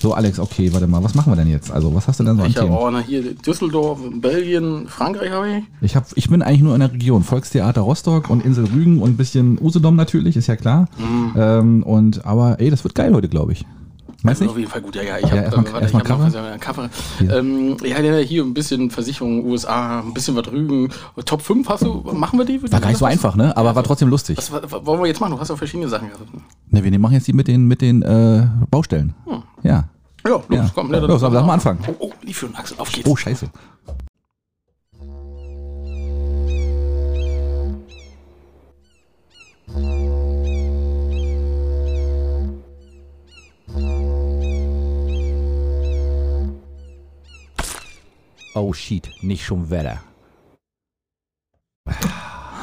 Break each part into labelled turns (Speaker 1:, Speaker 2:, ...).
Speaker 1: So, Alex, okay, warte mal, was machen wir denn jetzt? Also, was hast du denn so an
Speaker 2: Ich habe
Speaker 1: Themen?
Speaker 2: auch eine hier Düsseldorf, Belgien, Frankreich habe ich.
Speaker 1: Ich, hab, ich bin eigentlich nur in der Region. Volkstheater Rostock und Insel Rügen und ein bisschen Usedom natürlich, ist ja klar.
Speaker 2: Mhm.
Speaker 1: Ähm, und, aber ey, das wird geil heute, glaube ich. Meinst du
Speaker 2: Auf
Speaker 1: nicht?
Speaker 2: jeden Fall gut, ja, ja. Ich
Speaker 1: Ja,
Speaker 2: habe
Speaker 1: erstmal-
Speaker 2: gerade ich
Speaker 1: erstmal
Speaker 2: hab noch
Speaker 1: Cover.
Speaker 2: was- ja, Cover. Ähm, ja, ja, hier ein bisschen Versicherung, USA, ein bisschen was drüben. Top 5 hast du, machen wir die?
Speaker 1: War gar nicht so einfach, ne? Aber war trotzdem lustig.
Speaker 2: Was, was, was wollen wir jetzt machen? Du hast ja verschiedene Sachen gehabt.
Speaker 1: Ne, wir machen jetzt die mit den, mit den äh, Baustellen. Ja.
Speaker 2: Ja, Hm. los,
Speaker 1: Ja.
Speaker 2: komm. ne, dann-
Speaker 1: Los, aber lass mal anfangen.
Speaker 2: Oh, oh, die Führung, Axel, auf geht's.
Speaker 1: Oh, scheiße. Oh shit, nicht schon Wetter.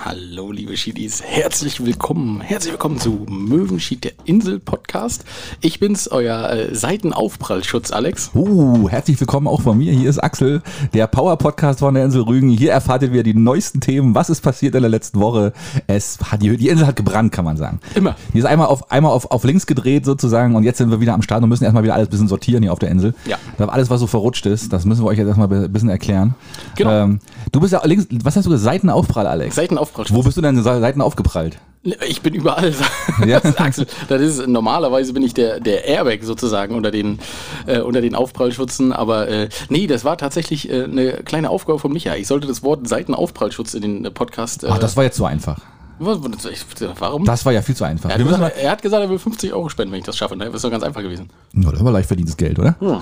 Speaker 2: Hallo, liebe Schiedis. Herzlich willkommen. Herzlich willkommen zu Möwenschied, der Insel-Podcast. Ich bin's, euer äh, Seitenaufprallschutz, Alex.
Speaker 1: Uh, herzlich willkommen auch von mir. Hier ist Axel, der Power-Podcast von der Insel Rügen. Hier erfahrt ihr wieder die neuesten Themen. Was ist passiert in der letzten Woche? Es hat, die, die Insel hat gebrannt, kann man sagen.
Speaker 2: Immer.
Speaker 1: Die ist einmal auf, einmal auf, auf links gedreht sozusagen und jetzt sind wir wieder am Start und müssen erstmal wieder alles ein bisschen sortieren hier auf der Insel.
Speaker 2: Ja.
Speaker 1: Da Alles, was so verrutscht ist, das müssen wir euch jetzt erstmal ein bisschen erklären.
Speaker 2: Genau.
Speaker 1: Ähm, du bist ja links, was hast du gesagt? Seitenaufprall, Alex.
Speaker 2: Seitenaufprallschutz.
Speaker 1: Wo bist du denn so- Seiten aufgeprallt?
Speaker 2: Ne, Ich bin überall.
Speaker 1: Ja.
Speaker 2: Das ist Axel, das ist normalerweise bin ich der der Airbag sozusagen unter den äh, unter den Aufprallschützen, aber äh, nee, das war tatsächlich äh, eine kleine Aufgabe von Micha. Ich sollte das Wort Seitenaufprallschutz in den äh, Podcast. Äh,
Speaker 1: Ach, das war jetzt zu einfach.
Speaker 2: was- ich- warum?
Speaker 1: Das war ja viel zu einfach.
Speaker 2: er, hat gesagt, er hat gesagt, er will 50 Euro spenden, wenn ich das schaffe. Ne? Das ist doch ganz einfach gewesen.
Speaker 1: Na, das war leicht verdientes Geld, oder?
Speaker 2: Hm.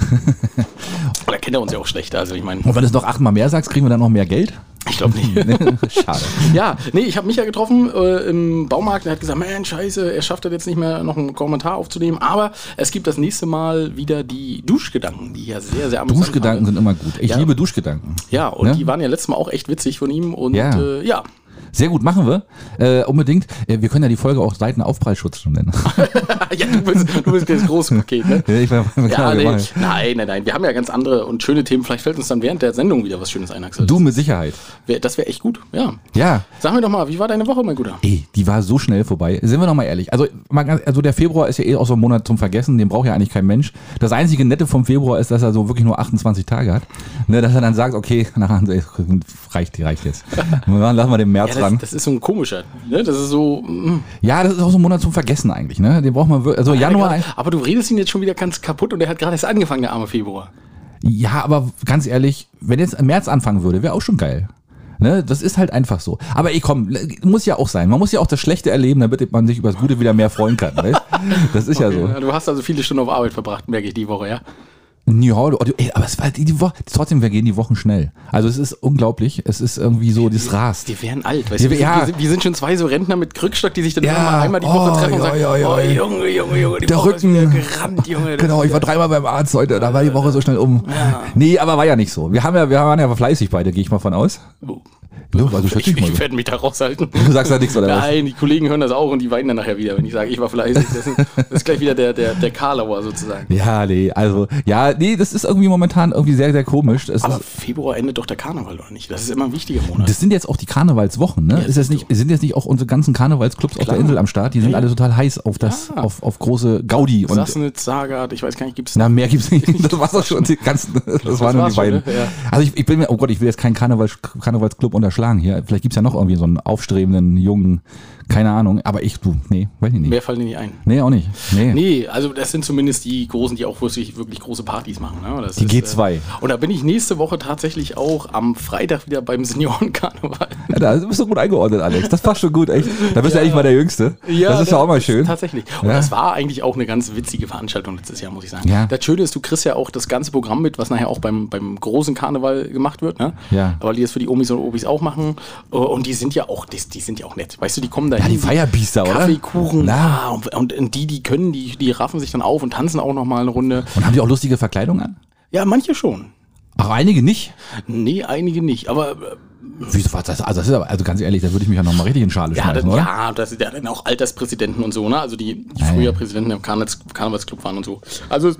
Speaker 2: Oder kennt er uns ja auch schlecht. Also ich meine,
Speaker 1: Und wenn du es noch achtmal mehr sagst, kriegen wir dann noch mehr Geld?
Speaker 2: ich glaube nicht.
Speaker 1: Schade.
Speaker 2: Ja, nee, ich habe Micha getroffen äh, im Baumarkt und er hat gesagt, man, scheiße, er schafft das jetzt nicht mehr, noch einen Kommentar aufzunehmen. Aber es gibt das nächste Mal wieder die Duschgedanken, die ja sehr, sehr amüsant
Speaker 1: Duschgedanken sind immer gut. Ich
Speaker 2: Ja.
Speaker 1: liebe Duschgedanken.
Speaker 2: waren. Ja, und
Speaker 1: Ne?
Speaker 2: die waren ja letztes Mal auch echt witzig von ihm. Und
Speaker 1: Ja.
Speaker 2: ja, äh, ja.
Speaker 1: Sehr gut, machen wir. Äh, unbedingt. Äh, wir können ja die Folge auch Seitenaufprallschutz schon nennen.
Speaker 2: ja du, bist, du bist das große Paket, ne?
Speaker 1: ich war,
Speaker 2: Ja,
Speaker 1: klar, wir
Speaker 2: nee.
Speaker 1: machen-
Speaker 2: Nein, nein, nein. Wir haben ja ganz andere und schöne Themen. Vielleicht fällt uns dann während der Sendung wieder was Schönes ein, Axel.
Speaker 1: Du mit Sicherheit.
Speaker 2: Wär- Das wäre echt gut, ja.
Speaker 1: Ja.
Speaker 2: Sag mir doch mal, wie war deine Woche, mein Guter?
Speaker 1: Ey, die war so schnell vorbei. Sind wir noch mal ehrlich. Also, mal ganz, also der Februar ist ja eh auch so ein Monat zum Vergessen, den braucht ja eigentlich kein Mensch. Das einzige Nette vom Februar ist, dass er so wirklich nur 28 Tage hat. Ne, dass er dann sagt, okay, nachher reicht, reicht jetzt. Dann lassen wir den März
Speaker 2: Ja, das,
Speaker 1: ran.
Speaker 2: das ist so ein komischer, ne? Das ist so, mm,
Speaker 1: Ja, das ist auch so ein Monat zum Vergessen eigentlich, ne? Den braucht man wirklich. Also Januar.
Speaker 2: Gerade- Aber du redest ihn jetzt schon wieder ganz kaputt und er hat gerade erst angefangen, der arme Februar.
Speaker 1: Ja, aber ganz ehrlich, wenn jetzt im März anfangen würde, wäre auch schon geil. Ne, das ist halt einfach so. Aber ey, komm, le- muss ja auch sein. Man muss ja auch das Schlechte erleben, damit man sich über das Gute wieder mehr freuen kann. Weißt? Das ist ja so.
Speaker 2: Ja, Du hast also viele Stunden auf Arbeit verbracht, merke ich die Woche, ja?
Speaker 1: Ja, du- ey, aber es war die, die Woche. Trotzdem vergehen die Wochen schnell. Also es ist unglaublich. Es ist irgendwie so, das rast.
Speaker 2: Wir wären alt, weißt du?
Speaker 1: Ja,
Speaker 2: Wir, sind-
Speaker 1: ja.
Speaker 2: wir, sind, wir sind schon zwei so Rentner mit Krückstock, die sich dann
Speaker 1: Ja.
Speaker 2: immer einmal die
Speaker 1: Oh,
Speaker 2: Woche treffen und
Speaker 1: ja,
Speaker 2: sagen,
Speaker 1: ja, ja,
Speaker 2: oh,
Speaker 1: ja.
Speaker 2: Junge, Junge, Junge, die
Speaker 1: Der
Speaker 2: Woche ist
Speaker 1: Rücken.
Speaker 2: wieder gerannt, Junge. das-
Speaker 1: Genau, ich war dreimal beim Arzt heute, da war die Woche so schnell um. Nee, aber war ja nicht so. Wir haben ja, wir waren ja fleißig beide, gehe ich mal von aus.
Speaker 2: Oh.
Speaker 1: Ja, also schätze
Speaker 2: Ich,
Speaker 1: ich mal so.
Speaker 2: ich werde mich da raushalten.
Speaker 1: Du sagst da nichts, oder was?
Speaker 2: Nein, die Kollegen hören das auch und die weinen dann nachher wieder, wenn ich sage, ich war fleißig. Das ist, das ist gleich wieder der, der, der Karlauer sozusagen.
Speaker 1: Ja, nee, also, ja, nee, das ist irgendwie momentan irgendwie sehr, sehr komisch. Es
Speaker 2: Aber
Speaker 1: ist,
Speaker 2: Februar endet doch der Karneval, oder nicht? Das ist immer ein wichtiger Monat.
Speaker 1: Das sind jetzt auch die Karnevalswochen, ne? ist das nicht, sind jetzt nicht auch unsere ganzen Karnevalsclubs auf der Insel am Start? Die sind alle total heiß auf das, auf, auf große Gaudi und
Speaker 2: Sassnitz, Sagat, ich weiß gar nicht, gibt es
Speaker 1: na, mehr gibt's nicht. Das war's auch schon. Die ganzen, das, waren nur die
Speaker 2: war's schon,
Speaker 1: beiden.
Speaker 2: ne? Ja.
Speaker 1: Also ich, ich bin mir, oh Gott, ich will jetzt keinen Karneval, Karnevalsclub unterschlagen hier. Vielleicht gibt's ja noch irgendwie so einen aufstrebenden jungen, keine Ahnung. Aber ich, du, nee, weiß ich nicht.
Speaker 2: Mehr fallen dir nicht ein.
Speaker 1: Nee, auch nicht. Nee.
Speaker 2: Nee, also das sind zumindest die Großen, die auch wirklich, wirklich große Partys machen. Ne? Das
Speaker 1: Die
Speaker 2: ist,
Speaker 1: G2.
Speaker 2: Äh, und da bin ich nächste Woche tatsächlich auch am Freitag wieder beim Seniorenkarneval.
Speaker 1: Ja, da bist du gut eingeordnet, Alex. Das passt schon gut, echt. Da bist du eigentlich mal der Jüngste. das ist ja auch mal schön.
Speaker 2: Tatsächlich. Und
Speaker 1: Ja.
Speaker 2: das war eigentlich auch eine ganz witzige Veranstaltung letztes Jahr, muss ich sagen.
Speaker 1: Ja.
Speaker 2: Das Schöne ist, du kriegst ja auch das ganze Programm mit, was nachher auch beim, beim großen Karneval gemacht wird. Ne?
Speaker 1: Ja.
Speaker 2: Weil die das für die Omis und Obis auch machen. Äh, Und die sind ja auch, die, die sind ja auch nett. Weißt du, die kommen da
Speaker 1: Ja, die Feierbiester, oder?
Speaker 2: Kaffeekuchen.
Speaker 1: Na.
Speaker 2: Ja, und, und, und die, die können, die, die raffen sich dann auf und tanzen auch nochmal eine Runde.
Speaker 1: Und haben die auch lustige Verkleidung an?
Speaker 2: Ja, manche schon.
Speaker 1: Ach, einige nicht.
Speaker 2: Nee, einige nicht. Aber äh,
Speaker 1: Wieso war das? Also, das ist aber, also ganz ehrlich, da würde ich mich ja nochmal richtig in Schale
Speaker 2: ja, das,
Speaker 1: schmeißen, oder?
Speaker 2: ja, das sind ja dann auch Alterspräsidenten und so, ne? Also die, die
Speaker 1: ja.
Speaker 2: früher Präsidenten im Karnevals- Karnevalsclub waren und so. Also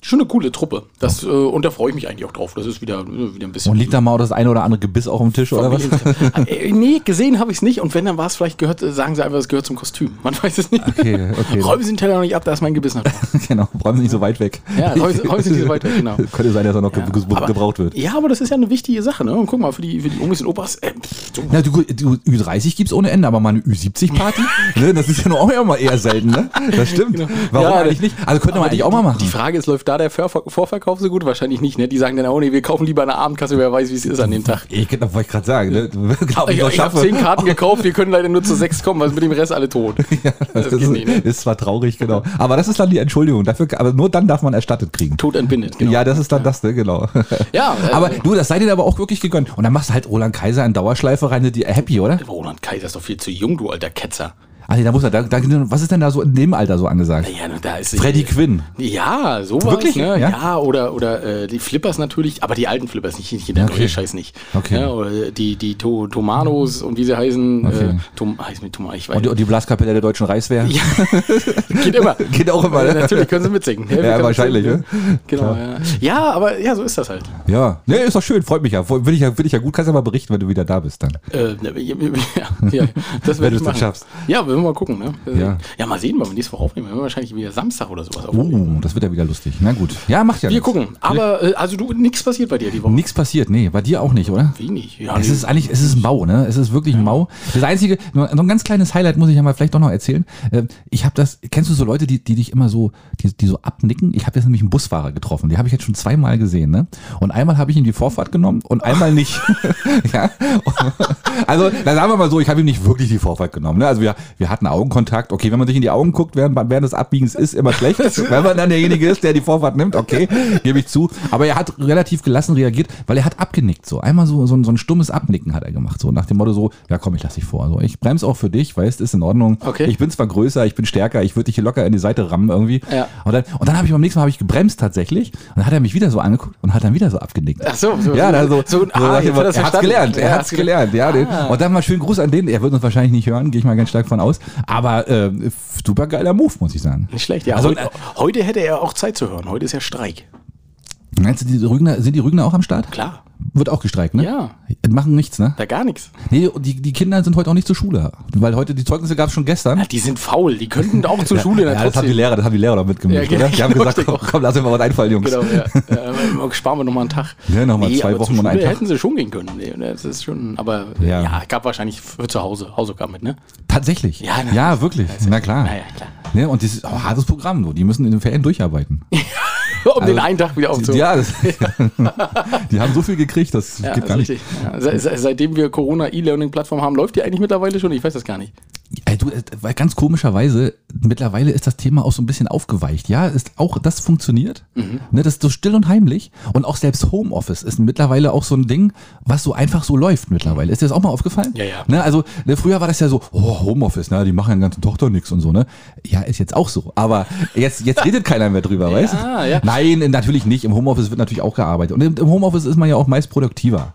Speaker 2: schon eine coole Truppe. Das, äh, und da freue ich mich eigentlich auch drauf. Das ist wieder, äh, wieder ein bisschen.
Speaker 1: Und liegt da mal das eine oder andere Gebiss auch am Tisch oder was?
Speaker 2: Äh, nee, gesehen habe ich es nicht. Und wenn, dann war es vielleicht gehört, äh, sagen sie einfach, es gehört zum Kostüm. Man weiß es nicht.
Speaker 1: Okay, okay.
Speaker 2: Räumen Sie den Teller noch nicht ab, da ist mein Gebiss noch drauf.
Speaker 1: genau, räumen Sie nicht so weit weg.
Speaker 2: Ja, räumen Sie- räumen Sie nicht so weit weg, genau.
Speaker 1: Könnte sein, dass er noch ge- ge-
Speaker 2: aber-
Speaker 1: gebraucht wird.
Speaker 2: Ja, aber das ist ja eine wichtige Sache. Ne? Und guck mal, für die, für die Omis und Opas, äh, pff, so
Speaker 1: Na, du, du, Ü30 gibt's ohne Ende, aber mal eine Ü70-Party, ne, das ist ja nur auch immer eher selten, ne? Das stimmt. Warum
Speaker 2: Genau. Ja,
Speaker 1: eigentlich nicht? Also könnte man eigentlich auch mal machen.
Speaker 2: Die Frage ist, läuft da der Vorver Vorverkauf so gut? Wahrscheinlich nicht, ne? Die sagen dann, oh nee, wir kaufen lieber eine Abendkasse, wer weiß, wie es ist an dem Tag.
Speaker 1: Ich wollte ich gerade sagen, ne? Glaub
Speaker 2: Ich,
Speaker 1: doch
Speaker 2: ich habe
Speaker 1: schaffe.
Speaker 2: zehn Karten gekauft, wir können leider nur zu sechs kommen, weil mit dem Rest alle tot.
Speaker 1: Das,
Speaker 2: geht
Speaker 1: ist,
Speaker 2: nicht, ne?
Speaker 1: ist zwar traurig, genau. Aber das ist dann die Entschuldigung. Dafür, aber nur dann darf man erstattet kriegen.
Speaker 2: Tot entbindet, genau.
Speaker 1: Ja, das ist dann das, ne? genau.
Speaker 2: Ja, äh,
Speaker 1: aber du, das sei dir aber auch wirklich gegönnt. Und dann machst du halt Roland Kaiser in Dauerschleife rein, ne? die happy, oder?
Speaker 2: Roland Kaiser ist doch viel zu jung, du alter Ketzer.
Speaker 1: Ach nee, da muss er, da, da, was ist denn da so in dem Alter so angesagt?
Speaker 2: Ja, na, da ist
Speaker 1: Freddy Quinn.
Speaker 2: Ja, sowas.
Speaker 1: Wirklich?
Speaker 2: Ne?
Speaker 1: Ja?
Speaker 2: Ja? oder, oder äh, die Flippers natürlich, aber die alten Flippers, nicht, nicht der
Speaker 1: Okay.
Speaker 2: neue Scheiß nicht.
Speaker 1: Okay.
Speaker 2: Ja, oder die, die to Tomanos und wie sie heißen.
Speaker 1: Okay.
Speaker 2: Äh, Tom, heißt mit Tom, ich weiß
Speaker 1: Und die, und die Blaskapelle der Deutschen Reichswehr.
Speaker 2: Ja, geht immer.
Speaker 1: Geht auch immer, ne?
Speaker 2: Natürlich können sie mitsingen. wir
Speaker 1: Ja,
Speaker 2: können
Speaker 1: wahrscheinlich, ne?
Speaker 2: mitsingen, Genau, ja. ja, aber ja, so ist das halt.
Speaker 1: Ja, nee, ist doch schön, freut mich ja. Freut- Will ich ja, will ich ja gut, kannst ja mal berichten, wenn du wieder da bist dann.
Speaker 2: Äh, ne, ja, ja, ja,
Speaker 1: Wenn
Speaker 2: das werde
Speaker 1: du's
Speaker 2: ich
Speaker 1: dann
Speaker 2: machen.
Speaker 1: schaffst.
Speaker 2: Ja, werden wir mal gucken. Ne?
Speaker 1: Ja.
Speaker 2: Ja. mal sehen, wann wir nächste Woche aufnehmen. Wir werden wahrscheinlich wieder Samstag oder sowas aufnehmen.
Speaker 1: Oh, das wird ja wieder lustig. Na gut. Ja, macht ja
Speaker 2: Wir
Speaker 1: nichts.
Speaker 2: gucken. Aber äh, also du, nichts passiert bei dir die Woche.
Speaker 1: Nichts passiert, nee, bei dir auch nicht, oder?
Speaker 2: Wenig. Ja,
Speaker 1: Es
Speaker 2: nee.
Speaker 1: ist eigentlich, es ist mau, ne? Es ist wirklich mau. Das einzige, nur so ein ganz kleines Highlight muss ich ja mal vielleicht doch noch erzählen. Ähm, Ich habe das, kennst du so Leute, die, die dich immer so, die, die so abnicken? Ich habe jetzt nämlich einen Busfahrer getroffen, die habe ich jetzt schon zweimal gesehen, ne? Und einmal habe ich ihm die Vorfahrt genommen und einmal nicht. ja? Also, da sagen wir mal so, ich habe ihm nicht wirklich die Vorfahrt genommen, ne? Also wir, wir hatten Augenkontakt. Okay, wenn man sich in die Augen guckt, während, während des Abbiegens ist immer schlecht. wenn man dann derjenige ist, der die Vorfahrt nimmt, okay, gebe ich zu. Aber er hat relativ gelassen reagiert, weil er hat abgenickt so. Einmal so, so, ein, so ein stummes Abnicken hat er gemacht. So nach dem Motto so, ja komm, ich lass dich vor. So, ich bremse auch für dich, weißt, ist in Ordnung.
Speaker 2: Okay.
Speaker 1: Ich bin zwar größer, ich bin stärker, ich würde dich hier locker in die Seite rammen irgendwie.
Speaker 2: Ja.
Speaker 1: Und dann, und dann habe ich beim nächsten Mal habe ich gebremst tatsächlich. Und dann hat er mich wieder so angeguckt und hat dann wieder so abgenickt.
Speaker 2: Ach so, so-
Speaker 1: ja, also,
Speaker 2: so-
Speaker 1: so,
Speaker 2: ah,
Speaker 1: nach dem
Speaker 2: jetzt hat
Speaker 1: Motto,
Speaker 2: er's
Speaker 1: er hat's
Speaker 2: verstanden.
Speaker 1: gelernt, er
Speaker 2: Er
Speaker 1: hat's
Speaker 2: hat's
Speaker 1: gelernt gelernt, ja. Den.
Speaker 2: Ah.
Speaker 1: Und dann mal schönen Gruß an den. Er wird uns wahrscheinlich nicht hören, gehe ich mal ganz stark von aus. Aber äh, super geiler Move, muss ich sagen.
Speaker 2: Nicht schlecht, ja.
Speaker 1: Also,
Speaker 2: heute, heute hätte er auch Zeit zu hören. Heute ist ja Streik.
Speaker 1: meinst du, die Rügner, sind die Rügner auch am Start?
Speaker 2: Klar.
Speaker 1: Wird auch gestreikt, ne?
Speaker 2: Ja.
Speaker 1: Machen nichts, ne?
Speaker 2: Da gar nichts.
Speaker 1: Nee, die, die Kinder sind heute auch nicht zur Schule. Weil heute die Zeugnisse gab es schon gestern.
Speaker 2: Die sind faul. Die könnten auch zur Schule.
Speaker 1: ja,
Speaker 2: na,
Speaker 1: ja, das haben die Lehrer, das haben die Lehrer da mitgemacht,
Speaker 2: Ja, genau.
Speaker 1: oder? Die haben
Speaker 2: Ich
Speaker 1: gesagt,
Speaker 2: dachte
Speaker 1: komm,
Speaker 2: auch.
Speaker 1: komm, lass uns mal was einfallen, Jungs.
Speaker 2: Genau, ja. ähm, sparen wir nochmal einen Tag.
Speaker 1: Ja, noch mal zwei
Speaker 2: aber
Speaker 1: Wochen
Speaker 2: zur
Speaker 1: und einen
Speaker 2: Schule
Speaker 1: Tag.
Speaker 2: Hätten sie schon gehen können. Nee, das ist schon, aber
Speaker 1: Ja.
Speaker 2: ja. gab wahrscheinlich für zu Hause Hausaufgaben mit, ne?
Speaker 1: Tatsächlich.
Speaker 2: Ja, na-
Speaker 1: ja wirklich. Na klar.
Speaker 2: Na ja, klar.
Speaker 1: Ne, und dieses oh, hartes Programm, du. die müssen in den Ferien durcharbeiten.
Speaker 2: Um den einen Tag wieder aufzuholen.
Speaker 1: Also, Ja, das, die haben so viel gekriegt, das
Speaker 2: Ja, also
Speaker 1: geht
Speaker 2: ist
Speaker 1: gar nicht.
Speaker 2: richtig. Ja, se se seitdem wir Corona E-Learning-Plattform haben, läuft die eigentlich mittlerweile schon? Ich weiß das gar nicht.
Speaker 1: Ey, du, äh, weil ganz komischerweise, mittlerweile ist das Thema auch so ein bisschen aufgeweicht. Ja, ist auch das funktioniert.
Speaker 2: Mhm.
Speaker 1: Ne, das ist so still und heimlich. Und auch selbst Homeoffice ist mittlerweile auch so ein Ding, was so einfach so läuft mittlerweile. Ist dir das auch mal aufgefallen?
Speaker 2: Ja, ja.
Speaker 1: Ne, also ne, früher war das ja so, oh, Homeoffice, ne, die machen ja den ganzen Tochter nichts und so, ne? Ja, ist jetzt auch so. Aber jetzt, jetzt redet keiner mehr drüber, weißt du?
Speaker 2: ja.
Speaker 1: Nein, natürlich nicht. Im Homeoffice wird natürlich auch gearbeitet. Und im, im Homeoffice ist man ja auch meist produktiver.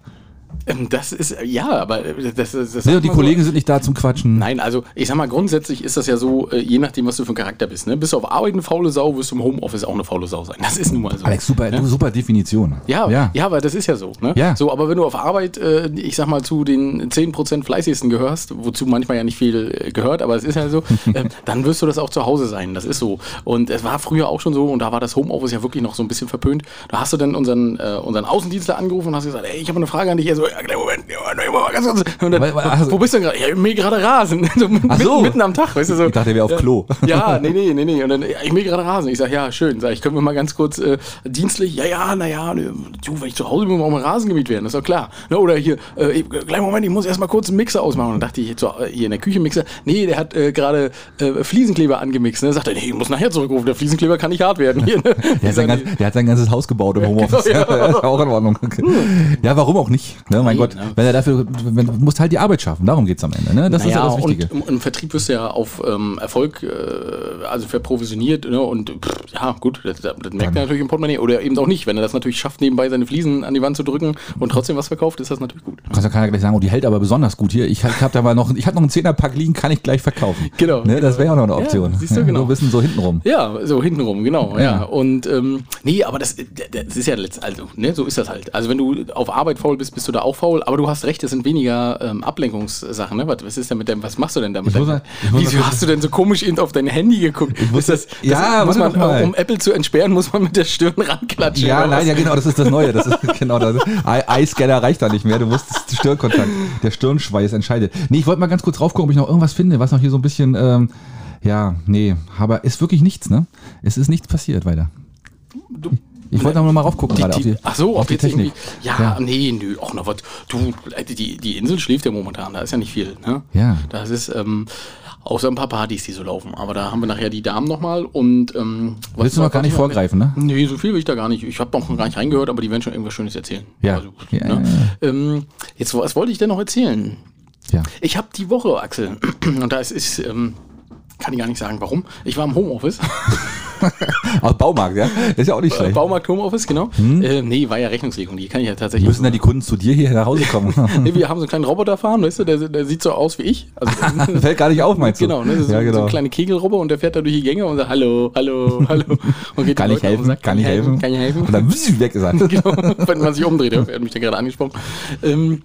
Speaker 2: Ähm, Das ist, ja, aber äh, das ist. Das
Speaker 1: Ne,
Speaker 2: sagt
Speaker 1: und die
Speaker 2: man so.
Speaker 1: Kollegen sind nicht da zum Quatschen.
Speaker 2: Nein, also ich sag mal, grundsätzlich ist das ja so, äh, je nachdem, was du für ein Charakter bist. Ne? Bist du auf Arbeit eine faule Sau, wirst du im Homeoffice auch eine faule Sau sein. Das ist nun mal so.
Speaker 1: Alex, super, du, super Definition.
Speaker 2: Ne? Ja, ja. ja, aber das ist ja so. Ne?
Speaker 1: Ja.
Speaker 2: So, aber wenn du auf Arbeit, äh, ich sag mal, zu den 10% fleißigsten gehörst, wozu manchmal ja nicht viel äh, gehört, aber es ist ja so, äh, dann wirst du das auch zu Hause sein. Das ist so. Und es war früher auch schon so, und da war das Homeoffice ja wirklich noch so ein bisschen verpönt. Da hast du dann unseren, äh, unseren Außendienstler angerufen und hast gesagt, ey, ich habe eine Frage an dich. Er so, ja, kleinen Moment, ja, Moment, Moment, ganz kurz. Und dann,
Speaker 1: Weil- weil- also-
Speaker 2: wo bist du denn gerade? Ja, mir gerade Rasen. so, mit,
Speaker 1: Ach so.
Speaker 2: mitten, mitten am Tag, weißt du so.
Speaker 1: Ich dachte, er wäre auf Klo.
Speaker 2: Also, ja. Ja, nee, nee, nee, nee. Und dann, ja, ich will gerade Rasen. Ich sag ja, schön. Sag ich, können wir mal ganz kurz äh, dienstlich, ja, ja, naja, ne, du, wenn ich zu Hause bin, warum ein Rasen gemäht werden? Das ist doch klar. Ne, oder hier, äh, ich, kleinen Moment, ich muss erstmal kurz einen Mixer ausmachen. Und dann dachte ich, so, äh, hier in der Küche Mixer, nee, der hat äh, gerade äh, Fliesenkleber angemixt. Ne? Sagt er, nee, ich muss nachher zurückrufen, der Fliesenkleber kann nicht hart werden. Hier, ne?
Speaker 1: Der
Speaker 2: Ich
Speaker 1: hat, sein
Speaker 2: sag,
Speaker 1: ganz, der hat sein ganzes Haus gebaut im Homeoffice.
Speaker 2: genau, ja.
Speaker 1: ist auch in Ordnung. Ja, warum auch nicht? Ne? ne? Mein Gott,
Speaker 2: ne?
Speaker 1: wenn er dafür, wenn, du musst halt die Arbeit schaffen, darum geht's am Ende. Ne? Das ist ja das Wichtige.
Speaker 2: Und im, im Vertrieb wirst du ja auf ähm, Erfolg, äh, also verprovisioniert ne? und pff, ja, gut, das, das das merkt er natürlich im Portemonnaie oder eben auch nicht. Wenn er das natürlich schafft, nebenbei seine Fliesen an die Wand zu drücken und trotzdem was verkauft, ist das natürlich gut.
Speaker 1: Kannst ja keiner gleich sagen, oh, die hält aber besonders gut hier. Ich hab da mal noch, ich hab noch einen Zehnerpack liegen, kann ich gleich verkaufen.
Speaker 2: Genau,
Speaker 1: Ne? Das
Speaker 2: genau.
Speaker 1: wäre ja auch noch eine
Speaker 2: Ja,
Speaker 1: Option.
Speaker 2: siehst du, genau.
Speaker 1: So ein bisschen so hintenrum.
Speaker 2: Ja, so hintenrum, genau. Ja.
Speaker 1: Ja.
Speaker 2: Und ähm, nee, aber das, das ist ja letzt, also, ne, so ist das halt. Also wenn du auf Arbeit faul bist, bist du da auch faul, aber du hast recht, das sind weniger ähm, Ablenkungssachen, ne? Was, was ist denn mit dem, was machst du denn damit?
Speaker 1: Ich muss mal- ich muss mal
Speaker 2: Wieso
Speaker 1: kurz-
Speaker 2: hast du denn so komisch eben auf dein Handy geguckt?
Speaker 1: muss-
Speaker 2: Ist das, das
Speaker 1: Ja,
Speaker 2: muss man,
Speaker 1: warte doch mal.
Speaker 2: um Apple zu entsperren, muss man mit der Stirn ranklatschen.
Speaker 1: Ja,
Speaker 2: oder was?
Speaker 1: nein, ja genau, das ist das Neue. Das ist genau das. Ei- Eiscanner reicht da nicht mehr. Du musst das Stirnkontakt, der Stirnschweiß entscheidet. Nee, ich wollte mal ganz kurz drauf gucken, ob ich noch irgendwas finde, was noch hier so ein bisschen, ähm, ja, nee, aber ist wirklich nichts, ne? Es ist nichts passiert weiter.
Speaker 2: Du-
Speaker 1: Ich wollte noch mal raufgucken
Speaker 2: Die,
Speaker 1: gerade auf
Speaker 2: die,
Speaker 1: die,
Speaker 2: ach so,
Speaker 1: auf
Speaker 2: auf
Speaker 1: die
Speaker 2: jetzt
Speaker 1: Technik.
Speaker 2: irgendwie- Ja, nee, nö, auch noch was. Du, äh, die, die Insel schläft ja momentan, da ist ja nicht viel. Ne?
Speaker 1: Ja.
Speaker 2: Das ist, ähm, außer ein paar Partys, die so laufen. Aber da haben wir nachher die Damen nochmal und, ähm, was
Speaker 1: Willst du noch gar nicht vorgreifen, ne?
Speaker 2: Nee, so viel will ich da gar nicht. Ich habe noch gar nicht reingehört, aber die werden schon irgendwas Schönes erzählen.
Speaker 1: Ja.
Speaker 2: Also,
Speaker 1: Ja,
Speaker 2: ne?
Speaker 1: ja,
Speaker 2: Ähm, jetzt, was wollte ich denn noch erzählen?
Speaker 1: Ja.
Speaker 2: Ich habe die Woche, Axel, und da ist, ist ähm, kann ich gar nicht sagen, warum. Ich war im Homeoffice.
Speaker 1: Aus Baumarkt, ja? Ist ja auch nicht schlecht.
Speaker 2: Äh, Baumarkt Homeoffice, genau. Äh, nee, war ja Rechnungslegung, die kann ich ja tatsächlich.
Speaker 1: Hm? Müssen dann die Kunden zu dir hier nach Hause kommen.
Speaker 2: Nee, wir haben so einen kleinen Roboterfahren, weißt du, der, der sieht so aus wie ich. Also,
Speaker 1: Fällt gar nicht auf, meinst du?
Speaker 2: genau, ne? Das ist
Speaker 1: ja,
Speaker 2: so, so
Speaker 1: genau.
Speaker 2: ein kleiner Kegelrobber und der fährt da durch die Gänge und sagt, hallo, hallo, hallo. Und geht
Speaker 1: kann
Speaker 2: den
Speaker 1: ich
Speaker 2: Leuten auf und
Speaker 1: helfen?
Speaker 2: sagt,
Speaker 1: kann ich helfen?
Speaker 2: Kann ich helfen?
Speaker 1: Und dann wüsste ich weg gesagt.
Speaker 2: genau, wenn man sich umdreht, ja, er hat mich da gerade angesprochen. Ähm,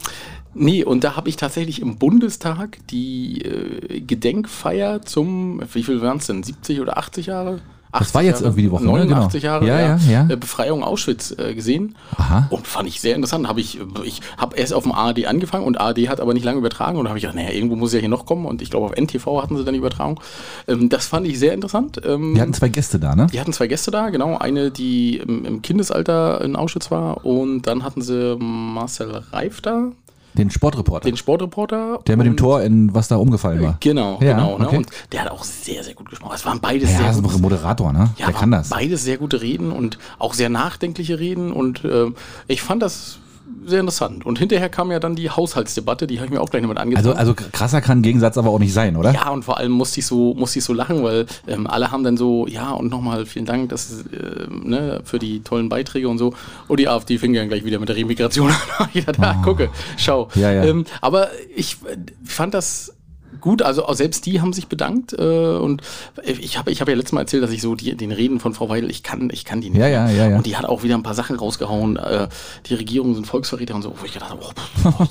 Speaker 2: nee, und da habe ich tatsächlich im Bundestag die äh, Gedenkfeier zum, wie viel waren es denn, 70 oder 80 Jahre?
Speaker 1: Das war jetzt
Speaker 2: 80 Jahre,
Speaker 1: irgendwie die Woche, ne?
Speaker 2: 89
Speaker 1: Genau.
Speaker 2: Jahre
Speaker 1: Ja, ja, ja.
Speaker 2: äh, Befreiung Auschwitz äh, gesehen.
Speaker 1: Aha.
Speaker 2: Und fand ich sehr interessant. Hab ich ich habe erst auf dem ARD angefangen und ARD hat aber nicht lange übertragen. Und da habe ich gedacht, naja, irgendwo muss ja hier noch kommen. Und ich glaube, auf NTV hatten sie dann die Übertragung. Ähm, das fand ich sehr interessant. Ähm,
Speaker 1: Wir hatten zwei Gäste da, ne?
Speaker 2: die hatten zwei Gäste da, genau. Eine, die im, im Kindesalter in Auschwitz war. Und dann hatten sie Marcel Reif da,
Speaker 1: Den Sportreporter.
Speaker 2: den Sportreporter.
Speaker 1: der mit dem
Speaker 2: Und-
Speaker 1: Tor, in was da umgefallen war.
Speaker 2: Genau,
Speaker 1: Ja,
Speaker 2: genau. Ne?
Speaker 1: okay.
Speaker 2: Und der hat auch sehr, sehr gut gesprochen. Es waren beides
Speaker 1: Ja,
Speaker 2: sehr
Speaker 1: das ist
Speaker 2: gute-
Speaker 1: ein Moderator, ne?
Speaker 2: ja,
Speaker 1: der
Speaker 2: waren
Speaker 1: kann das.
Speaker 2: Beides sehr gute Reden und auch sehr nachdenkliche Reden. Und äh, ich fand das sehr interessant. Und hinterher kam ja dann die Haushaltsdebatte, die habe ich mir auch gleich damit angetan.
Speaker 1: Also, also krasser kann ein Gegensatz aber auch nicht sein, oder?
Speaker 2: Ja, und vor allem musste ich so, musste ich so lachen, weil ähm, alle haben dann so, ja, und nochmal vielen Dank dass, äh, ne, für die tollen Beiträge und so. Und die AfD fing dann gleich wieder mit der Remigration an. ich dachte, ah, gucke, schau.
Speaker 1: Ja, ja.
Speaker 2: Ähm, aber ich äh, fand das gut, also auch selbst die haben sich bedankt. Äh, und ich habe ich hab ja letztes Mal erzählt, dass ich so die, den Reden von Frau Weidel, ich kann, ich kann die nicht.
Speaker 1: Ja, ja,
Speaker 2: mehr.
Speaker 1: ja, ja.
Speaker 2: Und die hat auch wieder ein paar Sachen rausgehauen. Äh, die Regierung sind Volksverräter und so. Wo ich gedacht habe, oh, pff,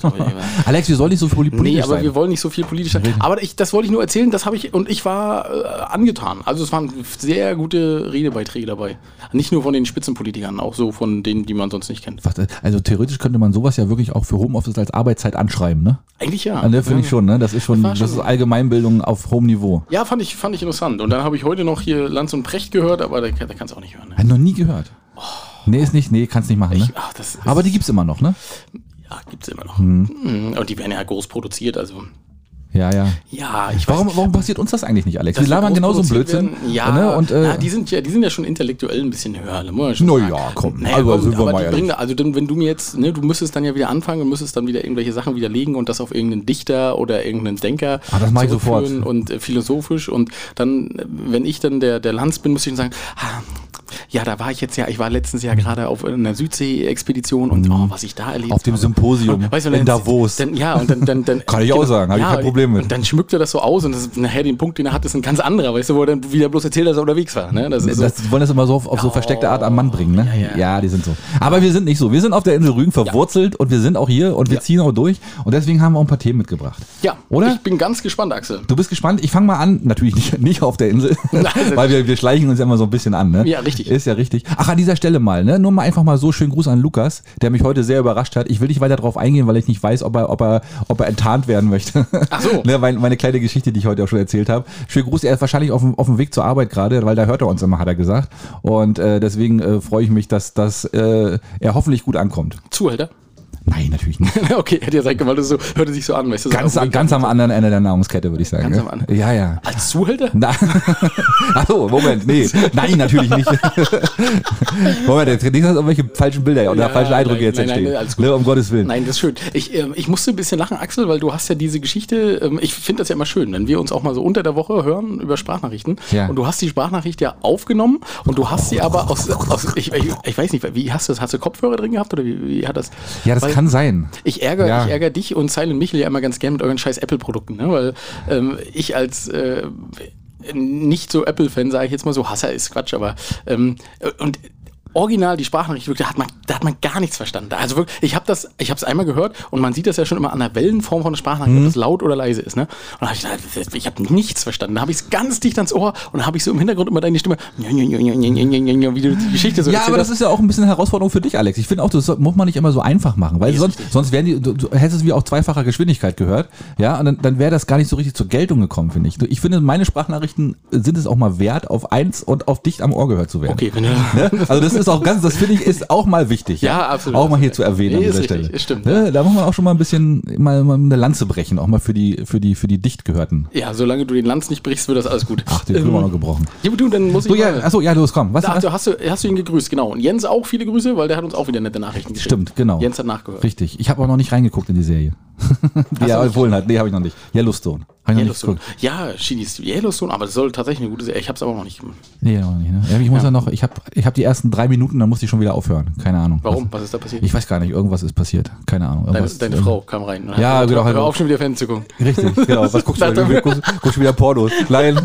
Speaker 2: pff,
Speaker 1: Alex, wir sollen nicht so poli- politisch
Speaker 2: Nee, aber
Speaker 1: sein.
Speaker 2: wir wollen nicht so viel politisch sein. Aber ich, das wollte ich nur erzählen, das habe ich und ich war äh, angetan. Also es waren sehr gute Redebeiträge dabei. Nicht nur von den Spitzenpolitikern, auch so von denen, die man sonst nicht kennt.
Speaker 1: Was, äh, also theoretisch könnte man sowas ja wirklich auch für Homeoffice als Arbeitszeit anschreiben, ne?
Speaker 2: Eigentlich ja.
Speaker 1: Ah, ne Finde ich schon, ne? Das ist schon,
Speaker 2: war
Speaker 1: das ist
Speaker 2: schon-
Speaker 1: Allgemeinbildung auf hohem Niveau.
Speaker 2: Ja, fand ich, fand ich interessant. Und dann habe ich heute noch hier Lanz und Precht gehört, aber da, da kannst du auch nicht hören. Ne?
Speaker 1: Hat noch nie gehört. Nee, ist nicht, nee, kannst nicht machen, ne?
Speaker 2: Ich, ach, das ist,
Speaker 1: Aber die gibt's immer noch, ne?
Speaker 2: ja, gibt's immer noch. Mhm. Und die werden ja groß produziert, also
Speaker 1: Ja, ja.
Speaker 2: ja, ich weiß
Speaker 1: Warum, warum passiert uns das eigentlich nicht, Alex?
Speaker 2: dass
Speaker 1: Wir labern
Speaker 2: groß
Speaker 1: genauso einen
Speaker 2: produziert
Speaker 1: Blödsinn.
Speaker 2: werden. Ja,
Speaker 1: ne? und, äh,
Speaker 2: na, die, sind ja, die sind ja schon intellektuell ein bisschen höher. Ne? muss man schon
Speaker 1: Na
Speaker 2: sagen.
Speaker 1: ja, komm,
Speaker 2: Naja,
Speaker 1: also
Speaker 2: komm,
Speaker 1: sind wir
Speaker 2: aber
Speaker 1: mal
Speaker 2: die
Speaker 1: ehrlich.
Speaker 2: bringen da, also dann, wenn du mir jetzt, ne, du müsstest dann ja wieder anfangen und müsstest dann wieder irgendwelche Sachen widerlegen und das auf irgendeinen Dichter oder irgendeinen Denker
Speaker 1: Ah, das mach ich sofort.
Speaker 2: zurückführen und äh, philosophisch. Und dann, äh, wenn ich dann der, der Lanz bin, müsste ich dann sagen, ah, ja, da war ich jetzt ja, ich war letztens ja gerade auf einer Südsee-Expedition und oh, was ich da erlebt
Speaker 1: Mhm. auf dem
Speaker 2: habe.
Speaker 1: Symposium
Speaker 2: Weißt du,
Speaker 1: in
Speaker 2: dann-
Speaker 1: Davos.
Speaker 2: Dann, ja, und dann, dann, Genau. dann
Speaker 1: Kann ich auch sagen, hab ich kein Problem mit.
Speaker 2: Und dann schmückt er das so aus und das ist, nachher den Punkt, den er hat, ist ein ganz anderer, weißt du, wo er dann wieder bloß erzählt, dass er unterwegs war. Ne? Das ist so,
Speaker 1: das, die wollen das immer so auf, auf so versteckte Art am Mann bringen, ne?
Speaker 2: Ja,
Speaker 1: Ja,
Speaker 2: ja.
Speaker 1: die sind so. Aber wir sind nicht so. Wir sind auf der Insel Rügen verwurzelt und wir sind auch hier und wir ziehen auch durch. Und deswegen haben wir auch ein paar Themen mitgebracht.
Speaker 2: ja,
Speaker 1: Oder?
Speaker 2: ich bin ganz gespannt, Axel.
Speaker 1: Du bist gespannt. Ich fange mal an. Natürlich nicht, nicht auf der Insel, weil wir, wir schleichen uns ja immer so ein bisschen an. Ne?
Speaker 2: Ja, richtig.
Speaker 1: Ist ja richtig. Ach, an dieser Stelle mal, ne? nur mal einfach mal so schönen Gruß an Lukas, der mich heute sehr überrascht hat. Ich will nicht weiter drauf eingehen, weil ich nicht weiß, ob er, ob er, ob er enttarnt werden möchte.
Speaker 2: Ach so.
Speaker 1: ne? meine, meine kleine Geschichte, die ich heute auch schon erzählt habe. Schönen Gruß. Er ist wahrscheinlich auf dem, auf dem Weg zur Arbeit gerade, weil da hört er uns immer, hat er gesagt. Und äh, deswegen äh, freue ich mich, dass, dass äh, er hoffentlich gut ankommt.
Speaker 2: Zuhälter?
Speaker 1: Nein, natürlich nicht.
Speaker 2: okay, hätte ja sein können, weil das so, hörte sich so an, weißt du? so
Speaker 1: Ganz,
Speaker 2: auf dem Weg-
Speaker 1: ganz am anderen Ende der Nahrungskette, würde ich sagen.
Speaker 2: Ganz
Speaker 1: ja.
Speaker 2: am anderen.
Speaker 1: Ja, ja.
Speaker 2: Als Zuhälter?
Speaker 1: Na, achso, Moment, nee. Nein, natürlich nicht. Moment, jetzt nicht, dass irgendwelche falschen Bilder oder
Speaker 2: Ja,
Speaker 1: falschen Eindrücke
Speaker 2: nein,
Speaker 1: jetzt
Speaker 2: nein, nein,
Speaker 1: entstehen.
Speaker 2: nee, alles gut.
Speaker 1: Ne, um Gottes Willen.
Speaker 2: Nein, das ist schön. Ich, ähm, ich musste ein bisschen lachen, Axel, weil du hast ja diese Geschichte, ähm, ich finde das ja immer schön, wenn wir uns auch mal so unter der Woche hören über Sprachnachrichten.
Speaker 1: Ja. Oh.
Speaker 2: Und du hast die Sprachnachricht ja aufgenommen und du hast sie aber aus, aus ich, ich, ich weiß nicht, wie hast du das? Hast du Kopfhörer drin gehabt oder wie, wie hat das?
Speaker 1: Ja, das
Speaker 2: weil-
Speaker 1: kann sein.
Speaker 2: Ich ärgere,
Speaker 1: Ja.
Speaker 2: ich ärgere dich und Silent Michel ja immer ganz gern mit euren scheiß Apple-Produkten, ne? weil ähm, ich als äh, nicht so Apple-Fan, sage ich jetzt mal so, Hasser ist Quatsch, aber ähm, und original die Sprachnachricht, wirklich, da hat man, da hat man gar nichts verstanden. Also wirklich, ich habe das, ich habe es einmal gehört und man sieht das ja schon immer an der Wellenform von der Sprachnachricht,
Speaker 1: Mhm.
Speaker 2: ob das laut oder leise ist. Ne? Und da hab ich gedacht, das- ich habe nichts verstanden. Da habe ich es ganz dicht ans Ohr und habe ich so im Hintergrund immer deine Stimme, wie du die Geschichte so
Speaker 1: Ja, aber das ist ja auch ein bisschen eine Herausforderung für dich, Alex. Ich finde auch, das so- muss man nicht immer so einfach machen, weil sonst, sonst wären die, du, du hättest wie auch zweifacher Geschwindigkeit gehört, ja, und dann, dann wäre das gar nicht so richtig zur Geltung gekommen, finde ich. Ich finde, meine Sprachnachrichten sind es auch mal wert, auf eins und auf dicht am Ohr gehört zu werden.
Speaker 2: Okay, wenn du,
Speaker 1: Ne? Also das ist auch ganz, das finde ich, ist auch mal wichtig.
Speaker 2: Ja, absolut.
Speaker 1: Auch mal hier zu erwähnen
Speaker 2: Nee,
Speaker 1: an dieser
Speaker 2: ist richtig,
Speaker 1: Stelle.
Speaker 2: ist stimmt.
Speaker 1: Ne? Da muss man auch schon mal ein bisschen mal, mal eine Lanze brechen, auch mal für die, für die, für die Dichtgehörten.
Speaker 2: Ja, solange du den Lanz nicht brichst, wird das alles gut.
Speaker 1: Ach, den haben wir noch gebrochen.
Speaker 2: Ja, aber du, dann muss ich.
Speaker 1: So, ja, äh,
Speaker 2: mal-
Speaker 1: achso, ja, los, komm. Was,
Speaker 2: Ach,
Speaker 1: was?
Speaker 2: du, hast, du, hast du ihn gegrüßt, genau. Und Jens auch viele Grüße, weil der hat uns auch wieder nette Nachrichten geschickt.
Speaker 1: Stimmt, genau.
Speaker 2: Jens hat nachgehört.
Speaker 1: Richtig. Ich habe auch noch nicht reingeguckt in die Serie. Die er empfohlen hat. Nee, habe ich noch nicht. Yellowstone. Habe ich noch nicht
Speaker 2: Yellowstone.
Speaker 1: geguckt.
Speaker 2: Ja, Schinis Yellowstone, aber es soll tatsächlich eine gute Serie. Ich hab's aber noch nicht.
Speaker 1: Nee, noch nicht. Ne? Ja, Ich muss ja. noch, ich habe ich hab die ersten drei Minuten, dann musste ich schon wieder aufhören. Keine Ahnung.
Speaker 2: Warum? Was ist da passiert?
Speaker 1: Ich weiß gar nicht, irgendwas ist passiert. Keine Ahnung.
Speaker 2: deine,
Speaker 1: Irgendwas-
Speaker 2: deine Frau kam rein. und
Speaker 1: Ja,
Speaker 2: hat gesagt,
Speaker 1: genau, halt-
Speaker 2: Hör auf, schon wieder Fernsehen zu gucken.
Speaker 1: Richtig, genau. Was guckst du
Speaker 2: Dachte
Speaker 1: wieder?
Speaker 2: mir-
Speaker 1: Guckst, guckst du wieder Pornos? Nein.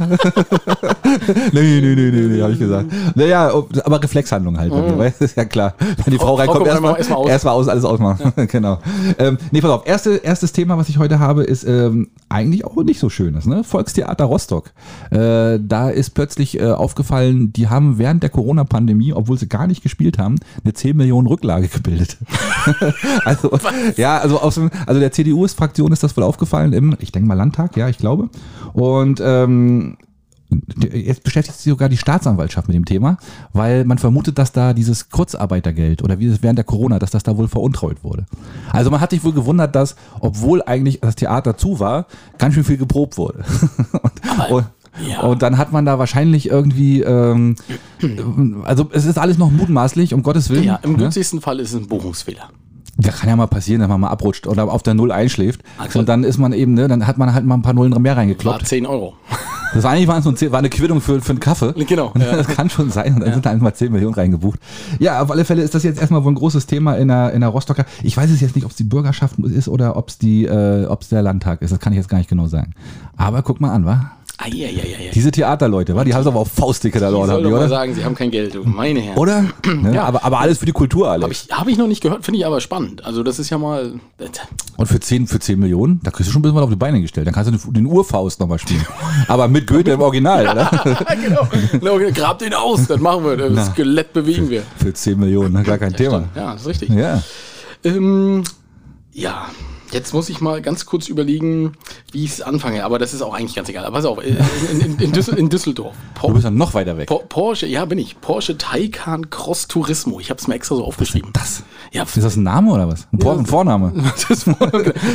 Speaker 1: nee, nee, nee, nee, nee, habe ich gesagt. Naja, aber Reflexhandlung halt. bei mir, weißt du, Ist ja klar. Wenn die Frau,
Speaker 2: Mhm. Frau
Speaker 1: reinkommt,
Speaker 2: kommt
Speaker 1: erstmal
Speaker 2: einmal-
Speaker 1: erstmal
Speaker 2: erstmal aus.
Speaker 1: aus. alles ausmachen. genau. Ähm, nee, pass auf. Erste, erstes Thema, was ich heute habe, ist ähm, eigentlich auch nicht so schönes. Ne? Volkstheater Rostock. Äh, da ist plötzlich äh, aufgefallen, die haben während der Corona-Pandemie, obwohl sie gar nicht gespielt haben, eine 10 Millionen Rücklage gebildet. Also, ja, also, aus dem, also der CDU-Fraktion ist das wohl aufgefallen im, ich denke mal, Landtag, ja, ich glaube. Und ähm, jetzt beschäftigt sich sogar die Staatsanwaltschaft mit dem Thema, weil man vermutet, dass da dieses Kurzarbeitergeld oder wie das während der Corona, dass das da wohl veruntreut wurde. Also man hat sich wohl gewundert, dass, obwohl eigentlich das Theater zu war, ganz schön viel geprobt wurde. und, und,
Speaker 2: ja.
Speaker 1: und dann hat man da wahrscheinlich irgendwie, ähm, also es ist alles noch mutmaßlich, um Gottes Willen.
Speaker 2: Ja, im
Speaker 1: ne?
Speaker 2: günstigsten Fall ist es ein Buchungsfehler.
Speaker 1: Da kann ja mal passieren, dass man mal abrutscht oder auf der Null einschläft.
Speaker 2: Axel.
Speaker 1: Und dann ist man eben, ne, dann hat man halt mal ein paar Nullen mehr
Speaker 2: War
Speaker 1: reingekloppt.
Speaker 2: 10 Euro.
Speaker 1: Das war eigentlich war, so ein, Ze- war eine Quittung für, für einen Kaffee.
Speaker 2: Genau,
Speaker 1: Und
Speaker 2: ja.
Speaker 1: Das kann schon sein. Und dann sind da einfach mal 10 Millionen reingebucht. Ja, auf alle Fälle ist das jetzt erstmal wohl ein großes Thema in der, in der Rostocker. Ich weiß es jetzt nicht, ob es die Bürgerschaft ist oder ob es die, äh, ob es der Landtag ist. Das kann ich jetzt gar nicht genau sagen. Aber guck mal an, wa?
Speaker 2: Eieieiei.
Speaker 1: Diese Theaterleute, wa? Die haben es aber auf Faustdicke da, Lord,
Speaker 2: soll
Speaker 1: haben die,
Speaker 2: doch mal
Speaker 1: oder?
Speaker 2: sagen, sie haben kein Geld, du. Meine Herren.
Speaker 1: Oder? Ne? Aber, aber alles für die Kultur, Alex.
Speaker 2: Habe ich, hab ich noch nicht gehört, finde ich aber spannend. Also, das ist ja mal.
Speaker 1: Und für 10, für 10 Millionen, da kriegst du schon ein bisschen was auf die Beine gestellt. Dann kannst du den, den Urfaust nochmal spielen. Aber mit Goethe im Original, oder?
Speaker 2: genau. Na, okay, Grab den aus, das machen wir. Das Skelett bewegen wir.
Speaker 1: Für 10 Millionen, ne? gar kein Thema.
Speaker 2: Ja, das ist richtig.
Speaker 1: Ja.
Speaker 2: Ähm, ja, jetzt muss ich mal ganz kurz überlegen, wie ich es anfange. Aber das ist auch eigentlich ganz egal. Aber pass auf, in, in, in, Düssel, in Düsseldorf.
Speaker 1: Du
Speaker 2: Por
Speaker 1: bist dann noch weiter weg.
Speaker 2: Por Porsche, ja, bin ich. Porsche Taycan Cross Turismo. Ich habe es mir extra so aufgeschrieben.
Speaker 1: Das?
Speaker 2: Ja,
Speaker 1: Ist das ein Name oder was? Ein, Vor ein Vorname?
Speaker 2: das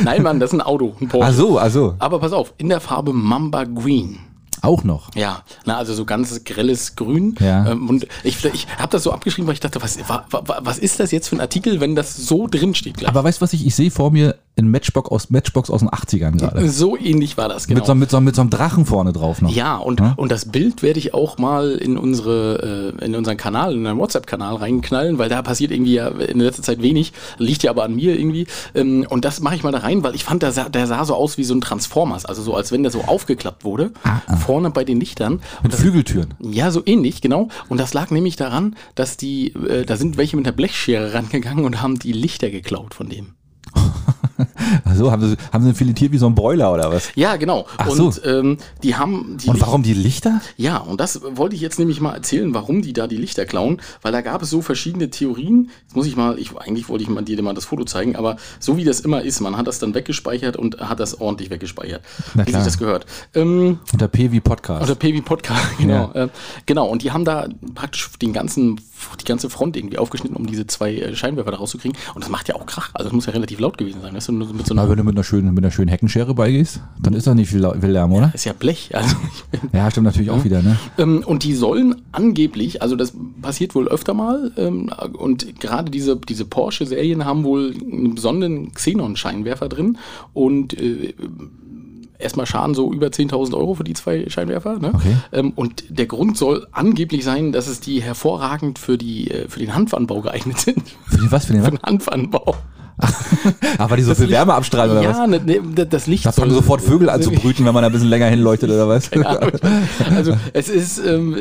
Speaker 2: Nein, Mann, das ist ein Auto, ein Porsche.
Speaker 1: Ach so, ach so.
Speaker 2: Aber pass auf, in der Farbe Mamba Green.
Speaker 1: Auch noch.
Speaker 2: Ja, na, also so ganz grelles Grün.
Speaker 1: Ja.
Speaker 2: Ähm, und ich, ich habe das so abgeschrieben, weil ich dachte, was, wa, wa, was ist das jetzt für ein Artikel, wenn das so drin steht gleich?
Speaker 1: Aber weißt du, was ich, ich sehe vor mir ein Matchbox aus, Matchbox aus den 80ern gerade.
Speaker 2: so ähnlich war das, genau.
Speaker 1: Mit, so, mit, so, mit so einem Drachen vorne drauf noch.
Speaker 2: Ja, und, und das Bild werde ich auch mal in unsere, äh, in unseren Kanal, in unseren WhatsApp-Kanal reinknallen, weil da passiert irgendwie ja in letzter Zeit wenig, liegt ja aber an mir irgendwie. Ähm, und das mache ich mal da rein, weil ich fand, der sah, der sah so aus wie so ein Transformers, also so als wenn der so aufgeklappt wurde,
Speaker 1: Ah,
Speaker 2: vorne bei den Lichtern.
Speaker 1: Mit Flügeltüren.
Speaker 2: Ja, so ähnlich, genau. Und das lag nämlich daran, dass die, äh, da sind welche mit der Blechschere rangegangen und haben die Lichter geklaut von dem.
Speaker 1: Ach so, Also, haben sie, haben sie filetiert wie so ein Boiler oder was?
Speaker 2: Ja, genau.
Speaker 1: Ach
Speaker 2: und
Speaker 1: so.
Speaker 2: ähm, die haben die
Speaker 1: Und warum die Lichter?
Speaker 2: Ja, und das wollte ich jetzt nämlich mal erzählen, warum die da die Lichter klauen, weil da gab es so verschiedene Theorien. Jetzt muss ich mal, ich eigentlich wollte ich mal dir mal das Foto zeigen, aber so wie das immer ist, man hat das dann weggespeichert und hat das ordentlich weggespeichert,
Speaker 1: Na
Speaker 2: wie sich
Speaker 1: klar.
Speaker 2: das gehört. Ähm,
Speaker 1: Unter P wie Podcast.
Speaker 2: oder PB Podcast, genau. Äh, genau, und die haben da praktisch den ganzen die ganze Front irgendwie aufgeschnitten, um diese zwei äh, Scheinwerfer da rauszukriegen. Und das macht ja auch Krach. Also das muss ja relativ laut gewesen sein. Weißt du? Nur mit so
Speaker 1: Na,
Speaker 2: einer,
Speaker 1: wenn du mit einer schönen, mit einer schönen Heckenschere beigehst, dann ist da nicht viel, lau- viel Lärm, oder?
Speaker 2: das ist ja Blech. Also ich
Speaker 1: Ja, stimmt natürlich auch wieder, ne?
Speaker 2: Ähm, und die sollen angeblich, also das passiert wohl öfter mal, ähm, und gerade diese, diese Porsche-Serien haben wohl einen besonderen Xenon-Scheinwerfer drin und äh, erstmal Schaden so über 10.000 Euro für die zwei Scheinwerfer. Ne?
Speaker 1: Okay.
Speaker 2: Ähm, und der Grund soll angeblich sein, dass es die hervorragend für, die, äh, für den Hanfanbau geeignet sind.
Speaker 1: Für den, was für den
Speaker 2: für
Speaker 1: was?
Speaker 2: den Hanfanbau.
Speaker 1: Ah, weil die so viel Wärme abstrahlen oder was?
Speaker 2: ja, ne, ne, das Licht
Speaker 1: Da fangen sofort Vögel an zu brüten, wenn man da ein bisschen länger hinleuchtet oder was?
Speaker 2: Also es ist, ähm,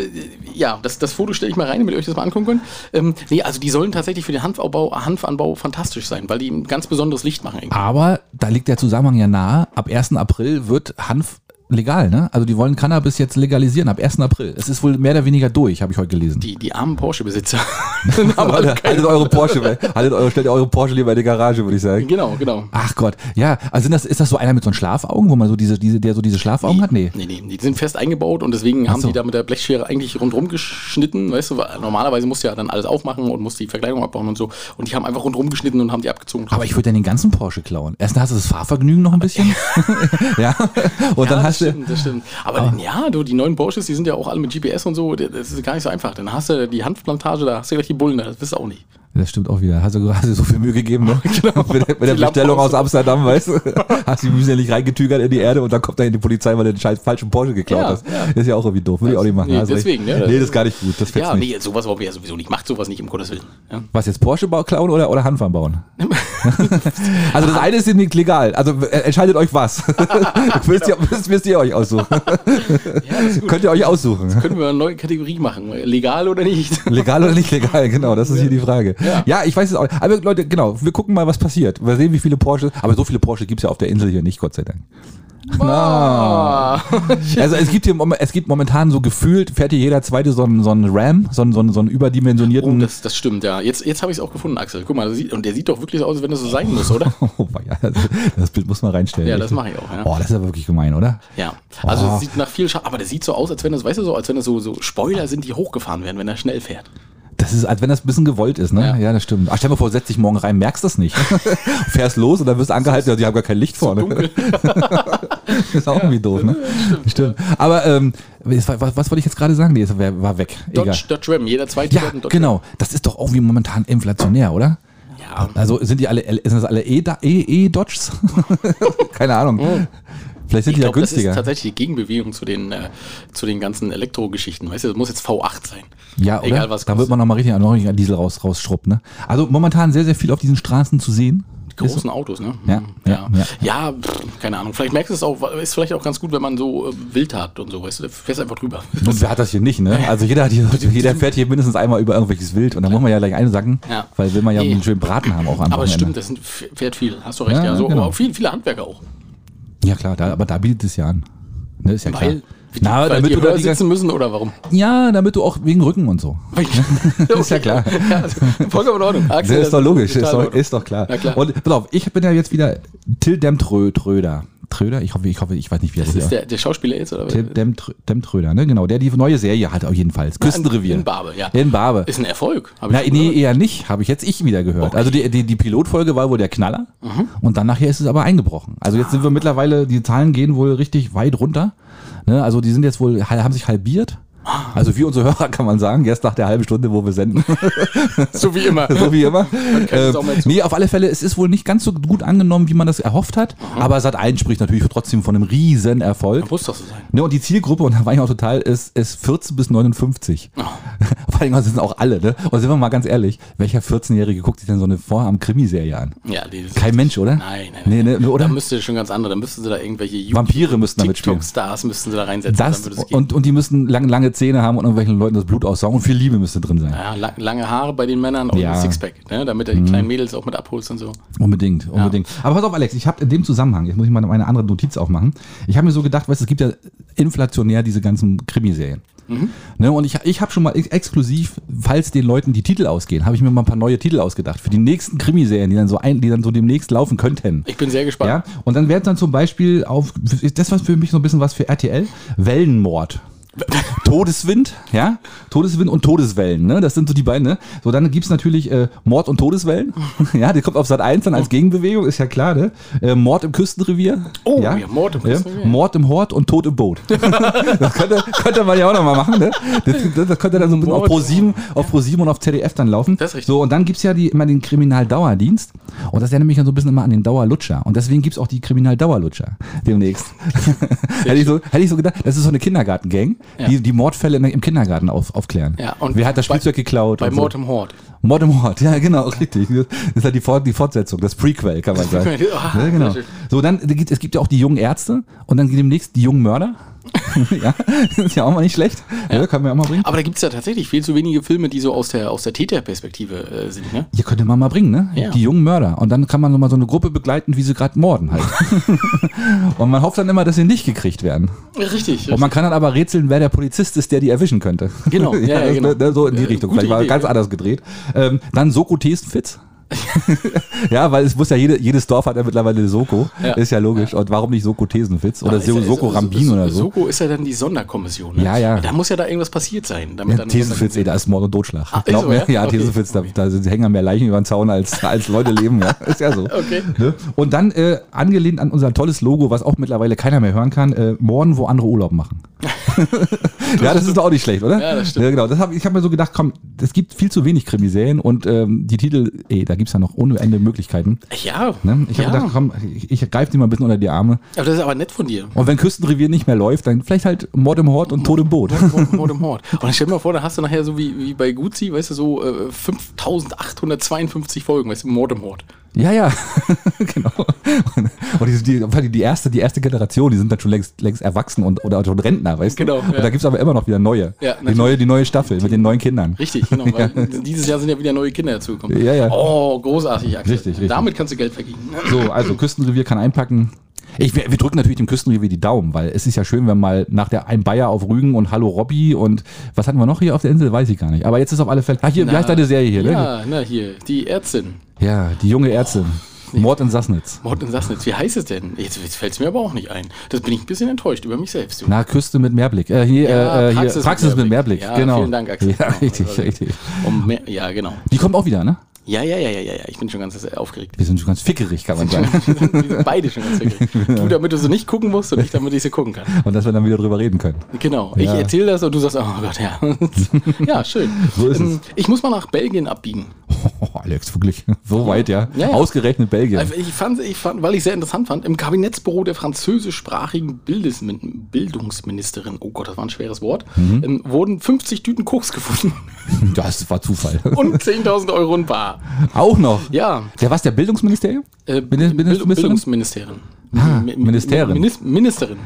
Speaker 2: ja, das, das Foto stelle ich mal rein, damit ihr euch das mal angucken könnt. Ähm, nee, also die sollen tatsächlich für den Hanfabbau, Hanfanbau fantastisch sein, weil die ein ganz besonderes Licht machen. irgendwie.
Speaker 1: Aber da liegt der Zusammenhang ja nahe. Ab 1. April wird Hanf legal, ne? Also die wollen Cannabis jetzt legalisieren ab 1. April. Es ist wohl mehr oder weniger durch, habe ich heute gelesen.
Speaker 2: Die, die armen Porsche-Besitzer. also
Speaker 1: Aber haltet eure Porsche, weg. haltet eure, stellt eure Porsche lieber in die Garage, würde ich sagen.
Speaker 2: genau, genau.
Speaker 1: Ach Gott, ja, also sind das, ist das so einer mit so einem Schlafaugen, wo man so diese, diese, der so diese Schlafaugen hat? Nee.
Speaker 2: Nee, nee, die sind fest eingebaut und deswegen haben
Speaker 1: so.
Speaker 2: die da mit der Blechschere eigentlich rundrum geschnitten, weißt du, weil normalerweise musst du ja dann alles aufmachen und musst die Verkleidung abbauen und so. Und die haben einfach rundrum geschnitten und haben die abgezogen.
Speaker 1: Aber ich würde dann den ganzen Porsche klauen. Erstens hast du das Fahrvergnügen noch ein bisschen. ja. Und dann
Speaker 2: das
Speaker 1: hast du. Ah.
Speaker 2: stimmt, das stimmt. Aber ja, du, die neuen Porsches, die sind ja auch alle mit GPS und so. Das ist gar nicht so einfach. Dann hast du die Hanfplantage, da hast du gleich die Bullen, das bist du auch nicht.
Speaker 1: Das stimmt auch wieder. Hast du, hast du so viel Mühe gegeben, ne? Mit der, mit der
Speaker 2: Genau. Die Lampe
Speaker 1: Bestellung
Speaker 2: aus-
Speaker 1: aus Amsterdam, weißt du? Hast du die mühselig reingetügert in die Erde und dann kommt dann die Polizei, weil du den scheiß falschen Porsche geklaut
Speaker 2: Ja,
Speaker 1: hast.
Speaker 2: ja.
Speaker 1: Ist ja auch irgendwie doof. Würde ich auch nicht machen.
Speaker 2: Nee,
Speaker 1: Hast recht.
Speaker 2: deswegen, ne?
Speaker 1: Nee, das ist gar nicht gut. Das fetzt
Speaker 2: Ja,
Speaker 1: nicht.
Speaker 2: nee, sowas überhaupt ja sowieso nicht. Macht sowas nicht, im Gottes Willen. Ja.
Speaker 1: Was jetzt Porsche bau- klauen oder, oder Hanfern bauen? also das eine ist nicht legal. Also äh, entscheidet euch was. wisst, ihr, wisst, wisst ihr euch aussuchen. Könnt ihr euch aussuchen.
Speaker 2: Können wir eine neue Kategorie machen? Legal oder nicht?
Speaker 1: Legal oder nicht legal, genau, das ist hier die Frage. Ja, ich weiß es auch. nicht. Aber Leute, genau, wir gucken mal, was passiert. Wir sehen, wie viele Porsche, aber so viele Porsche gibt's ja auf der Insel hier nicht, Gott sei Dank.
Speaker 2: Ah.
Speaker 1: Also es gibt hier mom- es gibt momentan so gefühlt, fährt hier jeder zweite so einen, so einen Ram, so einen, so einen, so einen
Speaker 2: Oh,
Speaker 1: überdimensionierten.
Speaker 2: das, das stimmt, ja. Jetzt, jetzt habe ich es auch gefunden, Axel. Guck mal, das sieht, und der sieht doch wirklich so aus, als wenn das so sein muss, oder?
Speaker 1: Oh, weia, das, das Bild muss man reinstellen.
Speaker 2: Ja, das mache ich auch, ja.
Speaker 1: Oh, das ist aber wirklich gemein, oder?
Speaker 2: Ja. Also
Speaker 1: Oh.
Speaker 2: es sieht nach viel Schaden, aber das sieht so aus, als wenn das, weißt du so, als wenn das so, so Spoiler sind, die hochgefahren werden, wenn er schnell fährt.
Speaker 1: Das ist, als wenn das ein bisschen gewollt ist, ne? Ja,
Speaker 2: Ja.
Speaker 1: das stimmt. Ach, stell dir mal vor, setz dich morgen rein, merkst das nicht. Fährst los und dann wirst du angehalten, ja, die haben gar kein Licht vorne. ist auch irgendwie doof, ne? Stimmt. Aber ähm, was, was, was wollte ich jetzt gerade sagen? Nee, es war, war weg. Egal.
Speaker 2: Dodge, Dodge Ram, jeder zweite
Speaker 1: Ja,
Speaker 2: fährt einen Dodge
Speaker 1: genau. Das ist doch irgendwie momentan inflationär, oder?
Speaker 2: Ja.
Speaker 1: Also sind die alle, sind das alle E-Da- E- E-Dodges? Keine Ahnung. Vielleicht sind die
Speaker 2: Oh. Ich
Speaker 1: ja
Speaker 2: glaube, das ist
Speaker 1: günstiger.
Speaker 2: tatsächlich die Gegenbewegung zu den, äh, zu den ganzen Elektrogeschichten. Weißt du, das muss jetzt V8 sein.
Speaker 1: Ja, oder?
Speaker 2: Egal was
Speaker 1: Dann wird man nochmal richtig, noch richtig an Diesel raus, rausschrubben, ne? Also momentan sehr, sehr viel auf diesen Straßen zu sehen.
Speaker 2: Die großen Autos, ne?
Speaker 1: Ja, ja,
Speaker 2: ja.
Speaker 1: ja.
Speaker 2: ja. pff, keine Ahnung. Vielleicht merkst du es auch, ist vielleicht auch ganz gut, wenn man so äh, wild hat und so, weißt du, da fährst einfach drüber.
Speaker 1: Und wer hat das hier nicht, ne? Also jeder, hat hier, jeder fährt hier mindestens einmal über irgendwelches Wild und dann muss man ja gleich einsacken,
Speaker 2: Ja.
Speaker 1: weil will man ja
Speaker 2: Nee.
Speaker 1: einen schönen Braten haben auch am
Speaker 2: Aber es stimmt,
Speaker 1: Wochenende.
Speaker 2: das sind, f- fährt viel, hast du recht,
Speaker 1: Ja,
Speaker 2: ja. So,
Speaker 1: genau.
Speaker 2: aber auch viele, viele Handwerker auch.
Speaker 1: Ja klar, da, aber da bietet es ja an. Ne, ist ja klar.
Speaker 2: Weil,
Speaker 1: Na,
Speaker 2: weil
Speaker 1: damit
Speaker 2: die
Speaker 1: du da
Speaker 2: höher
Speaker 1: die ganzen,
Speaker 2: sitzen müssen oder warum?
Speaker 1: ja, damit du auch wegen Rücken und so.
Speaker 2: ist
Speaker 1: ja klar.
Speaker 2: Ja, also, vollkommen in Ordnung. Axel,
Speaker 1: Das ist doch logisch, ist
Speaker 2: total in
Speaker 1: doch,
Speaker 2: Ordnung.
Speaker 1: ist doch klar.
Speaker 2: Na klar.
Speaker 1: Und pass auf, ich bin ja jetzt wieder Till Demtrö, Tröder. Tröder? Ich hoffe, ich hoffe, ich weiß nicht, wie er
Speaker 2: Das ist
Speaker 1: heißt.
Speaker 2: der, der Schauspieler jetzt, oder?
Speaker 1: Till Demtrö, Demtröder, ne? Genau, der die neue Serie hat auf jeden Fall. Küstenrevier.
Speaker 2: In Barbe, ja.
Speaker 1: In Barbe.
Speaker 2: Ist ein Erfolg, habe
Speaker 1: Na,
Speaker 2: schon
Speaker 1: nee,
Speaker 2: gehört.
Speaker 1: eher nicht, habe ich jetzt ich wieder gehört. Also die, die, die Pilotfolge war wohl der Knaller
Speaker 2: Mhm.
Speaker 1: und dann nachher ist es aber eingebrochen. Also jetzt sind wir mittlerweile, die Zahlen gehen wohl richtig weit runter. Ne? Also die sind jetzt wohl, haben sich halbiert. Also wir unsere Hörer kann man sagen, jetzt nach der halben Stunde, wo wir senden,
Speaker 2: So wie immer.
Speaker 1: so wie immer.
Speaker 2: es
Speaker 1: Ähm,
Speaker 2: auch mal zu-
Speaker 1: nee, auf alle Fälle, es ist wohl nicht ganz so gut angenommen, wie man das erhofft hat.
Speaker 2: Mhm.
Speaker 1: Aber Sat1 spricht natürlich trotzdem von einem riesen Erfolg.
Speaker 2: Muss doch so sein.
Speaker 1: Ne, und die Zielgruppe, und da war ich auch total, ist, ist 14 bis 59.
Speaker 2: Ah.
Speaker 1: Vor allem, das sind auch alle, ne? Und sind wir mal ganz ehrlich, welcher 14-Jährige guckt sich denn so eine Vorabend-Krimiserie an?
Speaker 2: Ja, nee, das-
Speaker 1: Kein Mensch, oder?
Speaker 2: Nein, nein,
Speaker 1: Nee,
Speaker 2: nein.
Speaker 1: ne, oder?
Speaker 2: Da müsste schon ganz andere, da müssten sie da irgendwelche
Speaker 1: Vampire müssten damit spielen.
Speaker 2: TikTok-Stars müssten sie da reinsetzen,
Speaker 1: Das,
Speaker 2: würde es gehen.
Speaker 1: und, und die müssen lang, lange Zähne haben und irgendwelchen Leuten das Blut aussaugen und viel Liebe müsste drin sein.
Speaker 2: ja, lang, lange Haare bei den Männern und
Speaker 1: Ja. Mhm.
Speaker 2: ein Sixpack, ne? damit er die kleinen Mädels auch mit abholst und so.
Speaker 1: Unbedingt, unbedingt. Aber pass auf, Alex, ich habe in dem Zusammenhang, jetzt muss ich mal eine andere Notiz auch machen. Ich habe mir so gedacht, weißt du, es gibt ja inflationär diese ganzen Krimiserien. Ne, und ich, ich habe schon mal ex exklusiv, falls den Leuten die Titel ausgehen, habe ich mir mal ein paar neue Titel ausgedacht für die nächsten Krimiserien, die dann so, ein, die dann so demnächst laufen könnten.
Speaker 2: Ich bin sehr gespannt.
Speaker 1: Ja, und dann wäre dann zum Beispiel auf, das war für mich so ein bisschen was für RTL, Wellenmord. Todeswind, ja, Todeswind und Todeswellen, ne? Das sind so die beiden, ne? So, dann gibt's natürlich äh, Mord und Todeswellen. ja, der kommt auf Sat 1 dann als Gegenbewegung, ist ja klar, ne? Äh, Mord im Küstenrevier.
Speaker 2: Oh, ja, Mord im Küstenrevier.
Speaker 1: Ja? Mord im Hort und Tod im Boot. das könnte, könnte man ja auch nochmal machen, ne? Das, das, das könnte dann so ein bisschen auf
Speaker 2: Mord.
Speaker 1: Pro7, auf Pro7 und auf ZDF dann laufen.
Speaker 2: Das ist richtig.
Speaker 1: So, und dann gibt's ja die, immer den Kriminaldauerdienst. Und das erinnert mich dann so ein bisschen immer an den Dauerlutscher. Und deswegen gibt's auch die Kriminaldauerlutscher demnächst. hätte, ich so, hätte ich so gedacht, das ist so eine Kindergartengang,
Speaker 2: Ja.
Speaker 1: die die Mordfälle im- im Kindergarten auf, aufklären.
Speaker 2: Ja, und
Speaker 1: Wer hat das
Speaker 2: bei-
Speaker 1: Spielzeug geklaut?
Speaker 2: Bei
Speaker 1: und so.
Speaker 2: Mord im Hort.
Speaker 1: Mord im Hort, ja genau, richtig. Das ist halt die, Fort die Fortsetzung, das Prequel, kann man sagen.
Speaker 2: Prequel, ah,
Speaker 1: ja, genau.
Speaker 2: sehr schön.
Speaker 1: So, dann gibt es gibt ja auch die jungen Ärzte und dann demnächst die jungen Mörder. ja, ist ja auch mal nicht schlecht. Ja. kann man ja auch mal bringen.
Speaker 2: Aber da gibt es ja tatsächlich viel zu wenige Filme, die so aus der, aus der Täterperspektive äh, sind. Ne?
Speaker 1: Hier könnte man mal bringen, ne?
Speaker 2: Ja.
Speaker 1: Die jungen Mörder. Und dann kann man so mal so eine Gruppe begleiten, wie sie gerade morden halt. und man hofft dann immer, dass sie nicht gekriegt werden.
Speaker 2: Richtig.
Speaker 1: Und man kann dann aber rätseln, wer der Polizist ist, der die erwischen könnte.
Speaker 2: Genau, ja, ja,
Speaker 1: das-
Speaker 2: genau.
Speaker 1: ne, So in die
Speaker 2: Äh,
Speaker 1: Richtung.
Speaker 2: gute
Speaker 1: Vielleicht war
Speaker 2: Idee,
Speaker 1: ganz
Speaker 2: ja.
Speaker 1: anders gedreht. Ähm, dann Soko Testenfitz. ja, weil es muss ja jede, jedes Dorf hat ja mittlerweile eine Soko.
Speaker 2: Ja.
Speaker 1: Ist ja logisch. Und warum nicht Soko Tesenfitz oder
Speaker 2: Ist ja-
Speaker 1: so,
Speaker 2: ist-
Speaker 1: Soko
Speaker 2: ist-
Speaker 1: Rambin
Speaker 2: ist-
Speaker 1: oder so?
Speaker 2: Soko ist ja dann die Sonderkommission. Ne?
Speaker 1: Ja, ja.
Speaker 2: Da muss ja da irgendwas passiert sein. Damit
Speaker 1: Ja,
Speaker 2: dann
Speaker 1: Thesenfitz, ey, da ist Mord und Totschlag.
Speaker 2: Ah, ist
Speaker 1: Glaub
Speaker 2: so,
Speaker 1: mir, ja,
Speaker 2: ja? Okay.
Speaker 1: Thesenfitz, da, da sind- hängen ja mehr Leichen über den Zaun, als, als Leute leben, ja. Ist ja so.
Speaker 2: Okay.
Speaker 1: Ne? Und dann, äh, angelehnt an unser tolles Logo, was auch mittlerweile keiner mehr hören kann, äh, Morden, wo andere Urlaub machen. ja, das ist doch auch nicht schlecht, oder?
Speaker 2: Ja, das stimmt.
Speaker 1: genau. Das hab, ich habe mir so gedacht, komm, es gibt viel zu wenig Krimiserien und ähm, die Titel, ey, da gibt's ja noch ohne Ende Möglichkeiten.
Speaker 2: Ja.
Speaker 1: Ne? Ich habe
Speaker 2: ja.
Speaker 1: gedacht, komm, ich, ich greife die mal ein bisschen unter die Arme.
Speaker 2: aber das ist aber nett von dir.
Speaker 1: Und wenn Küstenrevier nicht mehr läuft, dann vielleicht halt Mord im Hort und Tod im Boot.
Speaker 2: Mord, Mord im Hort. Und dann stell dir mal vor, da hast du nachher so wie, wie bei Guzi, weißt du, so äh, 5852 Folgen, weißt du, Mord im Hort.
Speaker 1: Ja, ja, genau. Und die, die, vor allem die, erste, die erste Generation, die sind dann schon längst, längst erwachsen und, oder schon Rentner, weißt
Speaker 2: Genau,
Speaker 1: du? Und
Speaker 2: ja.
Speaker 1: da gibt's aber immer noch wieder neue.
Speaker 2: Ja,
Speaker 1: die,
Speaker 2: natürlich.
Speaker 1: neue die neue Staffel mit den neuen Kindern.
Speaker 2: Richtig, genau. Weil dieses Jahr sind ja wieder neue Kinder dazugekommen.
Speaker 1: Ja, ja.
Speaker 2: Oh, großartig, Axel.
Speaker 1: Richtig, richtig.
Speaker 2: Damit kannst du Geld verdienen.
Speaker 1: So, also Küstenrevier kann einpacken. Ich, wir, wir drücken natürlich dem Küstenrevier die Daumen, weil es ist ja schön, wenn mal nach der ein Bayer auf Rügen und Hallo Robby und was hatten wir noch hier auf der Insel, weiß ich gar nicht. Aber jetzt ist auf alle Fälle. Ah, hier, wie heißt deine Serie hier, ne?
Speaker 2: Ja, na hier, die Ärztin.
Speaker 1: Ja, die junge Ärztin. Mord in Sassnitz.
Speaker 2: Mord in Sassnitz, wie heißt es denn? Jetzt, jetzt fällt es mir aber auch nicht ein. Das bin ich ein bisschen enttäuscht über mich selbst. Du.
Speaker 1: Na, Küste mit Mehrblick. Äh, hier,
Speaker 2: Ja,
Speaker 1: äh, hier,
Speaker 2: Praxis mit
Speaker 1: Praxis mit Mehrblick.
Speaker 2: Mehrblick. Ja,
Speaker 1: genau.
Speaker 2: vielen Dank, Axel.
Speaker 1: Ja,
Speaker 2: Genau.
Speaker 1: richtig,
Speaker 2: Also-
Speaker 1: richtig.
Speaker 2: Um mehr, ja, genau.
Speaker 1: Die kommt auch wieder, ne?
Speaker 2: Ja, ja, ja, ja, ja, ja. Ich bin schon ganz äh, aufgeregt.
Speaker 1: Wir sind schon ganz fickerig, kann man sagen.
Speaker 2: Wir sind, wir sind beide schon ganz aufgeregt. Du, damit du sie nicht gucken musst und ich, damit ich sie gucken kann.
Speaker 1: Und dass wir dann wieder drüber reden können.
Speaker 2: Genau. Ich
Speaker 1: Ja.
Speaker 2: erzähle das und du sagst, oh Gott, ja. ja, schön.
Speaker 1: So ist
Speaker 2: Ähm, Ich muss mal nach Belgien abbiegen.
Speaker 1: Oh, Alex, wirklich. So weit, ja.
Speaker 2: Ja, ja.
Speaker 1: Ausgerechnet Belgien.
Speaker 2: Also Ich fand, ich fand, weil ich sehr interessant fand, im Kabinettsbüro der französischsprachigen Bildesmin- Bildungsministerin, oh Gott, das war ein schweres Wort,
Speaker 1: Mhm.
Speaker 2: ähm, wurden 50 Tüten Koks gefunden
Speaker 1: Das war Zufall.
Speaker 2: und 10.000 Euro in Bar.
Speaker 1: Auch noch.
Speaker 2: Ja,
Speaker 1: Der was, der Bildungsministerium?
Speaker 2: äh,
Speaker 1: Bild- Bild-
Speaker 2: Bildungsministerin.
Speaker 1: Ah,
Speaker 2: Mi- mi-
Speaker 1: Ministerin.
Speaker 2: Minis Ministerin.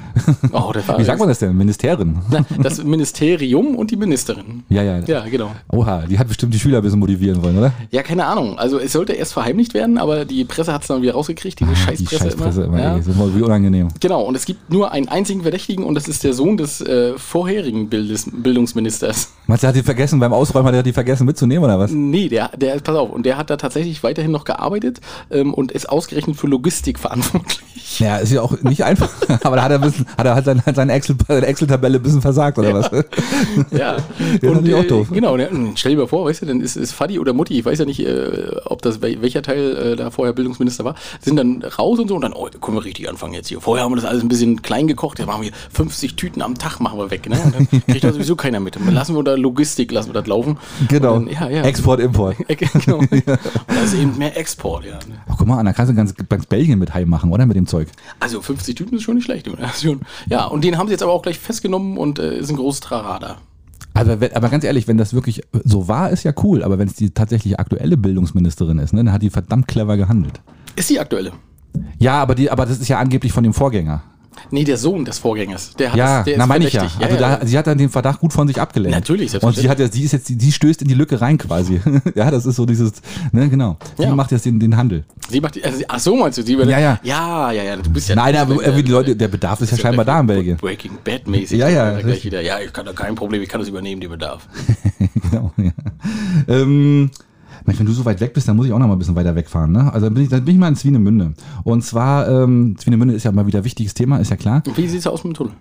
Speaker 2: Oh, der war
Speaker 1: Wie sagt man das denn? Ministerin.
Speaker 2: Das Ministerium und die Ministerin.
Speaker 1: Ja, ja.
Speaker 2: Ja, genau.
Speaker 1: Oha, die hat bestimmt die Schüler ein bisschen motivieren wollen, oder?
Speaker 2: Ja, keine Ahnung. Also es sollte erst verheimlicht werden, aber die Presse hat es dann wieder rausgekriegt, diese
Speaker 1: Ah, Die
Speaker 2: Scheißpresse,
Speaker 1: Scheißpresse immer.
Speaker 2: Ja.
Speaker 1: ey. Das ist immer wie unangenehm.
Speaker 2: Genau, und es gibt nur einen einzigen Verdächtigen und das ist der Sohn des äh, vorherigen Bildes, Bildungsministers.
Speaker 1: Meinst du, der hat die vergessen, beim Ausräumen hat er die vergessen mitzunehmen, oder was?
Speaker 2: Nee, der, der, pass auf, und der hat da tatsächlich weiterhin noch gearbeitet ähm, und ist ausgerechnet für Logistik verantwortlich.
Speaker 1: Ja, ist ja auch nicht einfach. Aber da hat er, ein bisschen, hat er halt seine, hat seine Excel- seine Excel-Tabelle ein bisschen versagt, oder was?
Speaker 2: Ja,
Speaker 1: Ja,
Speaker 2: und
Speaker 1: natürlich auch doof.
Speaker 2: genau, und, äh, stell dir mal vor, weißt du, dann ist, ist Fadi oder Mutti, ich weiß ja nicht, äh, ob das wel- welcher Teil äh, da vorher Bildungsminister war, sind dann raus und so und dann, oh, können wir richtig anfangen jetzt hier. Vorher haben wir das alles ein bisschen klein gekocht, jetzt machen wir 50 Tüten am Tag, machen wir weg, ne? Und dann kriegt da sowieso keiner mit. Dann lassen wir da Logistik, lassen wir das laufen.
Speaker 1: Genau.
Speaker 2: Und Dann, ja, ja.
Speaker 1: Export, Import.
Speaker 2: Ecke, genau. Und das ist eben mehr Export, ja. ne?
Speaker 1: Ach, guck mal an, da kannst du ganz, ganz Belgien mit heim machen, oder? Mit dem Zeug.
Speaker 2: Also 50 Tüten ist schon nicht schlecht. oder? Ist schon- Ja, und den haben sie jetzt aber auch gleich festgenommen und äh, ist ein großes Trarada.
Speaker 1: Aber, wenn- aber ganz ehrlich, wenn das wirklich so war, ist ja cool. Aber wenn es die tatsächlich aktuelle Bildungsministerin ist, ne, dann hat die verdammt clever gehandelt.
Speaker 2: Ist die aktuelle?
Speaker 1: Ja, aber, die, aber das ist ja angeblich von dem Vorgänger.
Speaker 2: Nee, der Sohn des Vorgängers. Der hat
Speaker 1: Ja,
Speaker 2: das, der
Speaker 1: na
Speaker 2: ist
Speaker 1: meine ich ja.
Speaker 2: verdächtig.
Speaker 1: Also
Speaker 2: ja,
Speaker 1: Da, sie hat dann den Verdacht gut von sich abgelenkt.
Speaker 2: Natürlich,
Speaker 1: Und sie hat ja, sie ist jetzt, die, die stößt in die Lücke rein quasi. ja, das ist so dieses, ne, genau. Sie
Speaker 2: Ja.
Speaker 1: macht jetzt den, den Handel.
Speaker 2: Sie macht die, also, ach so, meinst du? Sie
Speaker 1: Ja, ja.
Speaker 2: ja, ja, ja, du bist ja...
Speaker 1: Nein, aber
Speaker 2: äh,
Speaker 1: irgendwie die Leute, der Bedarf ist ja
Speaker 2: bist ja
Speaker 1: scheinbar da in Belgien.
Speaker 2: Breaking Bad mäßig.
Speaker 1: Ja, ja,
Speaker 2: Da Gleich
Speaker 1: richtig.
Speaker 2: wieder. Ja, ich kann da kein Problem, ich kann das übernehmen, den Bedarf.
Speaker 1: genau, ja. Ähm, Mensch, wenn du so weit weg bist, dann muss ich auch noch mal ein bisschen weiter wegfahren. Ne? Also dann bin, ich, dann bin ich mal in Swinemünde. Und zwar, ähm, Swinemünde ist ja mal wieder wichtiges Thema, ist ja klar.
Speaker 2: Wie sieht's aus mit dem Tunnel?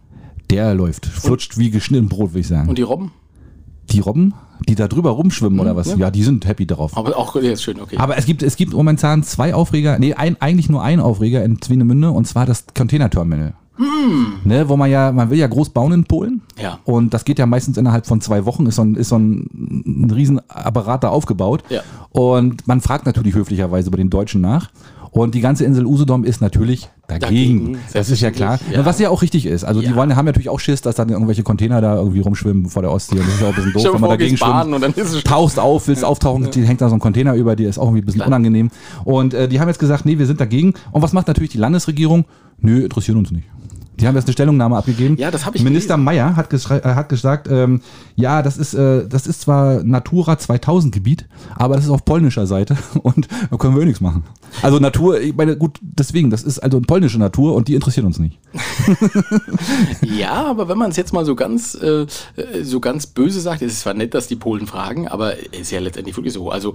Speaker 1: Der läuft. Flutscht wie geschnitten Brot, würde ich sagen.
Speaker 2: Und die Robben?
Speaker 1: die Robben, die da drüber rumschwimmen oder was?
Speaker 2: ja.
Speaker 1: Ja. die sind happy drauf.
Speaker 2: Aber auch, ja, ist schön, okay.
Speaker 1: Aber es gibt, es gibt momentan zwei Aufreger, nee, ein, eigentlich nur einen Aufreger in Swinemünde und zwar das Containerterminal. Ne, wo man ja, man will ja groß bauen in Polen.
Speaker 2: Hm. Ja.
Speaker 1: Und das geht ja meistens innerhalb von zwei Wochen, ist so ein, ist so ein, ein Riesenapparat da aufgebaut.
Speaker 2: Ja.
Speaker 1: Und man fragt natürlich höflicherweise über den Deutschen nach. Und die ganze Insel Usedom ist natürlich dagegen.
Speaker 2: Dagegen,
Speaker 1: das ist ja klar.
Speaker 2: selbstverständlich, ja.
Speaker 1: Was ja auch richtig ist. Also die
Speaker 2: Ja.
Speaker 1: wollen, haben natürlich auch Schiss, dass dann irgendwelche Container da irgendwie rumschwimmen vor der Ostsee. Und das ist ja auch ein bisschen doof,
Speaker 2: Stell dir
Speaker 1: wenn man
Speaker 2: vor,
Speaker 1: dagegen
Speaker 2: gehst
Speaker 1: schwimmt
Speaker 2: baden und dann ist es schon.
Speaker 1: tauchst auf, willst auftauchen, die hängt da so ein Container über dir, ist auch irgendwie ein bisschen unangenehm. Und äh, die haben jetzt gesagt, nee, wir sind dagegen. Und was macht natürlich die Landesregierung? Nö, interessieren uns nicht. Die haben jetzt eine Stellungnahme abgegeben.
Speaker 2: Ja, das hab ich
Speaker 1: Minister Meyer hat, geschrei- äh, hat gesagt, ähm, ja, das ist, äh, das ist zwar Natura 2000 Gebiet, aber das ist auf polnischer Seite und da können wir eh nichts machen. Also Natur, ich meine, gut, deswegen, das ist also polnische Natur und die interessiert uns nicht.
Speaker 2: Ja, aber wenn man es jetzt mal so ganz, äh, äh, so ganz böse sagt, es ist zwar nett, dass die Polen fragen, aber es ist ja letztendlich wirklich so. Also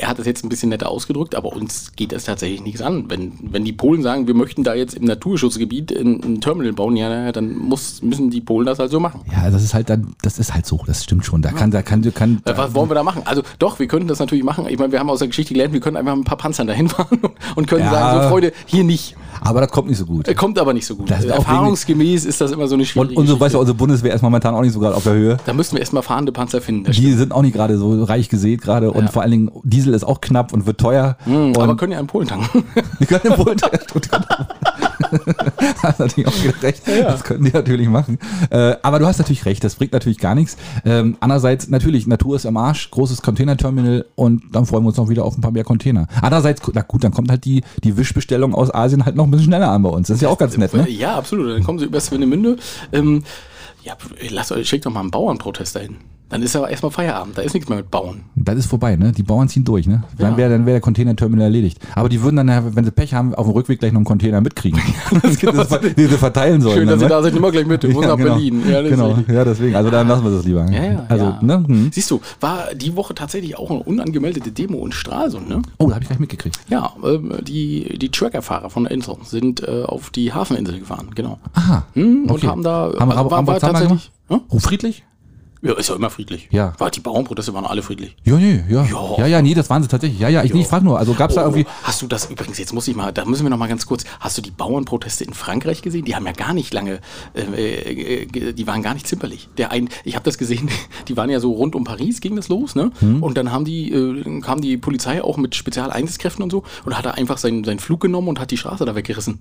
Speaker 2: er hat das jetzt ein bisschen netter ausgedrückt, aber uns geht das tatsächlich nichts an. Wenn, wenn die Polen sagen, wir möchten da jetzt im Naturschutzgebiet ein, ein Terminal bauen, ja, naja, dann muss, müssen die Polen das halt so machen.
Speaker 1: Ja, das ist halt dann, das ist halt so, das stimmt schon. Da kann, da kann, da kann.
Speaker 2: Äh, Was wollen wir da machen? Also doch, wir könnten das natürlich machen. Ich meine, wir haben aus der Geschichte gelernt, wir können einfach mit ein paar Panzern dahin fahren und- und können
Speaker 1: Ja.
Speaker 2: sagen, so Freunde, hier nicht.
Speaker 1: Aber das kommt nicht so gut.
Speaker 2: Äh, Kommt aber nicht so gut.
Speaker 1: Das ist
Speaker 2: Äh,
Speaker 1: auch wegen-
Speaker 2: Erfahrungsgemäß ist das immer so eine
Speaker 1: Und,
Speaker 2: schwierige
Speaker 1: und so
Speaker 2: Geschichte.
Speaker 1: weißt du, unsere Bundeswehr ist momentan auch nicht so gerade auf der Höhe.
Speaker 2: Da müssten wir erstmal fahrende Panzer finden. Das
Speaker 1: Die sind auch nicht gerade so reich gesät gerade und vor allen Dingen Diesel ist auch knapp und wird teuer.
Speaker 2: stimmt.
Speaker 1: und
Speaker 2: Mhm, aber können ja in Polen tanken.
Speaker 1: die können wohl Hast natürlich auch wieder recht. Das könnten die natürlich machen. Äh, aber du hast natürlich recht, das bringt natürlich gar nichts. Ähm, andererseits, natürlich, Natur ist am Arsch, großes Containerterminal und dann freuen wir uns noch wieder auf ein paar mehr Container. Andererseits, na gut, dann kommt halt die, die Wischbestellung aus Asien halt noch ein bisschen schneller an bei uns. Das ist ja auch ganz nett, ne?
Speaker 2: Ja, absolut. Dann kommen sie über Swinemünde. Ähm, ja, lasst euch, schickt doch mal einen Bauernprotest dahin. Dann ist aber erstmal Feierabend. Da ist nichts mehr mit Bauen.
Speaker 1: Das ist vorbei, ne? Die Bauern ziehen durch, ne? Dann
Speaker 2: Ja.
Speaker 1: wäre dann wär der Containerterminal erledigt. Aber die würden dann, äh, wenn sie Pech haben, auf dem Rückweg gleich noch einen Container mitkriegen, den sie verteilen sollen.
Speaker 2: Genau.
Speaker 1: dann,
Speaker 2: Schön, dass
Speaker 1: ne?
Speaker 2: ihr da seid. Nimm mal gleich mit. Wir müssen
Speaker 1: ja,
Speaker 2: nach
Speaker 1: genau.
Speaker 2: Berlin. Ja, das ist
Speaker 1: genau.
Speaker 2: richtig.
Speaker 1: ja, deswegen. Also dann lassen wir das lieber.
Speaker 2: Ja, ja,
Speaker 1: also,
Speaker 2: ja.
Speaker 1: ne? Hm.
Speaker 2: Siehst du, war die Woche tatsächlich auch eine unangemeldete Demo in Stralsund, ne?
Speaker 1: Oh, da habe ich gleich mitgekriegt.
Speaker 2: Ja, ähm, die, die Truckerfahrer von der Insel sind äh, auf die Hafeninsel gefahren, genau.
Speaker 1: Aha.
Speaker 2: Hm, Und
Speaker 1: okay.
Speaker 2: haben da
Speaker 1: Haben wir Rab- Rambazamba
Speaker 2: tatsächlich. Hm?
Speaker 1: Oh, friedlich?
Speaker 2: Ja, ist ja immer friedlich.
Speaker 1: Ja.
Speaker 2: War die Bauernproteste waren alle friedlich.
Speaker 1: Ja, nee, ja.
Speaker 2: Ja.
Speaker 1: Ja, ja, nee, das waren sie tatsächlich. Ja, ja, ich, nee, ich frage nur. Also gab es da
Speaker 2: Oh,
Speaker 1: irgendwie.
Speaker 2: hast du das übrigens, jetzt muss ich mal, da müssen wir noch mal ganz kurz, hast du die Bauernproteste in Frankreich gesehen? Die haben ja gar nicht lange, äh, äh, ge- die waren gar nicht zimperlich. Der ein, ich habe das gesehen, die waren ja so rund um Paris, ging das los, ne?
Speaker 1: Hm.
Speaker 2: Und dann haben die, äh, dann kam die Polizei auch mit Spezialeinsatzkräften und so und hat da einfach seinen, seinen Flug genommen und hat die Straße da weggerissen.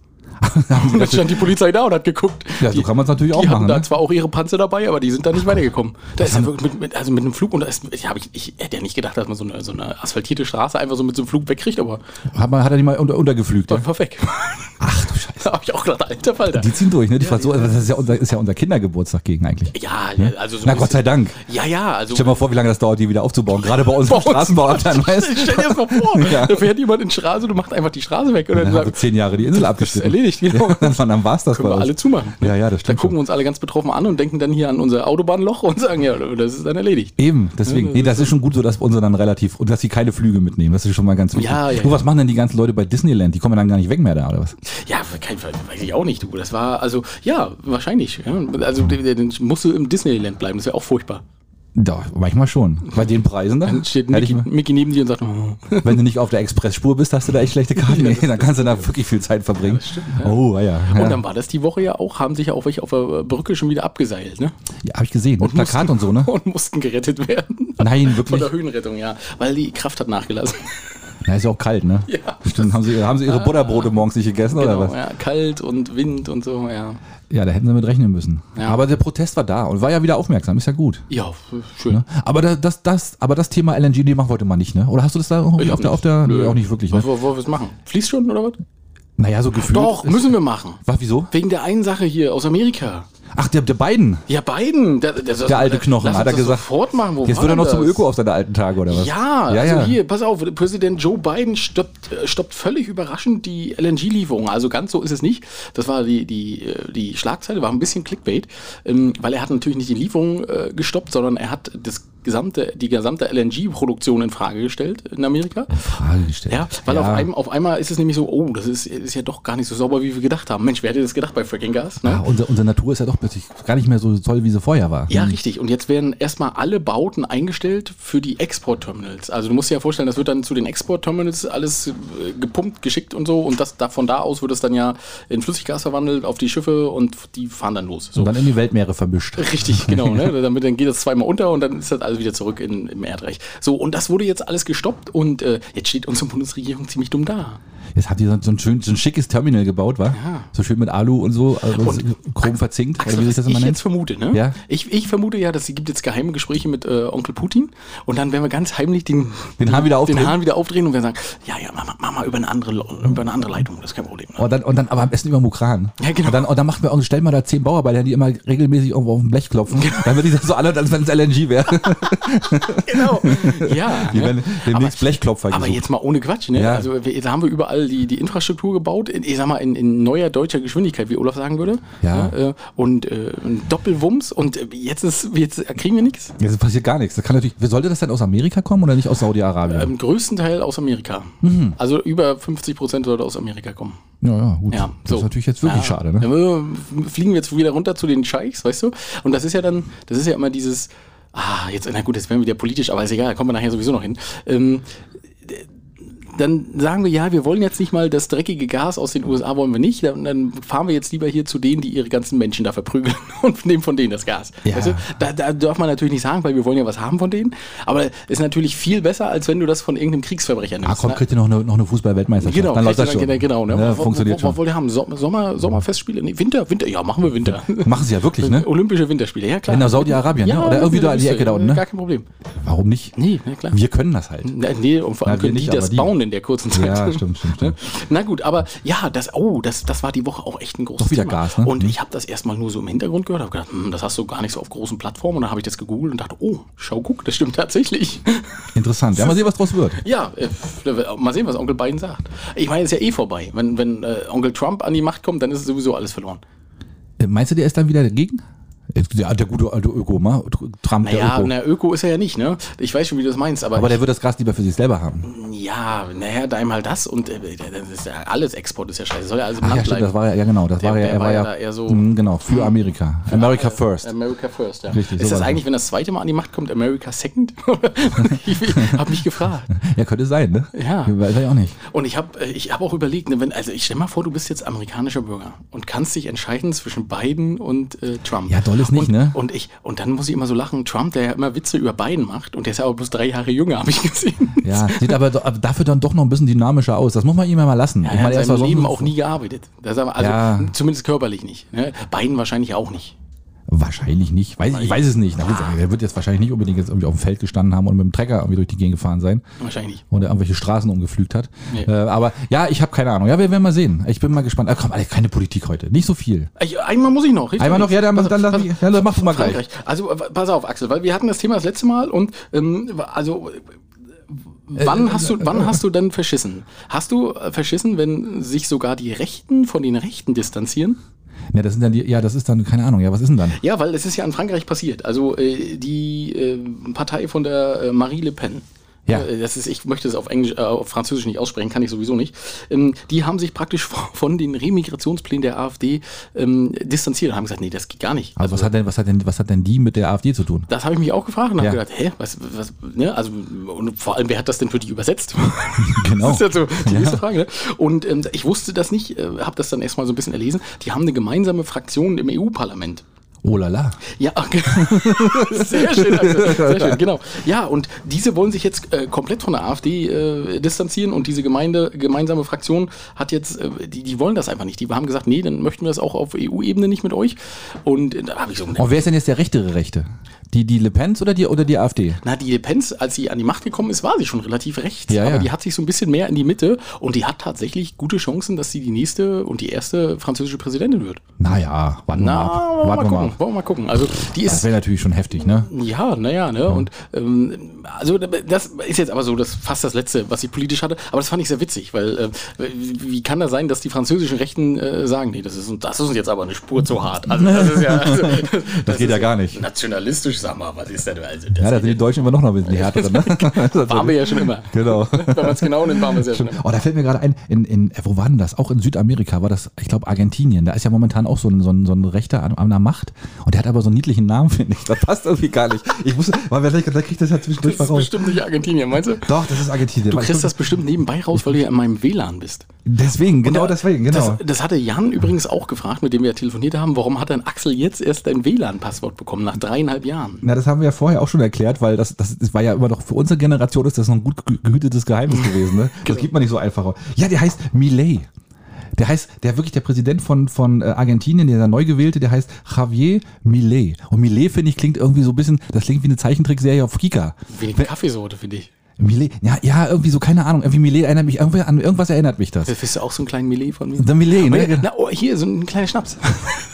Speaker 2: Und dann stand die Polizei da und hat geguckt.
Speaker 1: Ja, so
Speaker 2: die,
Speaker 1: kann man's natürlich
Speaker 2: die
Speaker 1: auch
Speaker 2: hatten
Speaker 1: machen,
Speaker 2: Da
Speaker 1: ne?
Speaker 2: zwar auch ihre Panzer dabei, aber die sind da nicht weitergekommen. Da ist ja wirklich mit, mit, also mit einem Flug und da ist, ich, hab, ich, ich hätte ja nicht gedacht, dass man so eine, so eine asphaltierte Straße einfach so mit so einem Flug wegkriegt, aber
Speaker 1: Hat, man, hat er die mal unter, untergeflügt? Ja?
Speaker 2: einfach weg.
Speaker 1: Ach du Scheiße.
Speaker 2: da habe ich auch gedacht, alter Falter.
Speaker 1: Die ziehen durch, ne? Die fahren so, das ist ja, unser, ist ja unser Kindergeburtstag gegen eigentlich.
Speaker 2: ja, ja, also so
Speaker 1: Hm? Na
Speaker 2: ein
Speaker 1: Gott sei
Speaker 2: bisschen-
Speaker 1: Dank.
Speaker 2: Ja, ja, also.
Speaker 1: Stell dir mal vor, wie lange das dauert, die wieder aufzubauen. Gerade bei uns im
Speaker 2: Bei uns-
Speaker 1: Straßenbauamt, weißt
Speaker 2: Stell dir das mal vor,
Speaker 1: Ja.
Speaker 2: da fährt jemand in die Straße und macht einfach die Straße weg. Und
Speaker 1: Dann
Speaker 2: dann
Speaker 1: haben wir
Speaker 2: sagt,
Speaker 1: zehn Jahre die Insel abgeschnitten.
Speaker 2: erledigt, genau.
Speaker 1: Ja, dann dann war es das
Speaker 2: können
Speaker 1: bei
Speaker 2: wir
Speaker 1: uns.
Speaker 2: alle zumachen.
Speaker 1: Ja, ja, das
Speaker 2: Da
Speaker 1: stimmt.
Speaker 2: gucken wir uns alle ganz betroffen an und denken dann hier an unser Autobahnloch und sagen, ja, das ist dann erledigt.
Speaker 1: schon. Eben, deswegen. Nee, das ist schon gut so, dass unsere dann relativ, und dass sie keine Flüge mitnehmen. Das ist schon mal ganz wichtig.
Speaker 2: Ja, ja,
Speaker 1: du,
Speaker 2: ja.
Speaker 1: was machen denn die ganzen Leute bei Disneyland? Die kommen dann gar nicht weg mehr da, oder was?
Speaker 2: Ja, kein, weiß ich auch nicht, du. Das war, also, ja, wahrscheinlich. Ja. Also, der, der, der musst du im Disneyland bleiben, das wäre auch furchtbar.
Speaker 1: Doch, manchmal schon. Bei den Preisen da.
Speaker 2: Dann steht
Speaker 1: Hätte ich,
Speaker 2: Mickey, Mickey neben dir und sagt, oh.
Speaker 1: wenn du nicht auf der Expressspur bist, hast du da echt schlechte Karten. Nee, dann kannst du da wirklich viel Zeit verbringen. Oh, ja, ja.
Speaker 2: und
Speaker 1: ja.
Speaker 2: dann war das die Woche ja auch, haben sich ja auch welche auf der Brücke schon wieder abgeseilt, ne?
Speaker 1: ja Habe ich gesehen. Mit Plakat
Speaker 2: mussten,
Speaker 1: und so, ne?
Speaker 2: Und mussten gerettet werden.
Speaker 1: Nein,
Speaker 2: Von
Speaker 1: wirklich.
Speaker 2: der Höhenrettung, ja. Weil die Kraft hat nachgelassen.
Speaker 1: Na, ist ja auch kalt, ne?
Speaker 2: Ja. Ah. Genau.
Speaker 1: Bestimmt haben sie, haben sie ihre Butterbrote morgens nicht gegessen, oder was?
Speaker 2: ja. Kalt und Wind und so, ja.
Speaker 1: Ja, da hätten sie mit rechnen müssen.
Speaker 2: Ja.
Speaker 1: Aber der Protest war da und war ja wieder aufmerksam, ist ja gut.
Speaker 2: Ja, schön.
Speaker 1: Ne? Aber da- das, das, aber das Thema LNG, die machen wir heute mal nicht, ne? Oder hast du das da irgendwie
Speaker 2: Ich
Speaker 1: auf
Speaker 2: hab
Speaker 1: der, auf der,
Speaker 2: Nö.
Speaker 1: nee, auch nicht wirklich, ne?
Speaker 2: Was wollen wir es machen? Fließt schon oder was?
Speaker 1: Naja, so gefühlt.
Speaker 2: Doch,
Speaker 1: ist-
Speaker 2: müssen wir machen.
Speaker 1: Was, wieso?
Speaker 2: Wegen der einen Sache hier aus Amerika.
Speaker 1: Ach, der, der beiden.
Speaker 2: Ja, Biden. Der, der,
Speaker 1: Der alte Knochen,
Speaker 2: lass uns
Speaker 1: hat er
Speaker 2: das
Speaker 1: gesagt.
Speaker 2: Sofort machen. Wo
Speaker 1: Jetzt
Speaker 2: war
Speaker 1: wird er noch
Speaker 2: das?
Speaker 1: zum Öko auf seine alten Tage, oder was?
Speaker 2: Ja,
Speaker 1: ja,
Speaker 2: also
Speaker 1: ja.
Speaker 2: hier, pass auf, Präsident Joe Biden stoppt, äh, stoppt völlig überraschend die LNG-Lieferung. Also ganz so ist es nicht. Das war die, die, äh, die Schlagzeile, war ein bisschen Clickbait, ähm, weil er hat natürlich nicht die Lieferung äh, gestoppt, sondern er hat das gesamte, die gesamte LNG-Produktion in Frage gestellt in Amerika.
Speaker 1: Frage gestellt.
Speaker 2: Ja, weil Auf, einem, auf einmal ist es nämlich so, oh, das ist, ist ja doch gar nicht so sauber, wie wir gedacht haben. Mensch, wer hätte das gedacht bei Fracking Gas? Ne?
Speaker 1: Ah, unsere, unsere Natur ist ja doch plötzlich gar nicht mehr so toll, wie sie vorher war.
Speaker 2: Ja,
Speaker 1: Hm.
Speaker 2: richtig. Und jetzt werden erstmal alle Bauten eingestellt für die Exportterminals. Also du musst dir ja vorstellen, das wird dann zu den Exportterminals alles äh, gepumpt, geschickt und so. Und das da, von da aus wird es dann ja in Flüssiggas verwandelt auf die Schiffe und die fahren dann los. So.
Speaker 1: Und dann in die Weltmeere vermischt.
Speaker 2: Richtig, genau. Ne? Damit dann geht das zweimal unter und dann ist das alles wieder zurück in, im Erdreich. So, und das wurde jetzt alles gestoppt und äh, jetzt steht unsere Bundesregierung ziemlich dumm da.
Speaker 1: Jetzt habt ihr so ein, so ein, schön, so ein schickes Terminal gebaut, war?
Speaker 2: Ja.
Speaker 1: So schön mit Alu und so, also
Speaker 2: Und-
Speaker 1: Chrom verzinkt,
Speaker 2: Axel,
Speaker 1: oder wie sich das
Speaker 2: was ich
Speaker 1: immer
Speaker 2: jetzt
Speaker 1: nennt.
Speaker 2: vermute, ne?
Speaker 1: Ja.
Speaker 2: Ich, ich vermute ja, dass sie gibt jetzt geheime Gespräche mit äh, Onkel Putin und dann werden wir ganz heimlich den,
Speaker 1: Den Hahn wieder aufdrehen.
Speaker 2: den Hahn wieder aufdrehen und wir sagen, ja, ja, mach, mal- mach mal über eine andere, Lo- über eine andere Leitung, das ist kein Problem. Ne?
Speaker 1: Und Oh, dann, und dann aber am besten über Mukran.
Speaker 2: Ja, genau.
Speaker 1: Und dann, und dann machen wir auch, stellen wir da zehn Bauarbeiter, die immer regelmäßig irgendwo auf dem Blech klopfen. Dann würde ich das so alle, als wenn es LNG wäre.
Speaker 2: Genau. ja.
Speaker 1: Die
Speaker 2: ne?
Speaker 1: werden demnächst Blechklopfer
Speaker 2: Aber
Speaker 1: gesucht.
Speaker 2: jetzt mal ohne Quatsch, ne?
Speaker 1: Ja.
Speaker 2: Also wir, da haben wir überall die, die Infrastruktur gebaut, in, ich sag mal, in, in neuer deutscher Geschwindigkeit, wie Olaf sagen würde.
Speaker 1: Ja.
Speaker 2: Ne? Äh, Und äh, ein Doppelwumms und äh, jetzt ist jetzt kriegen wir nichts.
Speaker 1: Jetzt passiert gar nichts. Das kann natürlich, sollte das denn aus Amerika kommen oder nicht aus Saudi-Arabien?
Speaker 2: Im größten Teil aus Amerika.
Speaker 1: Mhm.
Speaker 2: Also über 50 Prozent sollte aus Amerika kommen.
Speaker 1: ja, ja, gut.
Speaker 2: Ja,
Speaker 1: Das ist natürlich jetzt wirklich
Speaker 2: Ja.
Speaker 1: schade, ne?
Speaker 2: Dann fliegen wir jetzt wieder runter zu den Scheichs, weißt du? Und das ist ja dann, das ist ja immer dieses, ah, jetzt, na gut, jetzt werden wir wieder politisch, aber ist egal, kommen wir nachher sowieso noch hin. Ähm, d- dann sagen wir, ja, wir wollen jetzt nicht mal das dreckige Gas aus den USA, wollen wir nicht. Dann, dann fahren wir jetzt lieber hier zu denen, die ihre ganzen Menschen da verprügeln und nehmen von denen das Gas.
Speaker 1: Ja.
Speaker 2: Weißt du? da, da darf man natürlich nicht sagen, weil wir wollen ja was haben von denen. Aber ist natürlich viel besser, als wenn du das von irgendeinem Kriegsverbrecher nimmst.
Speaker 1: Ah, komm,
Speaker 2: ne?
Speaker 1: kriegt ihr noch eine, noch eine Fußball-Weltmeisterschaft.
Speaker 2: Genau,
Speaker 1: dann läuft das schon.
Speaker 2: richtig, Genau, ne?
Speaker 1: Ja,
Speaker 2: Wo-
Speaker 1: funktioniert
Speaker 2: wo, wo,
Speaker 1: schon.
Speaker 2: wo, wir haben Som- Sommer, Sommerfestspiele, nee, Winter, Winter, ja, machen wir Winter.
Speaker 1: Machen sie ja wirklich, ne?
Speaker 2: Olympische Winterspiele, ja klar.
Speaker 1: In der Saudi-Arabien, ne? Oder irgendwie da in die Ecke da unten,
Speaker 2: Gar
Speaker 1: ne?
Speaker 2: kein Problem.
Speaker 1: Warum nicht?
Speaker 2: Nee, na klar.
Speaker 1: Wir können das halt.
Speaker 2: Na, nee, und vor allem
Speaker 1: Na, wir
Speaker 2: können die
Speaker 1: nicht,
Speaker 2: das
Speaker 1: aber die.
Speaker 2: bauen in der kurzen Zeit.
Speaker 1: Ja, stimmt, stimmt,
Speaker 2: Ne?
Speaker 1: stimmt.
Speaker 2: Na gut, aber ja, das, oh, das, das war die Woche auch echt ein großes
Speaker 1: Doch wieder
Speaker 2: Thema.
Speaker 1: Gas, ne?
Speaker 2: Und
Speaker 1: Mhm.
Speaker 2: ich habe das erstmal nur so im Hintergrund gehört, habe gedacht, hm, das hast du gar nicht so auf großen Plattformen. Und dann habe ich das gegoogelt und dachte, oh, schau, guck, das stimmt tatsächlich.
Speaker 1: Interessant. Ja, mal sehen, was draus wird.
Speaker 2: Ja, äh, mal sehen, was Onkel Biden sagt. Ich meine, ist ja eh vorbei. Wenn, wenn äh, Onkel Trump an die Macht kommt, dann ist sowieso alles verloren.
Speaker 1: Äh, Meinst du, der ist dann wieder dagegen? Äh, Der, der gute alte Öko, ma? Tr- Trump, der
Speaker 2: Naja,
Speaker 1: Öko.
Speaker 2: na, Öko ist er ja ne. nicht, ne? Ich weiß schon, wie du das meinst, aber,
Speaker 1: Aber der wird das Gras lieber für sich selber haben.
Speaker 2: ja, naja, da einmal das und äh, das ist ja alles Export ist ja scheiße. Soll ja alles im
Speaker 1: Ach
Speaker 2: Land
Speaker 1: ja, stimmt, das
Speaker 2: bleiben.
Speaker 1: war ja, ja genau, das
Speaker 2: Der-
Speaker 1: war ja,
Speaker 2: der
Speaker 1: er
Speaker 2: war
Speaker 1: war
Speaker 2: ja
Speaker 1: ja,
Speaker 2: da eher so-
Speaker 1: mh, genau, für Amerika. America first.
Speaker 2: America First, ja.
Speaker 1: Richtig, so
Speaker 2: ist das
Speaker 1: war das.
Speaker 2: eigentlich, wenn das zweite Mal an die Macht kommt, America Second? ich habe mich gefragt.
Speaker 1: Ja, könnte sein, ne?
Speaker 2: Ja.
Speaker 1: Weiß ich auch nicht.
Speaker 2: Und ich habe ich hab auch überlegt, ne, wenn, also ich stell mal vor, du bist jetzt amerikanischer Bürger und kannst dich entscheiden zwischen Biden und äh, Trump.
Speaker 1: Ja, doll ist nicht,
Speaker 2: und,
Speaker 1: ne?
Speaker 2: Und, ich, und dann muss ich immer so lachen, Trump, der ja immer Witze über Biden macht und der ist ja aber bloß drei Jahre jünger, habe ich gesehen.
Speaker 1: Ja, sieht aber, do- aber dafür dann doch noch ein bisschen dynamischer aus. Das muss man ihm ja mal lassen.
Speaker 2: Er hat in
Speaker 1: war
Speaker 2: seinem
Speaker 1: sonst-
Speaker 2: Leben auch nie gearbeitet. Das ist aber, also
Speaker 1: Ja.
Speaker 2: zumindest körperlich nicht. Ne? Biden wahrscheinlich auch nicht.
Speaker 1: Wahrscheinlich nicht. Weiß, ich weiß es nicht. Na gut,
Speaker 2: Ah.
Speaker 1: er wird jetzt wahrscheinlich nicht unbedingt jetzt irgendwie auf dem Feld gestanden haben und mit dem Trecker irgendwie durch die Gegend gefahren sein.
Speaker 2: Wahrscheinlich nicht.
Speaker 1: Oder irgendwelche Straßen umgepflügt hat.
Speaker 2: Nee.
Speaker 1: Äh, aber ja, ich habe keine Ahnung. Ja, wir werden mal sehen. Ich bin mal gespannt. Ah, komm, Alter, keine Politik heute. Nicht so viel.
Speaker 2: Ich, einmal muss ich noch. richtig?
Speaker 1: Einmal noch, ja, dann,
Speaker 2: Pass auf,
Speaker 1: dann,
Speaker 2: pass
Speaker 1: dann,
Speaker 2: auf.
Speaker 1: ja, dann mach du mal gleich.
Speaker 2: Also, Frankreich. Also äh, pass auf, Axel, weil wir hatten das Thema das letzte Mal und ähm, also äh,
Speaker 1: Äh,
Speaker 2: wann hast du wann hast du denn verschissen? Hast du äh, verschissen, wenn sich sogar die Rechten von den Rechten distanzieren?
Speaker 1: Ja, das sind dann die, ja, das ist dann, keine Ahnung. Ja, was ist denn dann?
Speaker 2: Ja, weil es ist ja in Frankreich passiert. Also äh, die äh, Partei von der äh, Marie Le Pen.
Speaker 1: Ja.
Speaker 2: Äh, Das ist, ich möchte es auf Englisch, äh, auf Französisch nicht aussprechen, kann ich sowieso nicht. Ähm, die haben sich praktisch von- von den Remigrationsplänen der AfD ähm, distanziert und haben gesagt, nee, das geht gar nicht.
Speaker 1: Also, was hat denn, was hat denn, was hat denn die mit der AfD zu tun?
Speaker 2: Das habe ich mich auch gefragt und
Speaker 1: Ja.
Speaker 2: habe gedacht, hä, was, was, ne? Also, und vor allem, wer hat das denn für dich übersetzt?
Speaker 1: Genau.
Speaker 2: Das ist ja so die nächste Frage. Ne? Und ähm, ich wusste das nicht, äh, habe das dann erstmal so ein bisschen erlesen. Die haben eine gemeinsame Fraktion im EU-Parlament.
Speaker 1: Oh la la.
Speaker 2: Ja, okay. sehr schön, Axel. sehr schön, genau. Ja, und diese wollen sich jetzt äh, komplett von der AfD äh, distanzieren und diese Gemeinde, gemeinsame Fraktion hat jetzt, äh, die, die wollen das einfach nicht. Die haben gesagt, nee, dann möchten wir das auch auf EU-Ebene nicht mit euch. Und äh, da habe ich so,
Speaker 1: Und wer ist denn jetzt der rechtere Rechte? Die, die Le Pens oder die, oder die AfD?
Speaker 2: Na, die Le Pen, als sie an die Macht gekommen ist, war sie schon relativ rechts.
Speaker 1: Ja,
Speaker 2: aber
Speaker 1: ja.
Speaker 2: die hat sich so ein bisschen mehr in die Mitte und die hat tatsächlich gute Chancen, dass sie die nächste und die erste französische Präsidentin wird.
Speaker 1: Naja, warten wir mal ab.
Speaker 2: wollen wir mal
Speaker 1: Warten wir mal
Speaker 2: gucken.
Speaker 1: ab.
Speaker 2: Wollen wir mal gucken. Also die
Speaker 1: Das
Speaker 2: ist.
Speaker 1: wäre natürlich schon heftig, ne?
Speaker 2: Ja, naja, ne? Und ähm, also das ist jetzt aber so das fast das Letzte, was ich politisch hatte, aber das fand ich sehr witzig, weil äh, wie kann das sein, dass die französischen Rechten äh, sagen, nee, das ist das ist uns jetzt aber eine Spur zu hart. Also das ist ja also, das,
Speaker 1: geht ja gar nicht.
Speaker 2: Nationalistisch Englisch, sag mal, was ist denn? Also das
Speaker 1: Ja, da sind die Deutschen immer noch ein bisschen härter drin. Ne?
Speaker 2: waren wir ja schon immer.
Speaker 1: Genau.
Speaker 2: Wenn man es genau nimmt, waren wir es ja schon immer.
Speaker 1: Oh, da fällt mir gerade ein, in, in, äh, wo war denn das? Auch in Südamerika war das, ich glaube, Argentinien. Da ist ja momentan auch so ein, so ein, so ein Rechter an, an der Macht. Und der hat aber so einen niedlichen Namen, finde ich. Das passt irgendwie gar nicht. Ich muss, weil wir vielleicht, da kriegt das ja zwischendurch
Speaker 2: Das ist
Speaker 1: mal raus.
Speaker 2: bestimmt nicht Argentinien, meinst du?
Speaker 1: Doch, das ist Argentinien.
Speaker 2: Du kriegst das bestimmt nebenbei raus, weil du ja in meinem WLAN bist.
Speaker 1: deswegen, genau
Speaker 2: Und da-
Speaker 1: deswegen, genau.
Speaker 2: Das, das hatte Jan übrigens auch gefragt, mit dem wir ja telefoniert haben. Warum hat denn Axel jetzt erst ein WLAN-Passwort bekommen, nach dreieinhalb Jahren?
Speaker 1: Na, das haben wir ja vorher auch schon erklärt, weil das, das, das war ja immer noch für unsere Generation ist das noch ein gut gehü- gehütetes Geheimnis gewesen. Ne? Das gibt man nicht so einfach. raus. Ja, der heißt Millet. Der heißt, der wirklich der Präsident von, von äh, Argentinien, der neu gewählte, der heißt Javier Millet. Und Millet, finde ich, klingt irgendwie so ein bisschen, das klingt wie eine Zeichentrickserie auf Kika.
Speaker 2: Wenig Kaffeesorte, finde ich.
Speaker 1: Millet, ja, ja, irgendwie so, keine Ahnung. Irgendwie Millet erinnert mich, irgendwie an irgendwas erinnert mich das.
Speaker 2: Das bist du auch so ein kleiner Millet von mir?
Speaker 1: The Millet, ne?
Speaker 2: Na, oh, hier, so ein kleiner Schnaps.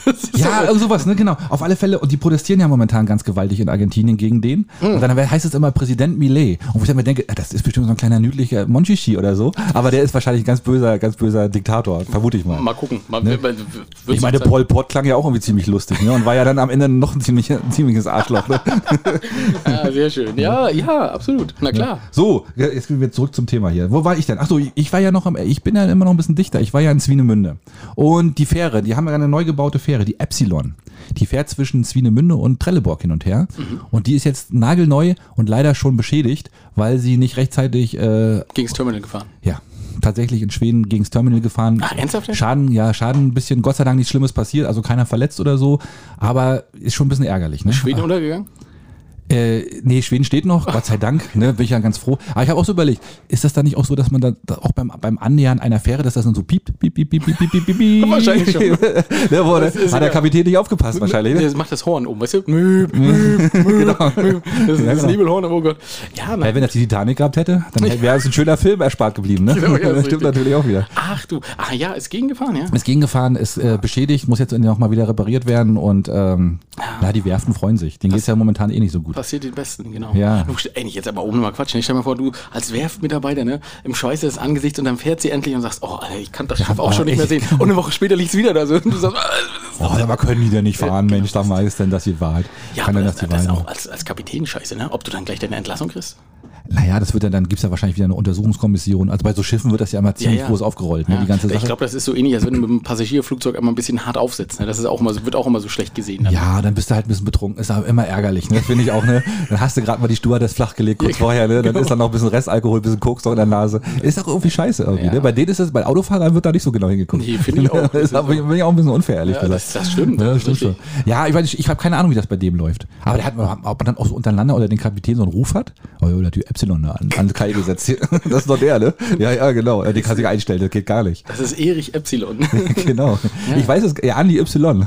Speaker 2: Das ist
Speaker 1: Ja,
Speaker 2: so-
Speaker 1: irgend sowas, ne, genau. Auf alle Fälle, und die protestieren ja momentan ganz gewaltig in Argentinien gegen den. Und dann heißt es immer Präsident Millet. Und wo ich dann mir denke, ah, das ist bestimmt so ein kleiner nützlicher Monchichi oder so. Aber der ist wahrscheinlich ein ganz böser, ganz böser Diktator, vermute ich mal.
Speaker 2: Mal gucken. Mal, weil- wird-
Speaker 1: Ne? Ich meine,
Speaker 2: wird's-
Speaker 1: Pol Pot klang ja auch irgendwie ziemlich lustig, ne? Und war ja dann am Ende noch ein, ziemlich, ein ziemliches Arschloch. Ne?
Speaker 2: Ah, sehr schön. Ja, ja, absolut. Na klar.
Speaker 1: So, jetzt gehen wir zurück zum Thema hier. Wo war ich denn? Achso, ich war ja noch am, ich bin ja immer noch ein bisschen dichter. Ich war ja in Swinemünde. Und die Fähre, die haben ja eine neu gebaute Fähre, die Epsilon. Die fährt zwischen Swinemünde und Trelleborg hin und her.
Speaker 2: Mhm.
Speaker 1: Und die ist jetzt nagelneu und leider schon beschädigt, weil sie nicht rechtzeitig, äh,
Speaker 2: Gegen's Terminal gefahren.
Speaker 1: ja, tatsächlich in Schweden gegens Terminal gefahren.
Speaker 2: Ach, Ah, ernsthaft jetzt?
Speaker 1: Schaden, ja, Schaden ein bisschen, Gott sei Dank nichts Schlimmes passiert, also keiner verletzt oder so. Aber ist schon ein bisschen ärgerlich, ne?
Speaker 2: Schweden untergegangen?
Speaker 1: Äh, nee, Schweden steht noch, Gott sei Dank, ne, bin ich ja ganz froh. Aber ich habe auch so überlegt, ist das dann nicht auch so, dass man dann da auch beim, beim Annähern einer Fähre, dass das dann so piept, piep, piep, piep, piep, piep, piep, piep, piep.
Speaker 2: Wahrscheinlich schon.
Speaker 1: Der wurde,
Speaker 2: Das ist
Speaker 1: hat der
Speaker 2: ja-
Speaker 1: Kapitän nicht aufgepasst wahrscheinlich. Ne? Genau.
Speaker 2: Das macht das Horn um, weißt du? Müh, müh, müh. Das ist
Speaker 1: Ja,
Speaker 2: das
Speaker 1: genau.
Speaker 2: Nebelhorn, oh Gott. Ja,
Speaker 1: Weil
Speaker 2: nein.
Speaker 1: wenn das die Titanic gehabt hätte, dann wäre es ein schöner Film erspart geblieben. Ne?
Speaker 2: Genau,
Speaker 1: das
Speaker 2: ja, ist
Speaker 1: stimmt
Speaker 2: richtig.
Speaker 1: natürlich auch wieder.
Speaker 2: Ach du. Ah ja, ist gegengefahren, ja.
Speaker 1: Ist gegengefahren, ist äh, beschädigt, muss jetzt nochmal wieder repariert werden und ähm, na, die Werften freuen sich. Denen geht's ja momentan eh nicht so gut.
Speaker 2: Passiert den Besten, genau.
Speaker 1: Ja.
Speaker 2: Du, ey, nicht jetzt aber oben mal quatschen. Ich stell mir vor, du als Werftmitarbeiter, ne, im Schweiße des Angesichts und dann fährt sie endlich und sagst, oh, Alter, ich kann das Schiff auch
Speaker 1: aber
Speaker 2: schon nicht mehr
Speaker 1: ich-
Speaker 2: sehen. Und eine Woche später liegt's wieder da so. Und du sagst, ah,
Speaker 1: Oh, aber können die denn nicht fahren, Mensch, dann weiß denn das die Wahrheit.
Speaker 2: genau. ja,
Speaker 1: Kann
Speaker 2: aber
Speaker 1: denn
Speaker 2: das,
Speaker 1: das die
Speaker 2: das
Speaker 1: Wahrheit
Speaker 2: ist
Speaker 1: machen?
Speaker 2: auch als, als Kapitän scheiße, ne? Ob du dann gleich deine Entlassung kriegst?
Speaker 1: Naja, das wird dann, dann gibt's ja wahrscheinlich wieder eine Untersuchungskommission. Also bei so Schiffen wird das ja immer ziemlich
Speaker 2: ja.
Speaker 1: groß aufgerollt, ne, die ganze Sache.
Speaker 2: Ich glaube, das ist so ähnlich, als wenn du mit einem Passagierflugzeug einmal ein bisschen hart aufsitzt. Ne? Das ist auch immer, so- wird auch immer so schlecht gesehen. Dann.
Speaker 1: ja, dann bist du halt ein bisschen betrunken. Ist aber immer ärgerlich, ne? Finde ich auch, ne? Dann hast du gerade mal die Stewardess flachgelegt kurz vorher, ne? Dann
Speaker 2: genau.
Speaker 1: ist dann noch ein bisschen Restalkohol, ein bisschen Koks noch in der Nase. Ist auch irgendwie scheiße irgendwie,
Speaker 2: Ja.
Speaker 1: ne? Bei denen ist das, bei Autofahrern wird da nicht so genau hingeguckt.
Speaker 2: Nee, finde ich auch.
Speaker 1: Das ist aber, bin ich auch ein bisschen unfair, ehrlich
Speaker 2: Ja,
Speaker 1: gesagt.
Speaker 2: das- das stimmt.
Speaker 1: Ja,
Speaker 2: Das
Speaker 1: das
Speaker 2: ist
Speaker 1: stimmt schon.
Speaker 2: richtig.
Speaker 1: Ja, ich weiß nicht, ich habe keine Ahnung, wie das bei dem läuft. Aber der hat, ob man dann auch so untereinander oder den Kapitän so einen Ruf hat. Oh ja, der hat die Epsilon da an, an Kai gesetzt. hier. Das ist doch der, ne? Ja, ja, genau. Den kannst du nicht einstellen, das geht gar nicht.
Speaker 2: Das ist Erich Epsilon.
Speaker 1: genau. Ich weiß es, ja, Andi Y.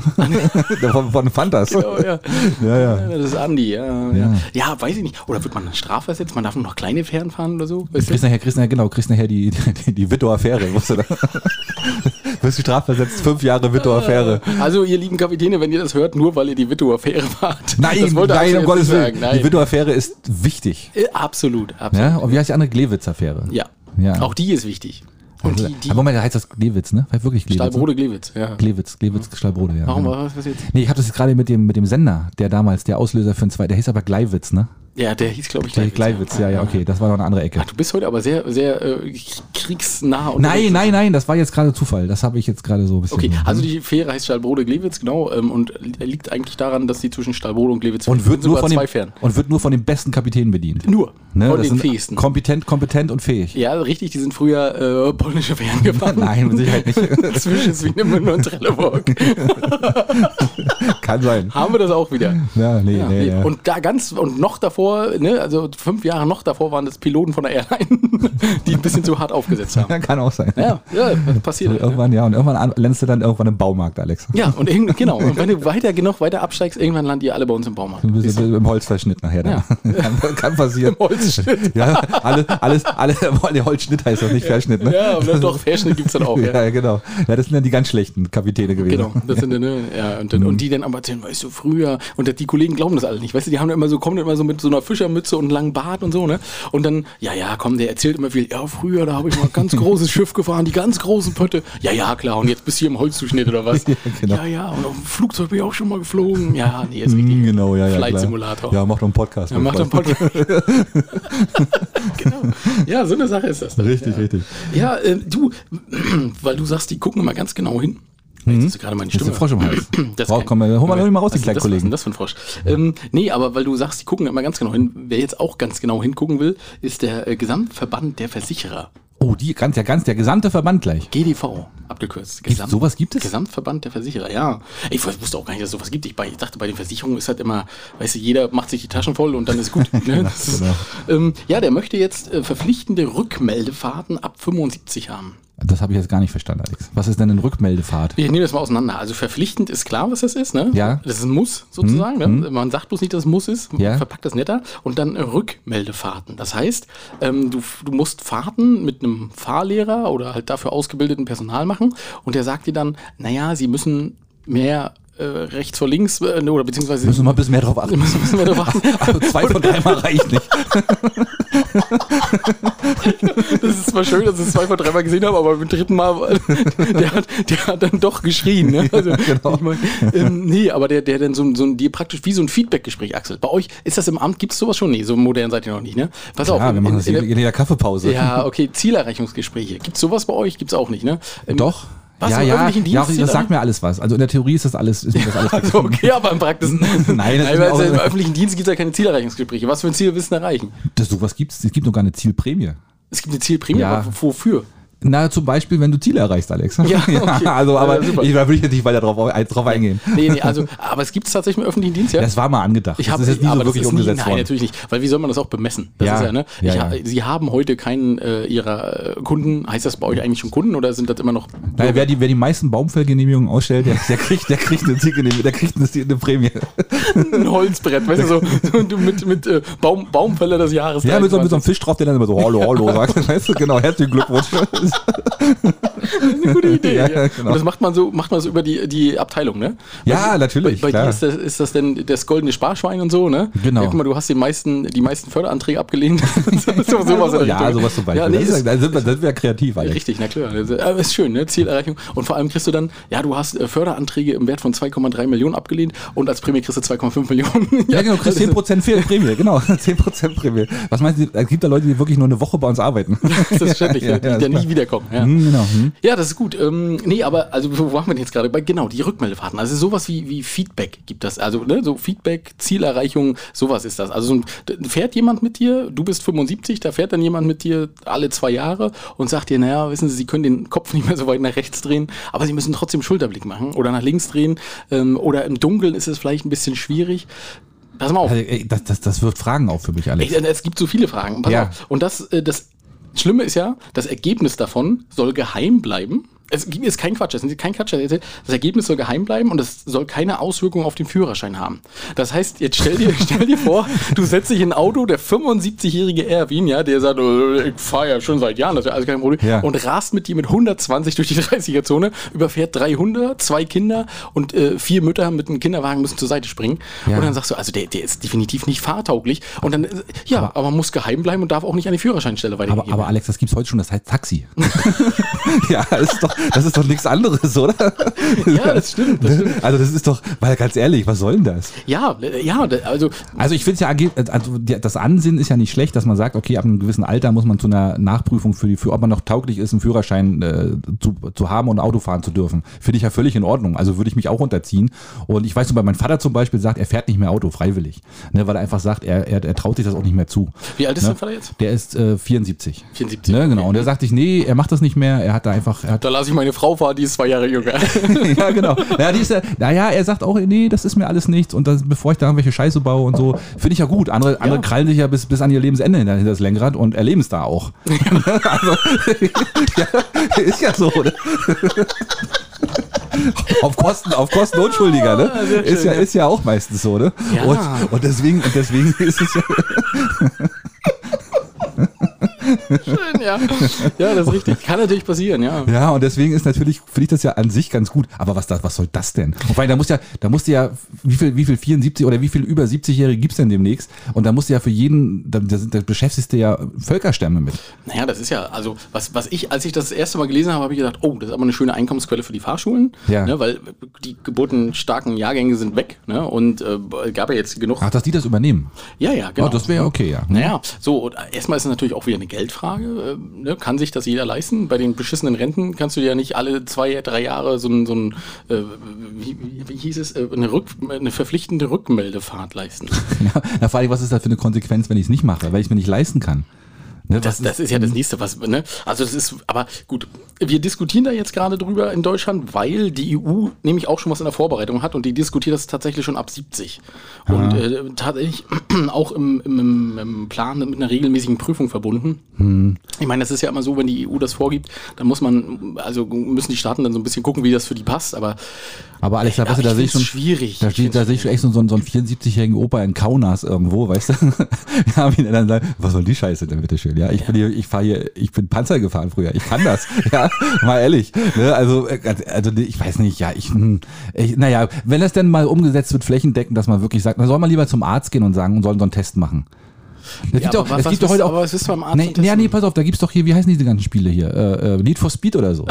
Speaker 1: Der von, von Fantas.
Speaker 2: Oh, ja.
Speaker 1: Ja, ja.
Speaker 2: das ist Andi, ja, ja.
Speaker 1: Ja.
Speaker 2: Ja, weiß ich nicht. Oder wird man dann strafversetzt? Man darf nur noch kleine Fähren fahren oder so? Weißt du?
Speaker 1: Kriegst nachher, kriegst nachher, genau, kriegst nachher die, die, die Wittoer Fähre. Wirst du da, wirst du strafversetzt, fünf Jahre Wittoer Fähre.
Speaker 2: Also, ihr lieben Kapitäne, wenn ihr das hört, nur weil ihr die Wittower Fähre fahrt.
Speaker 1: Nein,
Speaker 2: das wollte
Speaker 1: nein,
Speaker 2: Axel
Speaker 1: um
Speaker 2: jetzt
Speaker 1: Gottes
Speaker 2: nicht
Speaker 1: Willen.
Speaker 2: Nein.
Speaker 1: Die Wittoer Fähre ist wichtig.
Speaker 2: Äh, absolut, absolut.
Speaker 1: Ja? Und wie heißt die andere? Glewitzer Fähre.
Speaker 2: Ja.
Speaker 1: Ja.
Speaker 2: Auch die ist wichtig. Und die, die
Speaker 1: Aber Moment, da heißt das Glewitz, ne? Heißt wirklich Glewitz. ne?
Speaker 2: Stahlbrode Glewitz. Ja.
Speaker 1: Glewitz, Glewitz, Stahlbrode, ja.
Speaker 2: Warum
Speaker 1: genau.
Speaker 2: war was was jetzt?
Speaker 1: Nee, ich habe das jetzt gerade mit dem, mit dem Sender, der damals, der Auslöser für ein zwei, der hieß aber Gleiwitz, ne?
Speaker 2: Ja, der hieß, glaube ich,
Speaker 1: Gleiwitz, ja, ja, okay, das war noch eine andere Ecke.
Speaker 2: Ach, du bist heute aber sehr, sehr äh, kriegsnah. und-
Speaker 1: Nein, nein, nein, das war jetzt gerade Zufall. Das habe ich jetzt gerade so ein bisschen.
Speaker 2: Okay, also die Fähre heißt Stahlbrode-Glewitz, genau, ähm, und li- liegt eigentlich daran, dass die zwischen Stahlbrode und Glewitz
Speaker 1: und wird,
Speaker 2: sind
Speaker 1: nur
Speaker 2: sogar
Speaker 1: von dem,
Speaker 2: zwei Fähren.
Speaker 1: und wird nur von dem besten Kapitän bedient.
Speaker 2: Nur
Speaker 1: Ne,
Speaker 2: von
Speaker 1: das
Speaker 2: den
Speaker 1: sind
Speaker 2: fähigsten.
Speaker 1: Kompetent, kompetent und fähig.
Speaker 2: Ja, richtig, die sind früher äh, polnische Fähren gefahren.
Speaker 1: Nein, mit Sicherheit nicht.
Speaker 2: Zwischen Swinemünde und Trelleborg.
Speaker 1: Kann sein.
Speaker 2: Haben wir das auch wieder.
Speaker 1: Ja, nee,
Speaker 2: Ja,
Speaker 1: nee,
Speaker 2: nee.
Speaker 1: ja.
Speaker 2: Und da ganz, und noch davor, ne, also fünf Jahre noch davor waren das Piloten von der Airline, die ein bisschen zu hart aufgesetzt haben.
Speaker 1: Ja, kann auch sein.
Speaker 2: Ja, ja, das passiert. halt, ne?
Speaker 1: Irgendwann, ja, und irgendwann an- lernst du dann irgendwann im Baumarkt, Alex.
Speaker 2: Ja, und irgend, genau. Und wenn du weiter genug weiter absteigst, irgendwann landet ihr alle bei uns im Baumarkt.
Speaker 1: Du bist im Holzverschnitt nachher dann. Kann, kann passieren.
Speaker 2: Holzschnitt.
Speaker 1: Ja, alles, alles, alles, der Holzschnitt heißt doch nicht Verschnitt, ne?
Speaker 2: Ja, und dann doch, Verschnitt gibt's dann auch. Ja.
Speaker 1: Ja, genau. Ja, das sind dann die ganz schlechten Kapitäne gewesen.
Speaker 2: Genau, das sind dann, ne, ja, und, dann,
Speaker 1: Genau.
Speaker 2: und die dann aber erzählen, weißt du, früher, und das- die Kollegen glauben das alle nicht, weißt du, die haben dann immer so, kommen dann immer so mit so einer Fischermütze und langem Bart und so, ne, und dann, ja, ja, komm, der erzählt immer viel, ja, früher, da habe ich mal, ganz großes Schiff gefahren, die ganz großen Pötte. Ja, ja, klar. Und jetzt bist du hier im Holzzuschnitt oder was?
Speaker 1: Ja, genau.
Speaker 2: Ja, ja. Und auf dem Flugzeug bin ich auch schon mal geflogen. Ja, nee, ist richtig.
Speaker 1: Hm, Genau, ja, ja.
Speaker 2: Flight
Speaker 1: klar.
Speaker 2: Simulator.
Speaker 1: Ja, macht doch einen Podcast.
Speaker 2: Ja, macht
Speaker 1: mit
Speaker 2: einen Podcast. genau. Ja, so eine Sache ist das. dann.
Speaker 1: Richtig,
Speaker 2: ja.
Speaker 1: richtig.
Speaker 2: Ja, äh, du, weil du sagst, die gucken immer ganz genau hin. Jetzt ist gerade meine
Speaker 1: Mhm. Ist
Speaker 2: Stimme.
Speaker 1: der Frosch im Hals.
Speaker 2: Das
Speaker 1: Wow,
Speaker 2: kann-
Speaker 1: komm, hol mal
Speaker 2: Moment,
Speaker 1: noch mal raus, den kleinen
Speaker 2: was ist- das- Was ist denn
Speaker 1: Kollegen.
Speaker 2: das für ein Frosch? Ähm, nee, aber weil du sagst, die gucken immer ganz genau hin. Wer jetzt auch ganz genau hingucken will, ist der äh, Gesamtverband der Versicherer.
Speaker 1: Oh, die, ganz, ja, ganz, der gesamte Verband gleich.
Speaker 2: GDV, abgekürzt. Gesamt,
Speaker 1: sowas gibt es?
Speaker 2: Gesamtverband der Versicherer, ja. Ich wusste auch gar nicht, dass es sowas gibt. Ich, bei- ich dachte, bei den Versicherungen ist halt immer, weißt du, jeder macht sich die Taschen voll und dann ist gut. Ne? Das ist,
Speaker 1: genau.
Speaker 2: ähm, ja, der möchte jetzt äh, verpflichtende Rückmeldefahrten ab 75 haben.
Speaker 1: Das habe ich jetzt gar nicht verstanden, Alex. Was ist denn eine Rückmeldefahrt?
Speaker 2: Wir nehmen das mal auseinander. Also verpflichtend ist klar, was das ist, ne?
Speaker 1: Ja. Hm,
Speaker 2: Das ist ein Muss sozusagen. Ne? Man sagt bloß nicht, dass es Muss ist,
Speaker 1: Ja.
Speaker 2: verpackt das netter. Und dann äh, Rückmeldefahrten. Das heißt, ähm, du, du musst Fahrten mit einem Fahrlehrer oder halt dafür ausgebildeten Personal machen und der sagt dir dann, naja, sie müssen mehr äh, rechts vor links äh, oder beziehungsweise
Speaker 1: Müssen wir mal ein bisschen mehr drauf achten.
Speaker 2: müssen, müssen wir da warten.
Speaker 1: Also zwei von dreimal reicht nicht.
Speaker 2: Das ist zwar schön, dass ich es zwei von dreimal gesehen habe, aber beim dritten Mal, der hat, der hat dann doch geschrien. Ne? Also,
Speaker 1: Genau.
Speaker 2: ich mein, ähm, nee, aber der, der dann so, ein- so ein, dir praktisch wie so ein Feedback-Gespräch, Axel. Bei euch ist das im Amt, gibt es sowas schon? Nee, so modern seid ihr noch nicht, ne? Pass
Speaker 1: Ja, wir
Speaker 2: in-
Speaker 1: machen das
Speaker 2: in,
Speaker 1: jede-
Speaker 2: in,
Speaker 1: in jeder Kaffeepause.
Speaker 2: der- Ja, okay, Zielerreichungsgespräche. Gibt es sowas bei euch? Gibt es auch nicht, ne? Ähm,
Speaker 1: Doch.
Speaker 2: Was,
Speaker 1: ja,
Speaker 2: im
Speaker 1: ja,
Speaker 2: öffentlichen
Speaker 1: ja,
Speaker 2: Dienst?
Speaker 1: das sagt mir alles was. Also in der Theorie ist das alles, ist mir das alles
Speaker 2: also okay, aber im Praktischen.
Speaker 1: Nein, das
Speaker 2: Nein,
Speaker 1: ist
Speaker 2: weil also
Speaker 1: auch-
Speaker 2: im öffentlichen Dienst gibt es ja keine Zielerreichungsgespräche. Was für ein Ziel willst du denn erreichen?
Speaker 1: Das, sowas gibt's. Es gibt noch gar eine Zielprämie.
Speaker 2: Es gibt eine Zielprämie,
Speaker 1: Ja.
Speaker 2: aber wofür?
Speaker 1: Na, zum Beispiel, wenn du Ziele erreichst, Alex.
Speaker 2: Ja, okay.
Speaker 1: also, aber
Speaker 2: Ja, super.
Speaker 1: ich, da würde ich jetzt nicht weiter drauf, ein- drauf eingehen.
Speaker 2: Nee, nee, also, aber es gibt es tatsächlich im öffentlichen Dienst, ja?
Speaker 1: Das war mal angedacht.
Speaker 2: Ich habe
Speaker 1: das ist jetzt nie so wirklich umgesetzt
Speaker 2: nein,
Speaker 1: worden.
Speaker 2: natürlich nicht, weil wie soll man das auch bemessen? Das
Speaker 1: Ja,
Speaker 2: ist ja, ne?
Speaker 1: ja,
Speaker 2: ich,
Speaker 1: ja.
Speaker 2: ha- Sie haben heute keinen äh, ihrer äh, Kunden. Heißt das bei euch eigentlich schon Kunden oder sind das immer noch?
Speaker 1: Naja, wer, die, wer die meisten Baumfellgenehmigungen ausstellt, der, der kriegt, der kriegt eine Zielgenehmigung, der kriegt eine, Ziel- eine Prämie.
Speaker 2: ein Holzbrett, weißt du so so du mit mit äh, Baum, Baumfäller des Jahres.
Speaker 1: Ja, mit so, mit so einem
Speaker 2: 23.
Speaker 1: Fisch drauf, der dann immer so Hallo, Hallo sagt. Weißt du, genau, herzlichen Glückwunsch.
Speaker 2: eine gute Idee.
Speaker 1: Ja,
Speaker 2: ja,
Speaker 1: genau.
Speaker 2: Und das macht man so macht man so über die die Abteilung, ne?
Speaker 1: Ja,
Speaker 2: Weil-
Speaker 1: natürlich,
Speaker 2: Bei, bei
Speaker 1: klar.
Speaker 2: dir ist das, ist das denn das goldene Sparschwein und so, ne?
Speaker 1: Genau.
Speaker 2: Ja, guck mal, du hast die meisten die meisten Förderanträge abgelehnt. so, so, sowas in der
Speaker 1: ja,
Speaker 2: Richtung.
Speaker 1: sowas zum Beispiel.
Speaker 2: Ja, nee,
Speaker 1: das
Speaker 2: ist,
Speaker 1: ist, da sind wir, da sind wir kreativ, Alex.
Speaker 2: Richtig, na klar. Das ist- Aber ist schön, ne? Zielerreichung. Und vor allem kriegst du dann, ja, du hast äh, Förderanträge im Wert von 2,3 Millionen abgelehnt und als Prämie kriegst du 2,5 Millionen.
Speaker 1: Ja, genau, du kriegst 10% Fe- Prämie, genau, 10% Prämie. Was meinst du, es gibt da Leute, die wirklich nur eine Woche bei uns arbeiten.
Speaker 2: Das ist schändlich,
Speaker 1: Ja,
Speaker 2: ne?
Speaker 1: ja,
Speaker 2: die dann
Speaker 1: ist
Speaker 2: nie wiederkommen. Ja.
Speaker 1: Hm, genau. hm.
Speaker 2: ja, das ist gut. Ähm, nee, aber also wo waren wir denn jetzt gerade? Bei, genau, die Rückmeldefahrten. Also sowas wie, wie Feedback gibt das. Also ne, so Feedback, Zielerreichung, sowas ist das. Also so ein, d- fährt jemand mit dir, du bist 75, da fährt dann jemand mit dir alle zwei Jahre und sagt dir, naja, wissen Sie, Sie können den Kopf nicht mehr so weit nach rechts drehen, aber Sie müssen trotzdem Schulterblick machen oder nach links drehen ähm, oder im Dunkeln ist es vielleicht ein bisschen schwierig. Pass mal auf.
Speaker 1: Also, ey, das, das, das wirft Fragen auf für mich, Alex.
Speaker 2: Ey, äh, es gibt so viele Fragen. Pass
Speaker 1: Ja.
Speaker 2: auf. Und das, äh, das Schlimme ist ja, das Ergebnis davon soll geheim bleiben. Es gibt- ist kein Quatsch, das ist kein Quatsch. das ist- Das Ergebnis soll geheim bleiben und es soll keine Auswirkungen auf den Führerschein haben. Das heißt, jetzt stell dir, stell dir vor, du setzt dich in ein Auto, der 75-jährige Erwin, ja, der sagt, äh, ich fahre ja schon seit Jahren, das ist ja alles kein Problem,
Speaker 1: Ja.
Speaker 2: und rast mit dir mit 120 durch die 30er-Zone, überfährt 300, zwei Kinder und äh, vier Mütter mit einem Kinderwagen müssen zur Seite springen.
Speaker 1: Ja.
Speaker 2: Und dann sagst du, also der, der ist definitiv nicht fahrtauglich. Und dann, äh, ja, aber, man muss geheim bleiben und darf auch nicht an die Führerscheinstelle
Speaker 1: Aber,
Speaker 2: weitergeben.
Speaker 1: aber Alex, das gibt's heute schon, das heißt Taxi. ja, das ist doch, das ist doch nichts anderes, oder?
Speaker 2: ja, das stimmt. Das stimmt.
Speaker 1: Also das ist doch, weil ganz ehrlich, was soll denn das?
Speaker 2: Ja, äh, ja, da- also
Speaker 1: Also ich finde es ja, ange- also die- das Ansinnen ist ja nicht schlecht, dass man sagt, okay, ab einem gewissen Alter muss man zu einer Nachprüfung für die, für, ob man noch tauglich ist, einen Führerschein äh, zu, zu haben und Auto fahren zu dürfen. Finde ich ja völlig in Ordnung. Also würde ich mich auch unterziehen. Und ich weiß nur, bei meinem Vater zum Beispiel sagt, er fährt nicht mehr Auto, freiwillig. Ne, weil er einfach sagt, er, er, er traut sich das auch nicht mehr zu.
Speaker 2: wie alt ist
Speaker 1: Ne?
Speaker 2: dein Vater jetzt?
Speaker 1: Der ist äh, 74.
Speaker 2: 74,
Speaker 1: Ne, genau.
Speaker 2: okay.
Speaker 1: Und er sagt sich, nee, er macht das nicht mehr. Er hat da einfach, er hat
Speaker 2: Da lasse ich meine Frau fahren, die ist zwei Jahre jünger.
Speaker 1: ja, genau. Naja, die ist ja, naja, er sagt auch, nee, das ist mir alles nichts und das, bevor ich da irgendwelche Scheiße baue und so, finde ich ja gut. Andere, andere krallen sich ja bis, bis an ihr Lebensende hinter, hinter das Lenkrad und erleben es da auch. also, ja, ist ja so, ne? Auf Kosten, auf Kosten Unschuldiger, ne?
Speaker 2: Ah, sehr
Speaker 1: ist, ja,
Speaker 2: schön, ja.
Speaker 1: ist ja auch meistens so, ne?
Speaker 2: Ja.
Speaker 1: Und, und, deswegen, und deswegen ist es ja.
Speaker 2: Schön, ja. Ja, das ist richtig. Kann natürlich passieren, ja.
Speaker 1: Ja, und deswegen ist natürlich, finde ich das ja an sich ganz gut. Aber was, da, was soll das denn? Und weil da muss ja, da musst du ja, wie viel, wie viel 74 oder wie viel über 70-Jährige gibt's denn demnächst? Und da musst du ja für jeden, da, da, sind- da beschäftigst du ja Völkerstämme mit.
Speaker 2: Naja, das ist ja, also was, was ich, als ich das, das erste Mal gelesen habe, habe ich gedacht, oh, das ist aber eine schöne Einkommensquelle für die Fahrschulen,
Speaker 1: Ja.
Speaker 2: ne, weil die geburtenstarken Jahrgänge sind weg ne, und äh, gab ja jetzt genug.
Speaker 1: Ach, dass die das übernehmen.
Speaker 2: Ja, ja, genau.
Speaker 1: Oh, das wäre ja okay, ja.
Speaker 2: Naja, so, und erstmal ist es natürlich auch wieder eine Geldfrage. äh, Ne? Kann sich das jeder leisten? Bei den beschissenen Renten kannst du dir ja nicht alle zwei, drei Jahre so ein, so ein äh, wie, wie hieß es, äh, eine, Rück, eine verpflichtende Rückmeldefahrt leisten.
Speaker 1: Ja, da frage ich, was ist das für eine Konsequenz, wenn ich es nicht mache, weil ich es mir nicht leisten kann? Ne,
Speaker 2: Das,
Speaker 1: was
Speaker 2: das ist ja das nächste, was, ne? Also das ist, aber gut, wir diskutieren da jetzt gerade drüber in Deutschland, weil die EU nämlich auch schon was in der Vorbereitung hat und die diskutiert das tatsächlich schon ab 70. Und äh, tatsächlich auch im, im, im Plan mit einer regelmäßigen Prüfung verbunden.
Speaker 1: Hm.
Speaker 2: Ich meine, das ist ja immer so, wenn die EU das vorgibt, dann muss man, also müssen die Staaten dann so ein bisschen gucken, wie das für die passt, aber
Speaker 1: Aber Alex, da,
Speaker 2: Ja,
Speaker 1: weißt du,
Speaker 2: ich
Speaker 1: da sehe ich schon.
Speaker 2: find's schwierig.
Speaker 1: Da,
Speaker 2: Ich
Speaker 1: steht, da
Speaker 2: find's
Speaker 1: sehe ich schon echt so, so einen so einen 74-jährigen Opa in Kaunas irgendwo, weißt du? ja, wie der dann sagt, was soll die Scheiße denn bitte schön? Ja, ich bin hier, ich fahre hier, ich bin Panzer gefahren früher, ich kann das. ja, mal ehrlich. Ne? Also, äh, ganz- also, nee, ich weiß nicht, ja, ich, hm, ich, naja, wenn das denn mal umgesetzt wird, flächendeckend, dass man wirklich sagt, dann soll man lieber zum Arzt gehen und sagen und sollen so einen Test machen. Es
Speaker 2: Ja,
Speaker 1: gibt doch,
Speaker 2: aber was-
Speaker 1: es gibt
Speaker 2: was
Speaker 1: doch
Speaker 2: ist-
Speaker 1: heute auch.
Speaker 2: aber was ist beim Arzt
Speaker 1: nee,
Speaker 2: und
Speaker 1: nee,
Speaker 2: Testen?
Speaker 1: nee, pass auf, da gibt's doch hier, wie heißen diese ganzen Spiele hier? Äh, äh, Need for Speed oder so.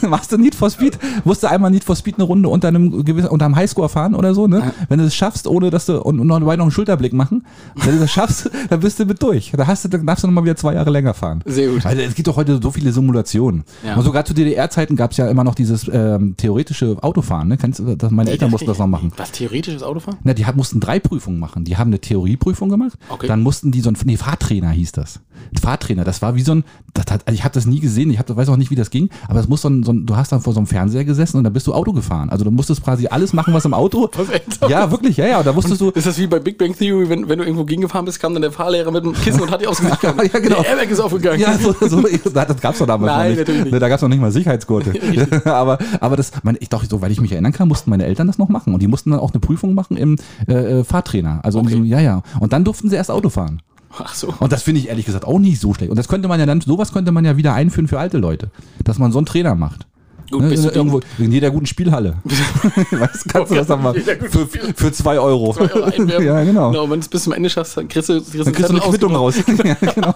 Speaker 1: Machst du Need for Speed? Musst du einmal Need for Speed eine Runde unter einem gewissen, unter einem Highscore fahren oder so, ne? Wenn du es schaffst, ohne dass du und, und noch dabei noch einen Schulterblick machen, wenn du das schaffst, dann bist du mit durch. Da hast du, dann darfst du nochmal wieder zwei Jahre länger fahren.
Speaker 2: Sehr gut.
Speaker 1: Also es gibt doch heute so viele Simulationen.
Speaker 2: Ja.
Speaker 1: Und sogar zu DDR-Zeiten gab's ja immer noch dieses ähm, theoretische Autofahren, ne? Kennst du das? Meine Eltern mussten das noch machen.
Speaker 2: Was theoretisches Autofahren?
Speaker 1: Na, die haben, mussten drei Prüfungen machen. Die haben eine Theorieprüfung gemacht,
Speaker 2: Okay.
Speaker 1: dann mussten die so ein, nee, Fahrtrainer hieß das. Fahrtrainer, das war wie so ein, das hat, also ich habe das nie gesehen, ich hab, weiß auch nicht, wie das ging, aber es muss so ein, so ein, du hast dann vor so einem Fernseher gesessen und dann bist du Auto gefahren. Also du musstest quasi alles machen, was im Auto.
Speaker 2: ernsthaft?
Speaker 1: ja, wirklich, ja, ja, und da musstest du,
Speaker 2: Ist das wie bei Big Bang Theory, wenn, wenn du irgendwo gegengefahren bist, kam dann der Fahrlehrer mit dem Kissen und hat dir aufs Gesicht gehauen.
Speaker 1: Ja, genau.
Speaker 2: Der Airbag ist aufgegangen.
Speaker 1: Ja, so, so, das gab's doch damals
Speaker 2: Nein,
Speaker 1: noch
Speaker 2: natürlich
Speaker 1: nicht.
Speaker 2: nicht.
Speaker 1: Ne, Da gab's noch nicht mal Sicherheitsgurte. aber, aber das, mein, ich doch, soweit ich mich erinnern kann, mussten meine Eltern das noch machen. Und die mussten dann auch eine Prüfung machen im äh, äh, Fahrtrainer. Also, in
Speaker 2: Okay.
Speaker 1: diesem, ja, ja. Und dann durften sie erst Auto fahren.
Speaker 2: Ach so.
Speaker 1: Und das finde ich ehrlich gesagt auch nicht so schlecht. Und das könnte man ja dann, sowas könnte man ja wieder einführen für alte Leute, dass man so einen Trainer macht.
Speaker 2: Gut,
Speaker 1: ne,
Speaker 2: bist du
Speaker 1: irgendwo, in jeder guten Spielhalle. weißt, du, kannst du das dann mal
Speaker 2: In jeder guten
Speaker 1: für,
Speaker 2: Spielhalle.
Speaker 1: für zwei Euro.
Speaker 2: Zwei Euro einwerfen.
Speaker 1: ja, genau.
Speaker 2: genau. Wenn du es bis zum Ende schaffst, dann kriegst du, kriegst du
Speaker 1: Dann kriegst du eine Quittung raus. ja, genau.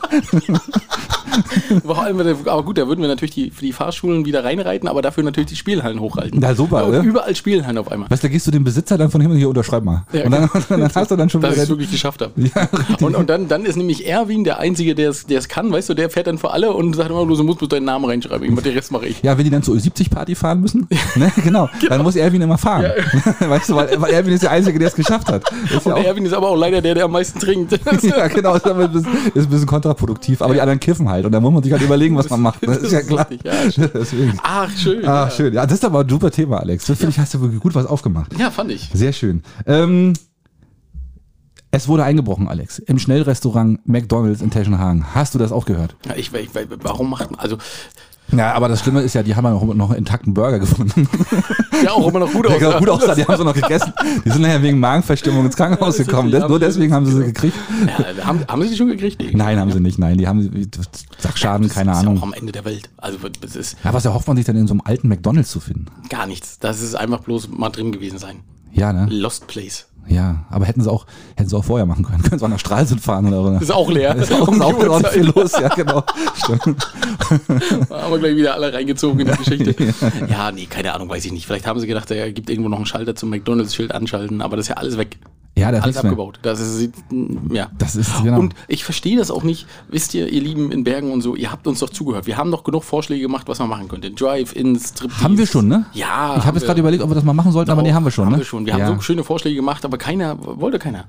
Speaker 2: Vor allem, wenn du- aber gut, da würden wir natürlich die, für die Fahrschulen wieder reinreiten, aber dafür natürlich die Spielhallen hochhalten.
Speaker 1: Na, super,
Speaker 2: Ja, und
Speaker 1: oder?
Speaker 2: Überall Spielhallen auf einmal.
Speaker 1: Weißt du, da gehst du dem Besitzer dann von Himmel hier unterschreib mal.
Speaker 2: Ja,
Speaker 1: und dann, dann hast du dann schon
Speaker 2: Dass ich es
Speaker 1: wieder.
Speaker 2: wirklich geschafft habe.
Speaker 1: Ja, richtig.
Speaker 2: und und dann, dann ist nämlich Erwin der Einzige, der es der es kann, weißt du, der fährt dann vor alle und sagt immer, du musst bloß deinen Namen reinschreiben, ich, mach- den Rest mache ich.
Speaker 1: Ja, wenn die dann zur U70-Party fahren müssen, ne, genau, dann muss Erwin immer fahren. Weißt du, weil, weil Erwin ist der Einzige, der es geschafft hat. Ist ja
Speaker 2: Und
Speaker 1: auch
Speaker 2: Erwin ist aber auch leider der, der am meisten trinkt.
Speaker 1: ja, genau, ist, aber ein bisschen, ist ein bisschen kontraproduktiv, aber die anderen kiffen halt und da muss man sich halt überlegen, was man macht. Das ist ja
Speaker 2: ist
Speaker 1: klar.
Speaker 2: richtig, ja,
Speaker 1: Deswegen.
Speaker 2: Ach, schön.
Speaker 1: Ah, schön. Ja, das ist aber ein super Thema, Alex. Das finde ich, hast du wirklich gut was aufgemacht.
Speaker 2: Ja, fand ich.
Speaker 1: Sehr schön. Ähm, es wurde eingebrochen, Alex. Im Schnellrestaurant McDonalds in Teschenhagen. Hast du das auch gehört?
Speaker 2: Ja, ich, ich, warum macht man, also,
Speaker 1: Ja, aber das Schlimme ist ja, die haben ja noch, noch einen intakten Burger gefunden.
Speaker 2: ja auch immer noch gut
Speaker 1: Der
Speaker 2: aus.
Speaker 1: sah gut aussah, die haben sie noch gegessen. Die sind nachher wegen Magenverstimmung ins Krankenhaus
Speaker 2: das ist
Speaker 1: gekommen.
Speaker 2: richtig,
Speaker 1: Nur
Speaker 2: haben sie-
Speaker 1: deswegen haben sie sie gekriegt.
Speaker 2: Ja, haben, haben sie die schon gekriegt? Nee.
Speaker 1: Nein, haben sie nicht. Nein, die haben Sachschaden,
Speaker 2: Das
Speaker 1: keine
Speaker 2: ist
Speaker 1: Ahnung.
Speaker 2: Auch am Ende der Welt. Also das ist
Speaker 1: Ja, was erhofft man sich denn in so einem alten McDonalds zu finden?
Speaker 2: gar nichts. Das ist einfach bloß mal drin gewesen sein.
Speaker 1: Ja, ne?
Speaker 2: Lost Place.
Speaker 1: Ja, aber hätten sie auch, hätten sie auch vorher machen können. Können sie auch nach Stralsund fahren oder so. ne?
Speaker 2: Ist auch leer.
Speaker 1: Ist auch,
Speaker 2: Um
Speaker 1: ist
Speaker 2: die
Speaker 1: auch
Speaker 2: Uhrzeit.
Speaker 1: ordentlich viel los, ja, genau. Stimmt.
Speaker 2: Haben wir gleich wieder alle reingezogen in die Geschichte. ja, nee, keine Ahnung, weiß ich nicht. Vielleicht haben sie gedacht, er gibt irgendwo noch einen Schalter zum McDonalds-Schild anschalten, aber das ist ja alles weg.
Speaker 1: Ja, das
Speaker 2: alles
Speaker 1: ist mehr.
Speaker 2: abgebaut. Das ist, ja.
Speaker 1: Das ist, genau.
Speaker 2: Und ich verstehe das auch nicht. Wisst ihr, ihr Lieben in Bergen und so, ihr habt uns doch zugehört. Wir haben doch genug Vorschläge gemacht, was man machen könnte. Drive-Ins, Striptease.
Speaker 1: haben wir schon, ne?
Speaker 2: Ja.
Speaker 1: Ich
Speaker 2: haben
Speaker 1: habe jetzt
Speaker 2: wir.
Speaker 1: gerade überlegt, ob wir das mal machen sollten, aber nee, haben wir schon,
Speaker 2: Haben
Speaker 1: ne?
Speaker 2: wir schon. Wir
Speaker 1: ja.
Speaker 2: haben so schöne Vorschläge gemacht, aber keiner, wollte keiner.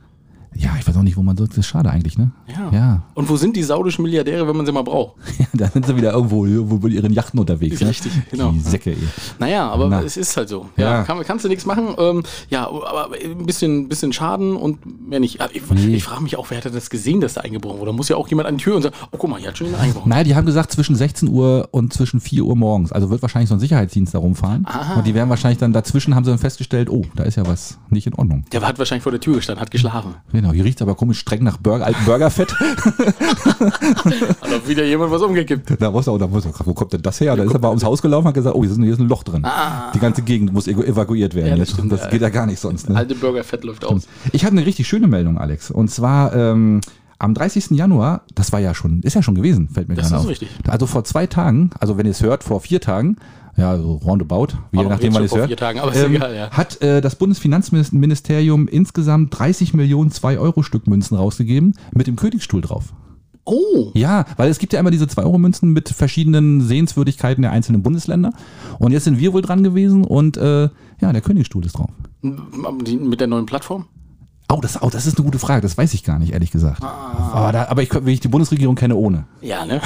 Speaker 1: ja, ich weiß auch nicht, wo man so, das ist schade eigentlich, ne? Ja.
Speaker 2: Und wo sind die saudischen Milliardäre, wenn man sie mal braucht?
Speaker 1: ja. Da sind sie wieder irgendwo, irgendwo mit ihren Yachten unterwegs, ne?
Speaker 2: Richtig, genau.
Speaker 1: Die Säcke, ey.
Speaker 2: Naja, aber
Speaker 1: Na.
Speaker 2: es ist halt so.
Speaker 1: Ja.
Speaker 2: Ja, Kann, kannst du nichts machen. Ähm, ja, aber ein bisschen, bisschen Schaden und mehr nicht. Aber Ich,
Speaker 1: Nee.
Speaker 2: ich frage mich auch, wer hat das gesehen, dass da eingebrochen wurde? Da muss ja auch jemand an die Tür und sagen, oh guck mal, hier hat schon jemand eingebrochen.
Speaker 1: Naja, die haben gesagt zwischen 16 Uhr und zwischen 4 Uhr morgens. Also wird wahrscheinlich so ein Sicherheitsdienst da rumfahren. Und die werden wahrscheinlich dann dazwischen, haben sie dann festgestellt, oh, da ist ja was nicht in Ordnung.
Speaker 2: Der hat wahrscheinlich vor der Tür gestanden, hat geschlafen.
Speaker 1: Ja, genau. Hier riecht es aber komisch streng nach Burger, alten Burgerfett.
Speaker 2: Hat doch wieder jemand was umgekippt.
Speaker 1: da muss er, da muss er, wo kommt denn das her? Da ist er mal ums Haus gelaufen und hat gesagt, oh, hier ist, ein- hier ist ein Loch drin. Die ganze Gegend muss ego- evakuiert werden.
Speaker 2: Ah. Ja, das
Speaker 1: das
Speaker 2: stimmt,
Speaker 1: das
Speaker 2: ja.
Speaker 1: geht ja gar nicht sonst. Ne?
Speaker 2: Alte Burgerfett läuft aus.
Speaker 1: Ich habe eine richtig schöne Meldung, Alex. Und zwar ähm, am 30. Januar, das war ja schon, ist ja schon gewesen, fällt mir
Speaker 2: Das
Speaker 1: gerade
Speaker 2: ist
Speaker 1: auf.
Speaker 2: richtig.
Speaker 1: Also vor zwei Tagen, also wenn ihr es hört, vor vier Tagen, ja, so roundabout, wie je
Speaker 2: War doch
Speaker 1: nachdem, wann ihr
Speaker 2: jetzt schon
Speaker 1: es
Speaker 2: vor
Speaker 1: hört,
Speaker 2: vier Tagen, aber ist egal, ja.
Speaker 1: hat äh, das Bundesfinanzministerium insgesamt 30 Millionen 2-Euro-Stück-Münzen rausgegeben mit dem Königsstuhl drauf.
Speaker 2: Oh,
Speaker 1: Ja, weil es gibt ja immer diese 2-Euro-Münzen mit verschiedenen Sehenswürdigkeiten der einzelnen Bundesländer. Und jetzt sind wir wohl dran gewesen und äh, ja, der Königsstuhl ist drauf.
Speaker 2: m- die- mit der neuen Plattform?
Speaker 1: Oh das, oh, das ist eine gute Frage. Das weiß ich gar nicht, ehrlich gesagt.
Speaker 2: Ah.
Speaker 1: Aber, da, aber ich, wie ich die Bundesregierung kenne, ohne.
Speaker 2: Ja, ne?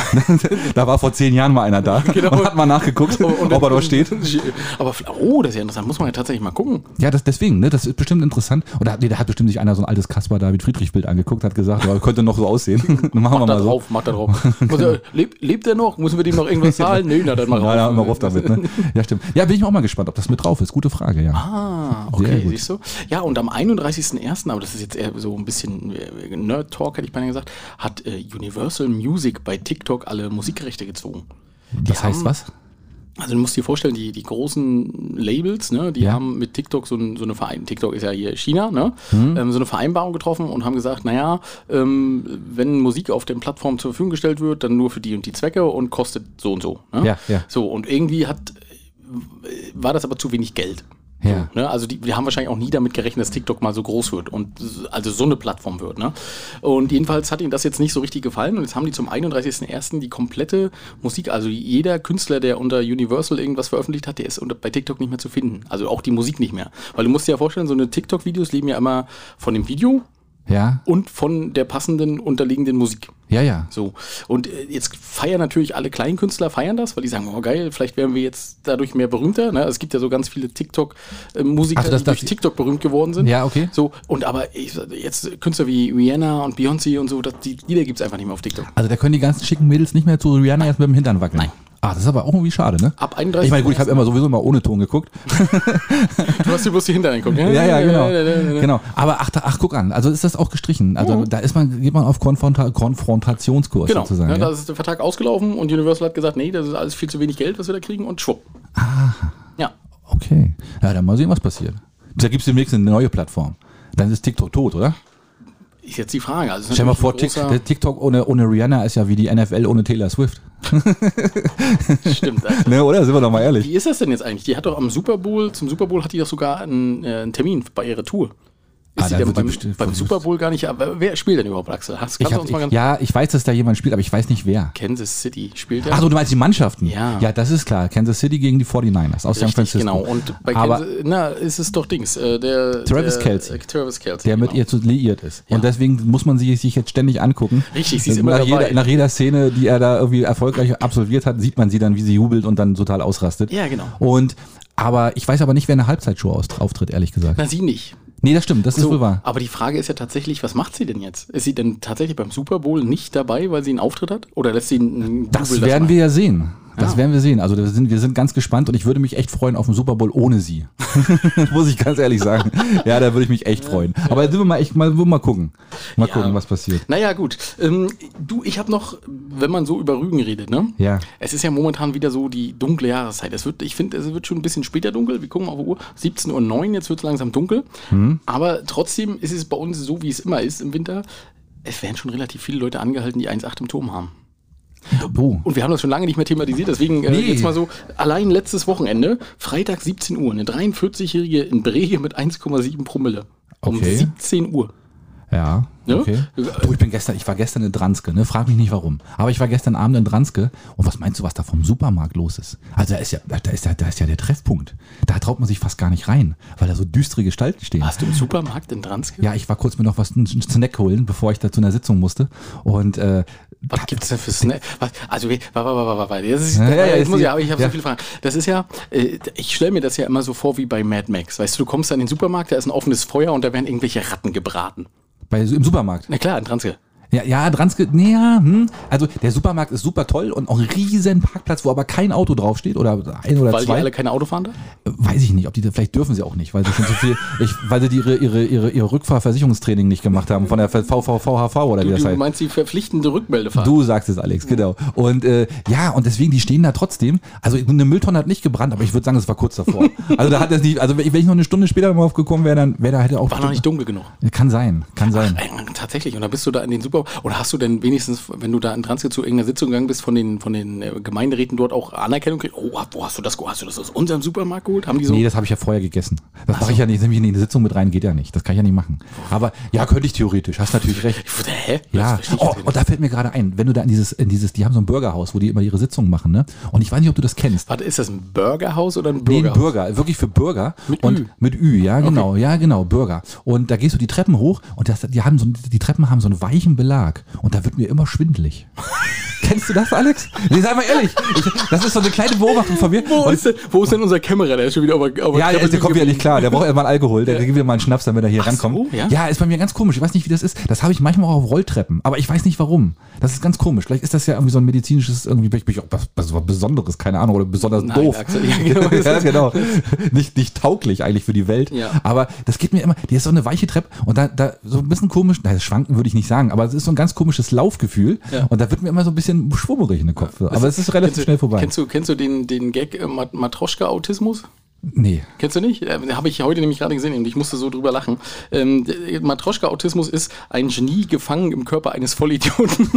Speaker 1: Da war vor zehn Jahren mal einer da
Speaker 2: Genau.
Speaker 1: und hat mal nachgeguckt, ob er dort steht.
Speaker 2: Aber, f- oh, das ist ja interessant. Muss man ja tatsächlich mal gucken.
Speaker 1: Ja, das, deswegen, ne, das ist bestimmt interessant. Oder nee, da hat bestimmt sich einer so ein altes Kaspar-David-Friedrich-Bild angeguckt, hat gesagt, ja, könnte noch so aussehen. Dann machen wir
Speaker 2: Mach da
Speaker 1: mal so.
Speaker 2: drauf, mach da drauf. Muss er- lebt, lebt er noch? Müssen wir dem noch irgendwas zahlen? Nee, na dann mal
Speaker 1: Ja, ja, immer rauf damit. Ne? Ja, stimmt. Ja, bin ich auch mal gespannt, ob das mit drauf ist. Gute Frage, ja.
Speaker 2: Ah,
Speaker 1: Sehr
Speaker 2: okay,
Speaker 1: gut.
Speaker 2: siehst du? Ja, und am 31.01., aber das ist jetzt eher so ein bisschen äh, Nerd-Talk, hätte ich beinahe gesagt, hat äh, Universal Music bei TikTok alle Musikrechte gezogen.
Speaker 1: das heißt
Speaker 2: haben-
Speaker 1: was?
Speaker 2: Also du musst dir vorstellen, die, die großen Labels, ne, die
Speaker 1: Ja.
Speaker 2: haben mit TikTok so, ein, so eine Verein, TikTok ist ja hier China, ne,
Speaker 1: Mhm.
Speaker 2: ähm, so eine Vereinbarung getroffen und haben gesagt, naja, ähm, wenn Musik auf den Plattformen zur Verfügung gestellt wird, dann nur für die und die Zwecke und kostet so und so. Ne?
Speaker 1: Ja, ja.
Speaker 2: So, und irgendwie hat äh, war das aber zu wenig Geld.
Speaker 1: Ja.
Speaker 2: Ne? Also die, die haben wahrscheinlich auch nie damit gerechnet, dass TikTok mal so groß wird und s- also so eine Plattform wird. Ne? Und jedenfalls hat ihnen das jetzt nicht so richtig gefallen und jetzt haben die zum 31.01. die komplette Musik, also jeder Künstler, der unter Universal irgendwas veröffentlicht hat, der ist unter, bei TikTok nicht mehr zu finden. Also auch die Musik nicht mehr. Weil du musst dir ja vorstellen, so eine TikTok-Videos leben ja immer von dem Video
Speaker 1: Ja,
Speaker 2: und von der passenden unterliegenden Musik.
Speaker 1: ja, ja.
Speaker 2: So. Und äh, jetzt feiern natürlich alle Kleinkünstler feiern das, weil die sagen, oh geil, vielleicht werden wir jetzt dadurch mehr berühmter. Ne? Es gibt ja so ganz viele TikTok-Musiker,
Speaker 1: Ach, das-
Speaker 2: die
Speaker 1: das-
Speaker 2: durch TikTok berühmt geworden sind.
Speaker 1: Ja, okay.
Speaker 2: So, und aber ich, sag, jetzt Künstler wie Rihanna und Beyoncé und so, das, die Lieder gibt es einfach nicht mehr auf TikTok.
Speaker 1: Also da können die ganzen schicken Mädels nicht mehr zu Rihanna jetzt mit dem Hintern wackeln. Nein. Ah, das ist aber auch irgendwie schade, ne?
Speaker 2: Ab 31.
Speaker 1: Ich meine, gut, ich habe immer sowieso mal ohne Ton geguckt.
Speaker 2: Du hast dir bloß die ne? Hintern angeguckt.
Speaker 1: Ja, ja, genau. genau. Aber ach, da- ach, guck an, also ist das auch gestrichen. Also da ist man, geht man auf Konfronta Konfrontationskurs
Speaker 2: Genau,
Speaker 1: sozusagen.
Speaker 2: ne,
Speaker 1: Ja,
Speaker 2: da ist der Vertrag ausgelaufen und Universal hat gesagt, nee, das ist alles viel zu wenig Geld, was wir da kriegen und schwupp.
Speaker 1: Ah.
Speaker 2: Ja,
Speaker 1: Okay. Ja, dann mal sehen, was passiert. Da gibt's demnächst eine neue Plattform. Dann ist TikTok tot, oder?
Speaker 2: ist jetzt die Frage. Also, es ist
Speaker 1: Stell dir mal
Speaker 2: natürlich
Speaker 1: vor, Tik-
Speaker 2: ein großer-
Speaker 1: der TikTok ohne, ohne Rihanna ist ja wie die NFL ohne Taylor Swift.
Speaker 2: Stimmt, also
Speaker 1: Ne, oder? Sind wir doch mal ehrlich.
Speaker 2: Wie ist das denn jetzt eigentlich? Die hat doch am Super Bowl, zum Super Bowl hat die doch sogar einen, äh, einen Termin bei ihrer Tour. Ist
Speaker 1: Ah,
Speaker 2: sie
Speaker 1: da
Speaker 2: denn
Speaker 1: wird die
Speaker 2: beim,
Speaker 1: bestimmt
Speaker 2: beim
Speaker 1: versucht.
Speaker 2: Super Bowl gar nicht? Aber wer spielt denn überhaupt, Axel? Hast,
Speaker 1: Ich
Speaker 2: kannst du
Speaker 1: hab,
Speaker 2: uns mal
Speaker 1: ich,
Speaker 2: ganz
Speaker 1: ja, ich weiß, dass da jemand spielt, aber ich weiß nicht wer.
Speaker 2: Kansas City spielt ja.
Speaker 1: Ach so, du meinst die Mannschaften?
Speaker 2: Ja.
Speaker 1: Ja, das ist klar. Kansas City gegen die 49ers aus San
Speaker 2: Richtig,
Speaker 1: Francisco.
Speaker 2: Genau, und bei
Speaker 1: aber
Speaker 2: Kansas, na, ist es doch Dings. Äh, der,
Speaker 1: Travis
Speaker 2: der,
Speaker 1: Kelce.
Speaker 2: Äh, Travis Kelce.
Speaker 1: der mit
Speaker 2: genau.
Speaker 1: ihr zu liiert ist.
Speaker 2: Ja.
Speaker 1: Und deswegen muss man sie sich jetzt ständig angucken.
Speaker 2: Richtig, sie ist immer
Speaker 1: nach
Speaker 2: dabei.
Speaker 1: Jeder, nach jeder Szene, die er da irgendwie erfolgreich absolviert hat, sieht man sie dann, wie sie jubelt und dann total ausrastet.
Speaker 2: Ja, genau.
Speaker 1: Und aber ich weiß aber nicht, wer in der Halbzeitshow aus- auftritt, ehrlich gesagt.
Speaker 2: Na, sie nicht.
Speaker 1: Nee, das stimmt, das ist wohl wahr.
Speaker 2: aber die Frage ist ja tatsächlich, was macht sie denn jetzt? Ist sie denn tatsächlich beim Super Bowl nicht dabei, weil sie einen Auftritt hat? Oder lässt sie einen
Speaker 1: Das
Speaker 2: Double
Speaker 1: werden
Speaker 2: machen?
Speaker 1: wir ja sehen. Das werden wir sehen. Also wir sind, wir sind ganz gespannt und ich würde mich echt freuen auf den Super Bowl ohne sie. Muss ich ganz ehrlich sagen. Ja, da würde ich mich echt freuen. Aber sind wir mal echt mal, wir mal gucken. Mal
Speaker 2: Ja.
Speaker 1: gucken, was passiert.
Speaker 2: Naja, gut. Ähm, du, ich habe noch, wenn man so über Rügen redet, ne?
Speaker 1: Ja.
Speaker 2: Es ist ja momentan wieder so die dunkle Jahreszeit. Es wird, ich finde, es wird schon ein bisschen später dunkel. Wir gucken auf die Uhr. 17.09 Uhr, jetzt wird es langsam dunkel. Aber trotzdem ist es bei uns so, wie es immer ist im Winter. Es werden schon relativ viele Leute angehalten, die 1,8 im Turm haben.
Speaker 1: Oh.
Speaker 2: Und wir haben das schon lange nicht mehr thematisiert, deswegen äh,
Speaker 1: Nee.
Speaker 2: jetzt mal so, allein letztes Wochenende, Freitag 17 Uhr, eine 43-Jährige in Brege mit 1,7 Promille. Um
Speaker 1: Okay.
Speaker 2: 17 Uhr.
Speaker 1: Ja.
Speaker 2: Ne?
Speaker 1: Okay. Du, ich bin gestern, ich war gestern in Dranske, ne? Frag mich nicht warum. Aber ich war gestern Abend in Dranske und was meinst du, was da vom Supermarkt los ist? Also da ist ja, da ist ja, da ist ja der Treffpunkt. Da traut man sich fast gar nicht rein, weil da so düstere Gestalten stehen.
Speaker 2: Warst du im Supermarkt in Dranske?
Speaker 1: Ja, ich war kurz mir noch was einen Snack holen, bevor ich da zu einer Sitzung musste. Und äh,
Speaker 2: Was gibt's denn für Snack? Was, also, wir- wa- wa- wa- wa- wa- wa- das ist,
Speaker 1: Ja, ja,
Speaker 2: jetzt
Speaker 1: ist
Speaker 2: muss
Speaker 1: die-
Speaker 2: ich, aber ich habe
Speaker 1: ja.
Speaker 2: so viele Fragen. Das ist ja, äh, ich stelle mir das ja immer so vor wie bei Mad Max. Weißt du, du kommst an den Supermarkt, da ist ein offenes Feuer und da werden irgendwelche Ratten gebraten.
Speaker 1: bei, im Supermarkt.
Speaker 2: Na klar, in Transke.
Speaker 1: Ja, ja, Dranske, nee, ja, hm. Also der Supermarkt ist super toll und auch ein riesen Parkplatz, wo aber kein Auto draufsteht oder ein oder
Speaker 2: Weil die
Speaker 1: zwei.
Speaker 2: alle keine Auto fahren da?
Speaker 1: Weiß ich nicht, ob die, da- vielleicht dürfen sie auch nicht, weil sie schon zu viel, ich, weil sie die ihre, ihre, ihre, ihre Rückfahrversicherungstraining nicht gemacht haben von der VVVHV oder wie
Speaker 2: Du,
Speaker 1: das
Speaker 2: du
Speaker 1: heißt.
Speaker 2: meinst die verpflichtende Rückmeldefahrt?
Speaker 1: Du sagst es, Alex, genau. Und äh, ja, und deswegen, die stehen da trotzdem. Also eine Mülltonne hat nicht gebrannt, aber ich würde sagen, es war kurz davor. Also da hat das nicht, also wenn ich wenn ich noch eine Stunde später drauf gekommen wäre, dann wäre da hätte auch.
Speaker 2: War noch nicht dunkel genug.
Speaker 1: Kann sein, kann sein.
Speaker 2: Äh, Tatsächlich, und dann bist du da in den Super... Oder hast du denn wenigstens, wenn du da in Transke zu irgendeiner Sitzung gegangen bist, von den, von den äh, Gemeinderäten dort auch Anerkennung gekriegt? Oh, wo hast du das geholt? Hast du das aus unserem Supermarkt geholt? Haben die so...
Speaker 1: Nee, das habe ich ja vorher gegessen. Das mache ich ja nicht, nämlich in die Sitzung mit rein, geht ja nicht. Das kann ich ja nicht machen. Aber ja, könnte ich theoretisch, hast natürlich recht.
Speaker 2: Ich wusste, hä?
Speaker 1: Ja,
Speaker 2: Das verstehe ich
Speaker 1: oh,
Speaker 2: jetzt nicht.
Speaker 1: und da fällt mir gerade ein, wenn du da in dieses, in dieses, die haben so ein Bürgerhaus, wo die immer ihre Sitzungen machen, ne? Und ich weiß nicht, ob du das kennst.
Speaker 2: Warte, ist das ein Burgerhaus oder ein
Speaker 1: Nee,
Speaker 2: Burger?
Speaker 1: ein Bürger, wirklich für Bürger.
Speaker 2: Mit
Speaker 1: und
Speaker 2: Ü.
Speaker 1: mit Ü, ja, genau, ja, genau, Bürger. Und da gehst du die Treppen hoch und das, die, haben so, die Treppen haben so einen weichen Belag und da wird mir immer schwindelig. Kennst du das, Alex? Nee, sei mal ehrlich. Ich, das ist so eine kleine Beobachtung von mir.
Speaker 2: wo,
Speaker 1: Und-
Speaker 2: ist denn, wo ist denn unser Kämmerer? Der ist schon wieder auf der, auf
Speaker 1: ja, der, der kommt wieder nicht klar. Der braucht erstmal Alkohol. Der gibt wieder mal einen Schnaps, damit er hier rankommt.
Speaker 2: so, ja?
Speaker 1: ja? ist bei mir ganz komisch. Ich weiß nicht, wie das ist. Das habe ich manchmal auch auf Rolltreppen. Aber ich weiß nicht warum. Das ist ganz komisch. Vielleicht ist das ja irgendwie so ein medizinisches, irgendwie, vielleicht bin ich auch was, was was Besonderes, keine Ahnung, oder besonders
Speaker 2: Nein,
Speaker 1: doof.
Speaker 2: Axel, ja, genau.
Speaker 1: ja, genau. Nicht, nicht tauglich eigentlich für die Welt.
Speaker 2: Ja.
Speaker 1: Aber das geht mir immer, die ist so eine weiche Treppe und da, da so ein bisschen komisch, na, das schwanken würde ich nicht sagen, aber es ist so ein ganz komisches Laufgefühl.
Speaker 2: Ja. Also
Speaker 1: Und da wird mir immer so ein bisschen schwummerig in den Kopf. Aber es ist relativ schnell vorbei.
Speaker 2: Kennst du, kennst du den, den Gag äh, Mat Matroschka-Autismus?
Speaker 1: nee.
Speaker 2: Kennst du nicht? Äh, Habe ich heute nämlich gerade gesehen und ich musste so drüber lachen. Ähm, d- Matroschka-Autismus ist ein Genie gefangen im Körper eines Vollidioten.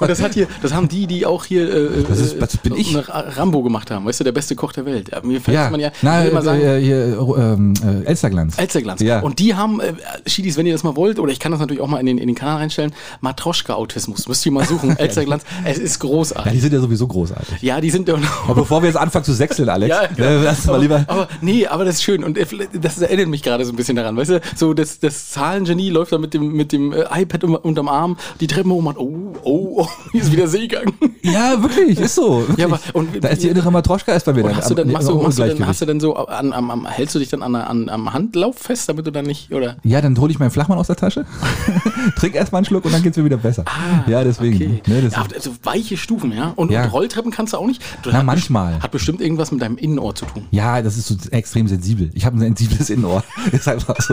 Speaker 2: Und das hat hier, das haben die, die auch hier äh,
Speaker 1: Das ist- das bin
Speaker 2: äh,
Speaker 1: ich.
Speaker 2: nach Rambo gemacht haben, weißt du, der beste Koch der Welt. Äh, Mir fällt man ja,
Speaker 1: na,
Speaker 2: ich will immer sagen,
Speaker 1: äh, hier, ähm, äh, Elsterglanz.
Speaker 2: Elsterglanz.
Speaker 1: Ja.
Speaker 2: Und die haben, äh, Schiedis, wenn ihr das mal wollt, oder ich kann das natürlich auch mal in den, in den Kanal reinstellen, Matroschka-Autismus. Müsst ihr mal suchen. Elsterglanz. Es ist
Speaker 1: ja,
Speaker 2: großartig.
Speaker 1: die sind ja sowieso großartig.
Speaker 2: Ja, die sind doch noch.
Speaker 1: Aber bevor wir jetzt anfangen zu sechseln, Alex,
Speaker 2: Ja, genau.
Speaker 1: ne, lass uns mal
Speaker 2: aber,
Speaker 1: lieber.
Speaker 2: aber nee, aber das ist schön und äh, vielleicht- das erinnert mich gerade so ein bisschen daran, weißt du, so das, das Zahlengenie läuft da mit dem, mit dem äh, iPad um, unterm Arm, die Treppen hoch und macht, oh, oh, oh, hier ist wieder Seegang.
Speaker 1: Ja, wirklich, ist so. Wirklich.
Speaker 2: aber- und-
Speaker 1: da ist die innere Matroschka erst bei mir.
Speaker 2: Und hast du dann,
Speaker 1: am-
Speaker 2: machst
Speaker 1: am
Speaker 2: du, machst du dann,
Speaker 1: Ungleichgewicht.
Speaker 2: hast du dann so, an, am, am, hältst du dich dann an, der- an, am Handlauf fest, damit du dann nicht, oder?
Speaker 1: ja, dann hole ich meinen Flachmann aus der Tasche, trink erstmal einen Schluck und dann geht's mir wieder besser. ja, deswegen.
Speaker 2: Ah, Okay.
Speaker 1: Ne, das
Speaker 2: ja, also weiche Stufen, ja. Und,
Speaker 1: Ja.
Speaker 2: und Rolltreppen kannst du auch nicht. Du
Speaker 1: Na,
Speaker 2: hat best-
Speaker 1: manchmal.
Speaker 2: Hat bestimmt irgendwas mit deinem Innenohr zu tun.
Speaker 1: ja, das ist so extrem sensibel. Ich habe ein sensibles Innenohr. Ist einfach so.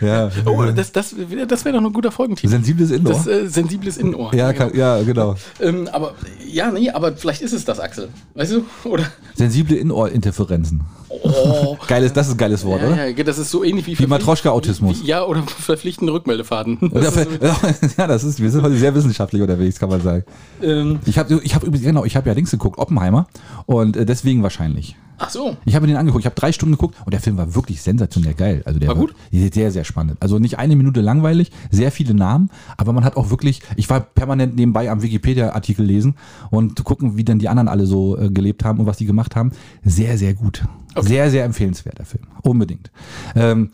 Speaker 1: ja.
Speaker 2: oh, das das, das wäre doch ein guter Folgentitel.
Speaker 1: Sensibles Innenohr.
Speaker 2: Das äh, sensibles Innenohr.
Speaker 1: ja, kann, ja, genau.
Speaker 2: Ähm, aber ja, nee, aber vielleicht ist es das, Axel. Weißt du? Oder?
Speaker 1: Sensible Innenohrinterferenzen.
Speaker 2: Oh.
Speaker 1: Geiles, das ist ein geiles Wort, oder?
Speaker 2: Ja, ja, das ist so ähnlich wie,
Speaker 1: Wie
Speaker 2: verpflicht-
Speaker 1: Matroschka-Autismus.
Speaker 2: wie- Ja, oder verpflichtende Rückmeldefaden.
Speaker 1: Oder
Speaker 2: Das ist,
Speaker 1: ver- ja, das ist, wir sind heute sehr wissenschaftlich unterwegs, kann man sagen.
Speaker 2: ähm,
Speaker 1: Ich habe ich hab übrigens, genau, ich habe ja links geguckt, Oppenheimer, und äh, deswegen wahrscheinlich.
Speaker 2: ach so.
Speaker 1: Ich habe den angeguckt, ich habe drei Stunden geguckt und der Film war wirklich sensationell geil. Also der
Speaker 2: War gut?
Speaker 1: sehr, sehr spannend. Also nicht eine Minute langweilig, sehr viele Namen, aber man hat auch wirklich, ich war permanent nebenbei am Wikipedia-Artikel lesen und zu gucken, wie denn die anderen alle so äh, gelebt haben und was die gemacht haben. Sehr, sehr gut. Sehr, sehr empfehlenswerter Film. Unbedingt. Ähm,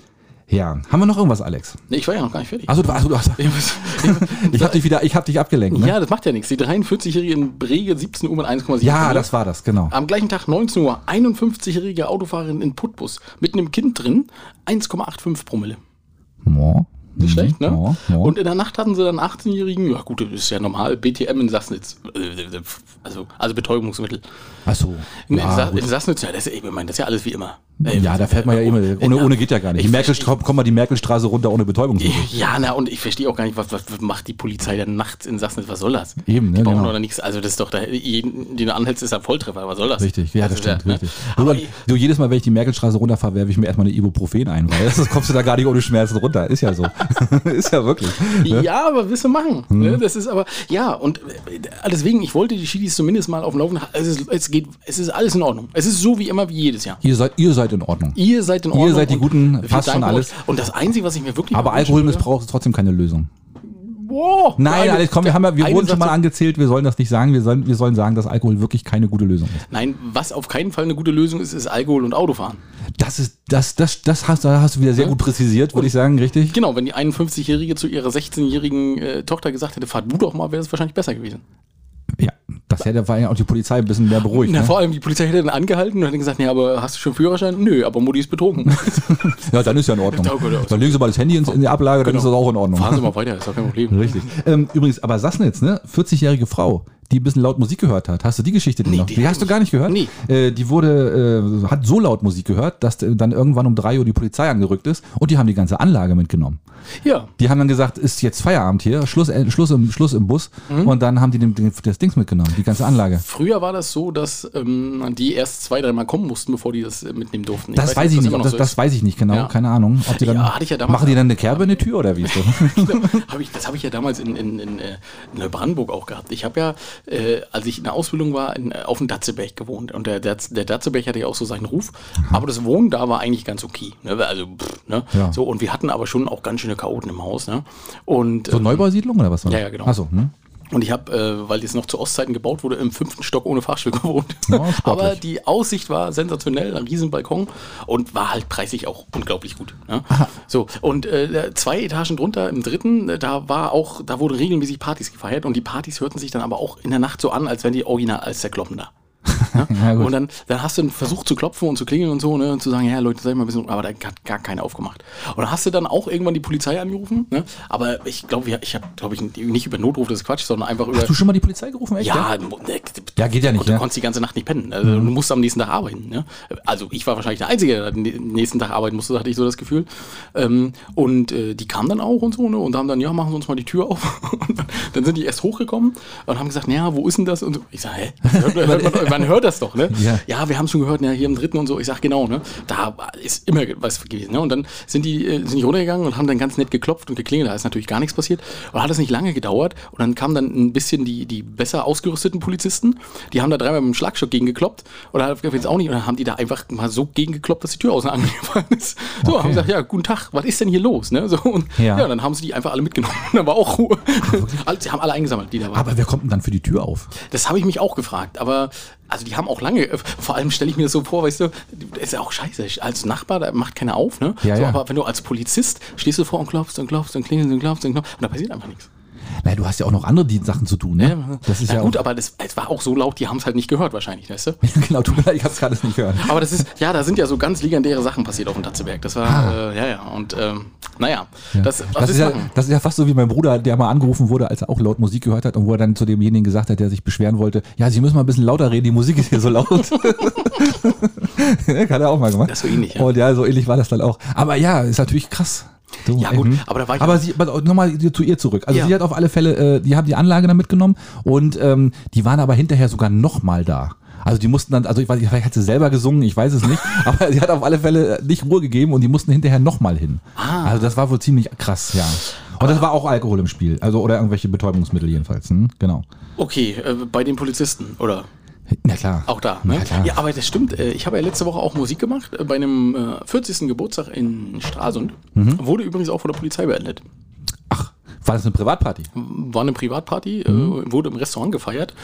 Speaker 1: ja, haben wir noch irgendwas, Alex?
Speaker 2: Nee, ich war ja noch gar nicht fertig.
Speaker 1: Achso, du, achso, du hast,
Speaker 2: Ich muss-
Speaker 1: ich habe dich wieder, ich habe dich abgelenkt. Ne?
Speaker 2: ja, das macht ja nichts. Die 43-Jährige in Brege, 17 Uhr mit 1,7.
Speaker 1: Ja,
Speaker 2: Promille.
Speaker 1: das war das, genau.
Speaker 2: Am gleichen Tag 19 Uhr, 51-jährige Autofahrerin in Putbus mit einem Kind drin, 1,85 Promille.
Speaker 1: Ja.
Speaker 2: Nicht schlecht, ne?
Speaker 1: Ja, ja.
Speaker 2: Und in der Nacht hatten sie dann 18-jährigen, ja gut, das ist ja normal, BTM in Sassnitz. Also, also Betäubungsmittel.
Speaker 1: Achso.
Speaker 2: In,
Speaker 1: Ja,
Speaker 2: Sa
Speaker 1: gut.
Speaker 2: in Sassnitz, ja, das, ist- ich meine, das ist ja alles wie immer. Äh,
Speaker 1: ja, da fällt man ja
Speaker 2: äh,
Speaker 1: immer. Ohne, ohne geht ja gar nicht. Die Merkel, komm mal die Merkelstraße runter ohne Betäubungsmittel.
Speaker 2: Ja, na, und ich verstehe auch gar nicht, was, was was macht die Polizei dann nachts in Sassnitz? Was soll das?
Speaker 1: Eben,
Speaker 2: die
Speaker 1: ne,
Speaker 2: brauchen
Speaker 1: genau.
Speaker 2: doch da nichts. Also, das ist doch, da, jeden, den du anhältst, ist ein Volltreffer. Was soll das?
Speaker 1: Richtig, ja, das
Speaker 2: ist
Speaker 1: stimmt,
Speaker 2: ne?
Speaker 1: richtig.
Speaker 2: Aber,
Speaker 1: du, du, jedes Mal, wenn ich die Merkelstraße runterfahre, werfe ich mir erstmal eine Ibuprofen ein, weil sonst kommst du da gar nicht ohne Schmerzen runter. Ist ja so. ist ja Hm. wirklich. Ne?
Speaker 2: Ja, aber wirst du machen. Ne? Das ist aber, ja, und äh, deswegen, ich wollte die Schiedis zumindest mal auf dem Laufen. Es, ist, es, geht, es ist alles in Ordnung. Es ist so wie immer, wie jedes Jahr.
Speaker 1: Ihr, seid, ihr seid in Ordnung.
Speaker 2: Ihr seid in
Speaker 1: Ihr
Speaker 2: Ordnung.
Speaker 1: seid die
Speaker 2: und
Speaker 1: Guten,
Speaker 2: wir
Speaker 1: passt schon
Speaker 2: danken
Speaker 1: alles.
Speaker 2: euch. Und das Einzige, was ich mir wirklich.
Speaker 1: Aber
Speaker 2: wünschen würde-
Speaker 1: Alkoholmissbrauch ist trotzdem keine Lösung.
Speaker 2: Wow,
Speaker 1: Nein,
Speaker 2: Eine-
Speaker 1: Alex, komm, wir, haben ja, wir
Speaker 2: eine
Speaker 1: wurden schon
Speaker 2: Sache-
Speaker 1: mal angezählt, wir sollen das nicht sagen. Wir sollen, wir sollen sagen, dass Alkohol wirklich keine gute Lösung ist.
Speaker 2: Nein, was auf keinen Fall eine gute Lösung ist, ist Alkohol und Autofahren.
Speaker 1: Das ist, das, das, das hast, da hast du wieder sehr gut präzisiert, würde ich sagen, richtig?
Speaker 2: Genau, wenn die 51-Jährige zu ihrer 16-jährigen äh, Tochter gesagt hätte, fahr du doch mal, wäre das wahrscheinlich besser gewesen.
Speaker 1: Ja. Das hätte vor allem auch die Polizei ein bisschen mehr beruhigt.
Speaker 2: Na,
Speaker 1: Ne?
Speaker 2: vor allem die Polizei hätte dann angehalten und hätte gesagt, nee, aber hast du schon Führerschein? Nö, aber Mutti ist betrunken.
Speaker 1: Ja, dann ist ja in Ordnung.
Speaker 2: Ja, gut, ja.
Speaker 1: Dann legen Sie mal das Handy ins- in die Ablage, dann ist
Speaker 2: Genau.
Speaker 1: das auch in Ordnung.
Speaker 2: Fahren Sie mal weiter, ist doch kein Problem.
Speaker 1: Richtig. Ähm, übrigens, aber Sassnitz, ne? 40-jährige Frau, die ein bisschen laut Musik gehört hat. Hast du die Geschichte denn
Speaker 2: Nee,
Speaker 1: noch?
Speaker 2: die
Speaker 1: Die,
Speaker 2: hab
Speaker 1: hast du
Speaker 2: ich-
Speaker 1: gar nicht gehört?
Speaker 2: Nee.
Speaker 1: Äh, die wurde, äh, hat so laut Musik gehört, dass äh, dann irgendwann um 3 Uhr die Polizei angerückt ist und die haben die ganze Anlage mitgenommen.
Speaker 2: Ja,
Speaker 1: Die haben dann gesagt, ist jetzt Feierabend hier, Schluss, äh, Schluss, im, Schluss im Bus
Speaker 2: Mhm.
Speaker 1: und dann haben die den, den, das Dings mitgenommen, die ganze Anlage.
Speaker 2: früher war das so, dass ähm, die erst zwei, dreimal kommen mussten, bevor die das äh, mitnehmen durften.
Speaker 1: Das weiß ich nicht,
Speaker 2: ob
Speaker 1: ob das,
Speaker 2: immer noch
Speaker 1: das
Speaker 2: so
Speaker 1: weiß ich nicht genau,
Speaker 2: Ja.
Speaker 1: keine Ahnung. Ob die dann,
Speaker 2: Ja, hatte ich ja damals
Speaker 1: machen die dann eine Kerbe in die Tür oder wie ist das?
Speaker 2: ist. Hab ich, das habe ich ja damals in, in, in, äh, in Neubrandenburg auch gehabt. Ich habe ja, äh, als ich in der Ausbildung war, in, äh, auf dem Datzeberg gewohnt. Und der, Datz- der Datzeberg hatte ja auch so seinen Ruf. Aber das Wohnen da war eigentlich ganz okay. Ne? Also, pff, ne?
Speaker 1: Ja.
Speaker 2: so, und wir hatten aber schon auch ganz schöne Chaoten im Haus. Ne? Und,
Speaker 1: so
Speaker 2: ähm,
Speaker 1: Neubausiedlung oder was war das?
Speaker 2: Ja, ja, genau.
Speaker 1: Achso, ne?
Speaker 2: Und ich habe, äh, weil jetzt noch zu Ostzeiten gebaut wurde, im fünften Stock ohne Fahrstuhl gewohnt.
Speaker 1: Ja, sportlich.
Speaker 2: Aber die Aussicht war sensationell, ein Riesenbalkon und war halt preislich auch unglaublich gut. Ne? So, und äh, zwei Etagen drunter, im dritten, äh, da war auch, da wurden regelmäßig Partys gefeiert und die Partys hörten sich dann aber auch in der Nacht so an, als wären die original als ne? der Kloppen da.
Speaker 1: Ja, gut.
Speaker 2: Und dann, dann hast du einen Versuch zu klopfen und zu klingeln und so, ne, und zu sagen, ja, Leute, sag mal ein bisschen, aber da hat gar keiner aufgemacht. Und dann hast du dann auch irgendwann die Polizei angerufen, ne? Aber ich glaube, ich habe, glaube ich, nicht über Notruf, das ist Quatsch, sondern einfach über.
Speaker 1: Hast du schon mal die Polizei gerufen? Echt?
Speaker 2: Ja, mu- ne,
Speaker 1: Ja, geht ja nicht,
Speaker 2: Du
Speaker 1: ne? Mhm.
Speaker 2: konntest die ganze Nacht nicht pennen. Also, Du musst am nächsten Tag arbeiten. Ne? Also ich war wahrscheinlich der Einzige, der am nächsten Tag arbeiten musste, hatte ich so das Gefühl. Ähm, und äh, die kamen dann auch und so ne? und haben dann, ja, machen Sie uns mal die Tür auf. Und dann, dann sind die erst hochgekommen und haben gesagt, naja, wo ist denn das? Und so. ich sage, hä? Hört, hört man, doch- man hört das doch, ne?
Speaker 1: Ja.
Speaker 2: ja, wir haben schon gehört, ja, hier im dritten und so. Ich sag genau, ne? Da ist immer was gewesen. Ne? Und dann sind die, äh, sind die runtergegangen und haben dann ganz nett geklopft und geklingelt. Da ist natürlich gar nichts passiert. Und hat es nicht lange gedauert. Und dann kamen dann ein bisschen die, die besser ausgerüsteten Polizisten. Die haben da dreimal mit dem Schlagstock gegen geklopft. Oder hat jetzt auch nicht. Und dann haben die da einfach mal so gegen geklopft, dass die Tür außen angefallen ist. So, haben gesagt, ja, guten Tag, was ist denn hier los? Ne? So, und ja.
Speaker 1: Ja.
Speaker 2: dann haben sie die einfach alle mitgenommen. da war auch Ruhe. Alle- Sie haben alle eingesammelt, die da waren.
Speaker 1: Aber wer kommt denn dann für die Tür auf?
Speaker 2: Das habe ich mich auch gefragt, aber also die haben auch lange, äh, vor allem stelle ich mir das so vor, weißt du, das ist ja auch scheiße. Als Nachbar, da macht keiner auf, ne?
Speaker 1: Ja,
Speaker 2: so,
Speaker 1: ja.
Speaker 2: Aber wenn du als Polizist stehst du vor und klopfst und klopfst und klingelst und klopfst und klopfst und da passiert einfach nichts.
Speaker 1: Naja, du hast ja auch noch andere die Sachen zu tun, ne? Das ist
Speaker 2: Na
Speaker 1: ja
Speaker 2: gut,
Speaker 1: auch,
Speaker 2: aber das, es war auch so laut, die haben es halt nicht gehört wahrscheinlich, weißt du?
Speaker 1: genau, tut mir leid, ich hab's gerade nicht gehört.
Speaker 2: Aber das ist, ja, da sind ja so ganz legendäre Sachen passiert auf dem Datzeberg. Das war, äh, ja, ja. Und ähm, naja, das, was
Speaker 1: Das
Speaker 2: willst
Speaker 1: ist,
Speaker 2: du
Speaker 1: Ah. ja,
Speaker 2: machen?
Speaker 1: das ist ja fast so wie mein Bruder, der mal angerufen wurde, als er auch laut Musik gehört hat und wo er dann zu demjenigen gesagt hat, der sich beschweren wollte, ja, Sie müssen mal ein bisschen lauter reden, die Musik ist hier so laut. Hat er auch mal gemacht.
Speaker 2: Das ist so ähnlich, ja.
Speaker 1: ja. Und ja, so ähnlich war das dann auch. Aber ja, ist natürlich krass. So,
Speaker 2: Ja, gut,
Speaker 1: mhm.
Speaker 2: aber da war ich-
Speaker 1: aber sie, nochmal zu ihr zurück. Also
Speaker 2: Ja.
Speaker 1: sie hat auf alle Fälle, äh, die haben die Anlage dann mitgenommen und ähm, die waren aber hinterher sogar nochmal da. Also die mussten dann, also ich weiß nicht, vielleicht hat sie selber gesungen, ich weiß es nicht, aber sie hat auf alle Fälle äh, nicht Ruhe gegeben und die mussten hinterher nochmal hin.
Speaker 2: Ah.
Speaker 1: Also das war wohl ziemlich krass, ja. Und das war auch Alkohol im Spiel, also oder irgendwelche Betäubungsmittel jedenfalls, hm? genau.
Speaker 2: Okay, äh, bei den Polizisten, oder?
Speaker 1: Na klar.
Speaker 2: Auch da, ne?
Speaker 1: Na klar.
Speaker 2: Ja, aber das stimmt. Äh, Ich habe ja letzte Woche auch Musik gemacht. Äh, Bei einem äh, 40. Geburtstag in Stralsund.
Speaker 1: Mhm.
Speaker 2: Wurde übrigens auch von der Polizei beendet.
Speaker 1: Ach, war das eine Privatparty?
Speaker 2: War eine Privatparty,
Speaker 1: Mhm.
Speaker 2: äh, wurde im Restaurant gefeiert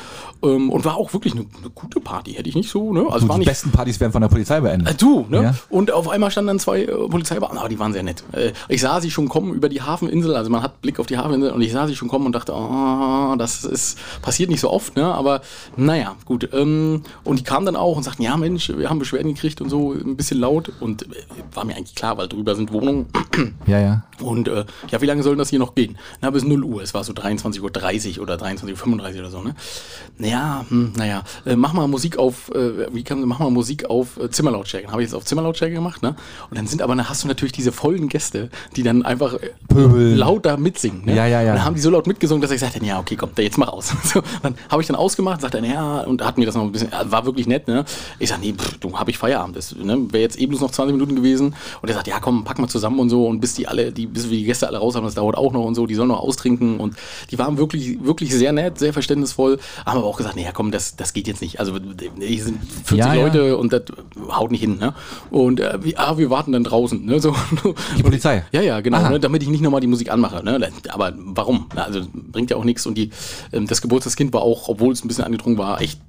Speaker 2: ähm, und war auch wirklich eine, eine gute Party. Hätte ich nicht so, ne? Also
Speaker 1: So,
Speaker 2: war
Speaker 1: die
Speaker 2: nicht.
Speaker 1: besten Partys werden von der Polizei
Speaker 2: Äh,
Speaker 1: beendet.
Speaker 2: Du, ne?
Speaker 1: Ja.
Speaker 2: Und auf einmal standen dann zwei äh, Polizeibeamten, aber die waren sehr nett. Äh, ich sah sie schon kommen über die Hafeninsel, also man hat Blick auf die Hafeninsel und ich sah sie schon kommen und dachte, oh, das ist, passiert nicht so oft, ne? Aber naja, gut. Ähm, und die kamen dann auch und sagten, ja Mensch, wir haben Beschwerden gekriegt und so, ein bisschen laut. Und äh, war mir eigentlich klar, weil drüber sind Wohnungen.
Speaker 1: Ja, ja.
Speaker 2: Und äh, ja, wie lange soll das hier noch gehen? Na, bis 0 Uhr. Es war so 23.30 Uhr oder 23.35 Uhr oder so, ne? Naja, hm, naja, äh, mach mal Musik auf, äh, wie kann, mach mal Musik auf äh, Zimmerlautstärke. Habe ich jetzt auf Zimmerlautstärke gemacht, ne? Und dann sind aber, dann hast du natürlich diese vollen Gäste, die dann einfach äh,
Speaker 1: Pöbel.
Speaker 2: lauter mitsingen, ne?
Speaker 1: Ja, ja, ja.
Speaker 2: Und dann haben die so laut mitgesungen, dass ich sagte, ja, okay, komm, jetzt mach aus. So, dann habe ich dann ausgemacht, sagte er, ja, und hat mir das noch ein bisschen, ja, war wirklich nett, ne? Ich sag, nee, pff, du, habe ich Feierabend, das ne? wäre jetzt eben bloß noch 20 Minuten gewesen. Und er sagt, ja, komm, pack mal zusammen und so. Und bis die alle, die, bis wir die Gäste alle raus haben, das dauert auch noch und so, die sollen noch austrinken. Und die waren wirklich, wirklich sehr nett, sehr verständnisvoll, haben aber auch gesagt, nee, ja, komm, das, das geht jetzt nicht. Also, hier sind 40
Speaker 1: Ja, ja.
Speaker 2: Leute und das haut nicht hin, ne? Und äh, wir, ah, wir warten dann draußen, ne? So,
Speaker 1: Die Polizei.
Speaker 2: ja, ja, genau,
Speaker 1: Aha.
Speaker 2: ne, damit ich nicht nochmal die Musik anmache. Ne? Aber warum? Na, Also bringt ja auch nichts. Und die, ähm, das Geburtstagskind war auch, obwohl es ein bisschen angetrunken war, echt,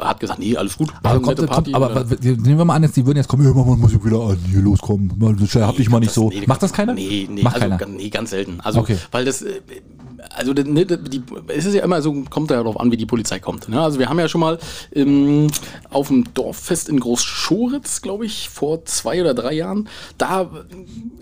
Speaker 2: hat gesagt, nee, alles gut,
Speaker 1: Also
Speaker 2: war eine
Speaker 1: kommt,
Speaker 2: nette Party.
Speaker 1: kommt, aber wa-
Speaker 2: ne?
Speaker 1: wa- nehmen wir mal an, jetzt, die würden jetzt kommen, ja, mach mal Musik wieder an, hier los, komm, mal, schnell, hab dich mal nicht so.
Speaker 2: nee,
Speaker 1: Macht das keiner?
Speaker 2: Nee, nee,
Speaker 1: Macht
Speaker 2: also,
Speaker 1: keiner.
Speaker 2: gan- nee, ganz selten. Also,
Speaker 1: Okay.
Speaker 2: weil das, äh, also das- ne, das- die, es ist ja immer so, kommt ja darauf an, wie die Polizei kommt. Ne? Also wir haben ja schon mal ähm, auf dem Dorffest in Großschoritz, glaube ich, vor zwei oder drei Jahren, da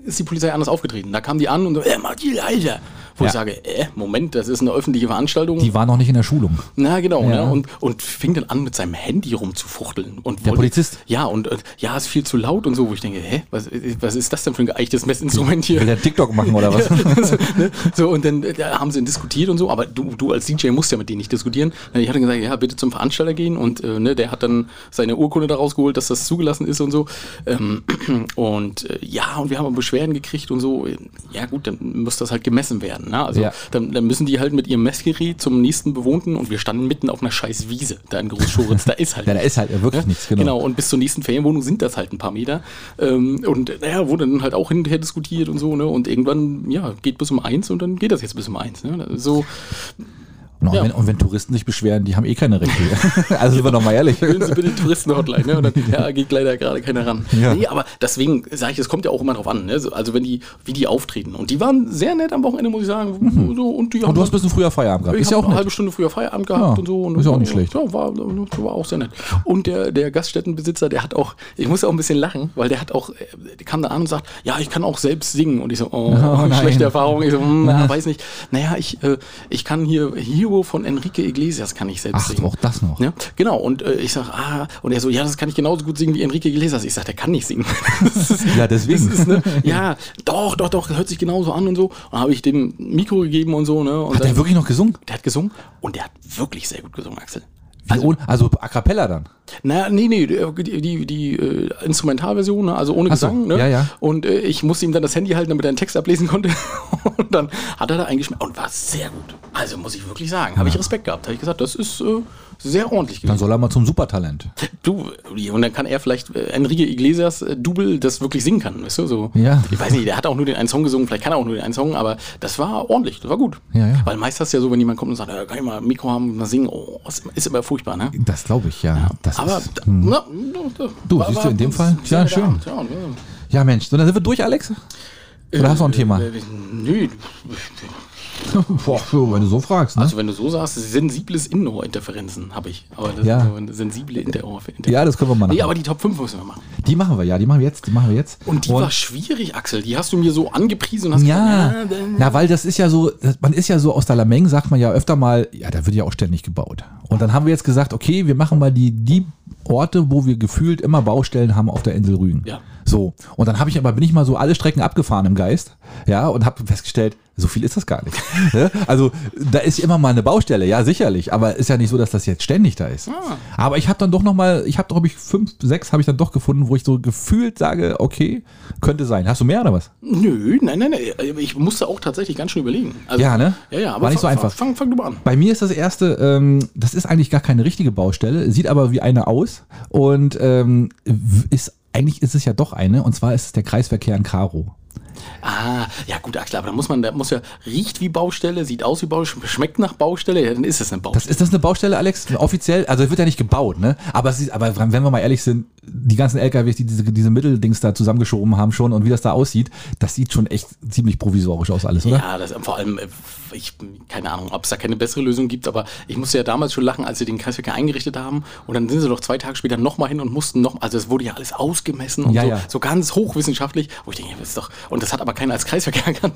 Speaker 2: ist die Polizei anders aufgetreten. Da kam die an und so, äh, mach die leiser. Wo
Speaker 1: Ja.
Speaker 2: ich sage, äh, Moment, das ist eine öffentliche Veranstaltung.
Speaker 1: Die war noch nicht in der Schulung.
Speaker 2: Na genau,
Speaker 1: Ja.
Speaker 2: ne? und, und fing dann an, mit seinem Handy rumzufuchteln. Und
Speaker 1: Der Polizist?
Speaker 2: Ja, und äh, ja, ist viel zu laut und so, wo ich denke, hä, was, äh, was ist das denn für ein geeichtes Messinstrument hier?
Speaker 1: Will der TikTok machen oder was?
Speaker 2: so, ne? so, und dann äh, da haben sie ihn diskutiert und so, aber du, du als DJ musst ja mit denen nicht diskutieren. Ich hatte gesagt, ja, bitte zum Veranstalter gehen und äh, ne, der hat dann seine Urkunde daraus geholt, dass das zugelassen ist und so. Ähm, und äh, ja, und wir haben Beschwerden gekriegt und so. Ja, gut, dann muss das halt gemessen werden. Ne? Also
Speaker 1: Ja.
Speaker 2: dann, dann müssen die halt mit ihrem Messgerät zum nächsten Bewohnten und wir standen mitten auf einer scheiß Wiese da in Großschoritz. Da ist halt
Speaker 1: Ja, da ist halt wirklich nichts, genau.
Speaker 2: Genau, und bis zur nächsten Ferienwohnung sind das halt ein paar Meter. Ähm, und äh, naja, wurde dann halt auch hin und her diskutiert und so, ne? Und irgendwann, ja, geht bis um eins und dann geht das jetzt bis um eins. Ne? So
Speaker 1: Und, auch
Speaker 2: Ja.
Speaker 1: wenn, und wenn Touristen sich beschweren, die haben eh keine Rechte. also sind wir doch mal ehrlich.
Speaker 2: bilden Sie bitte die Touristen-Hotline, ne? Und dann, ja, geht leider gerade keiner ran.
Speaker 1: Ja.
Speaker 2: Nee, aber deswegen sage ich, es kommt ja auch immer drauf an, ne? So, Also wenn die, wie die auftreten. Und die waren sehr nett am Wochenende, muss ich sagen. So, und die
Speaker 1: Mhm. Und
Speaker 2: haben
Speaker 1: du hast ein bisschen früher Feierabend gehabt.
Speaker 2: Ich
Speaker 1: Ist ja
Speaker 2: hab
Speaker 1: auch
Speaker 2: eine
Speaker 1: nett.
Speaker 2: halbe Stunde früher Feierabend gehabt
Speaker 1: Ja,
Speaker 2: und so. Und
Speaker 1: ist ja auch nicht schlecht.
Speaker 2: Ja, war, war auch sehr nett. Und der, der Gaststättenbesitzer, der hat auch, ich muss auch ein bisschen lachen, weil der hat auch, äh, der kam dann an und sagt, ja, ich kann auch selbst singen. Und ich so, oh,
Speaker 1: nein.
Speaker 2: schlechte Erfahrung. Ich so, hm, ja, weiß nicht. Naja, ich, äh, ich kann hier Hero von Enrique Iglesias kann ich selbst
Speaker 1: Ach,
Speaker 2: singen.
Speaker 1: auch das noch.
Speaker 2: Ja, genau. Und äh, ich sage, ah, und er so, ja, das kann ich genauso gut singen wie Enrique Iglesias. Ich sage, der kann nicht singen. Das ist-
Speaker 1: Ja, deswegen.
Speaker 2: Das ist, ne, ja, doch, doch, doch, hört sich genauso an und so. Und dann habe ich dem Mikro gegeben und so, ne? Und
Speaker 1: Hat
Speaker 2: dann,
Speaker 1: der wirklich noch gesungen?
Speaker 2: der hat gesungen und der hat wirklich sehr gut gesungen, Axel.
Speaker 1: Wie also, also a cappella dann.
Speaker 2: Naja, nee, nee, die, die, die äh, Instrumentalversion, ne? also ohne
Speaker 1: Ach so,
Speaker 2: Gesang. Ne?
Speaker 1: ja, ja.
Speaker 2: Und äh, ich musste ihm dann das Handy halten, damit er den Text ablesen konnte. Und dann hat er da eingeschmiert und war sehr gut. Also muss ich wirklich sagen, habe ich Respekt gehabt. Habe ich gesagt, das ist äh, sehr ordentlich
Speaker 1: Dann
Speaker 2: gewesen.
Speaker 1: soll er mal zum Supertalent.
Speaker 2: Du, und dann kann er vielleicht äh, Enrique Iglesias äh, Double das wirklich singen kann, weißt du? So.
Speaker 1: Ja.
Speaker 2: Ich weiß nicht, der hat auch nur den einen Song gesungen, vielleicht kann er auch nur den einen Song, aber das war ordentlich, das war gut.
Speaker 1: Ja, ja.
Speaker 2: Weil meist hast du ja so, wenn jemand kommt und sagt, ja, kann ich mal ein Mikro haben, mal singen, oh, ist, ist immer furchtbar, ne?
Speaker 1: Das glaube ich, ja. Das
Speaker 2: Aber
Speaker 1: ist, hm.
Speaker 2: da- na, na, da-
Speaker 1: Du, siehst du, in dem Fall?
Speaker 2: sehr
Speaker 1: Ja,
Speaker 2: netter
Speaker 1: schön.
Speaker 2: Abend, Ja,
Speaker 1: ja, Mensch. So, dann sind wir durch, Alex? Oder hast du noch ein Thema?
Speaker 2: ja. Äh, Nö,
Speaker 1: Boah, wenn du so fragst, ne?
Speaker 2: also wenn du so sagst, sensibles Innenohrinterferenzen habe ich. Aber das
Speaker 1: Ja.
Speaker 2: sind so eine sensible Innenohrinterferenzen.
Speaker 1: ja, das können wir mal machen.
Speaker 2: Nee, aber die Top 5 müssen wir machen.
Speaker 1: die machen wir, ja. Die machen wir jetzt. Die machen wir jetzt.
Speaker 2: Und die war schwierig, Axel. Die hast du mir so angepriesen und hast
Speaker 1: Ja,
Speaker 2: gesagt, "Äh, ja,
Speaker 1: na, weil das ist ja so, das- man ist ja so aus der Lameng, sagt man ja öfter mal, ja, da wird ja auch ständig gebaut. Und dann haben wir jetzt gesagt, okay, wir machen mal die, die Orte, wo wir gefühlt immer Baustellen haben auf der Insel Rügen.
Speaker 2: Ja.
Speaker 1: So. Und dann habe ich aber, bin ich mal so alle Strecken abgefahren im Geist, ja, und habe festgestellt, so viel ist das gar nicht. Ne? also, da ist immer mal eine Baustelle, ja, sicherlich, aber ist ja nicht so, dass das jetzt ständig da ist.
Speaker 2: Ah.
Speaker 1: Aber ich habe dann doch nochmal, ich habe, glaube ich, fünf, sechs habe ich dann doch gefunden, wo ich so gefühlt sage, okay, könnte sein. Hast du mehr oder was?
Speaker 2: Nö, nein, nein, nein. Ich musste auch tatsächlich ganz schön überlegen. Also,
Speaker 1: Ja, ne?
Speaker 2: Ja, ja, aber
Speaker 1: War nicht so
Speaker 2: fang-
Speaker 1: einfach.
Speaker 2: Fang, fang du mal an.
Speaker 1: Bei mir ist das erste, ähm, das ist eigentlich gar keine richtige Baustelle, sieht aber wie eine aus und ähm, w- ist eigentlich ist es ja doch eine und zwar ist es der Kreisverkehr in Karo.
Speaker 2: Ah, ja gut, Axel, aber da muss man, da muss ja, riecht wie Baustelle, sieht aus wie Baustelle, schmeckt nach Baustelle, ja, dann ist es eine
Speaker 1: Das
Speaker 2: Baustelle.
Speaker 1: ist das eine Baustelle, Alex? Offiziell, also wird ja nicht gebaut, ne? Aber es ist, aber wenn wir mal ehrlich sind, die ganzen LKWs, die diese, diese Mitteldings da zusammengeschoben haben schon und wie das da aussieht, das sieht schon echt ziemlich provisorisch aus alles, oder?
Speaker 2: ja, das, vor allem, äh, ich, keine Ahnung, ob es da keine bessere Lösung gibt, aber ich musste ja damals schon lachen, als sie den Kreisverkehr eingerichtet haben und dann sind sie doch zwei Tage später nochmal hin und mussten noch, also es wurde ja alles ausgemessen und
Speaker 1: Ja,
Speaker 2: so,
Speaker 1: ja.
Speaker 2: so ganz hochwissenschaftlich, wo ich denke, ja, das ist doch, und das hat aber keiner als Kreisverkehr erkannt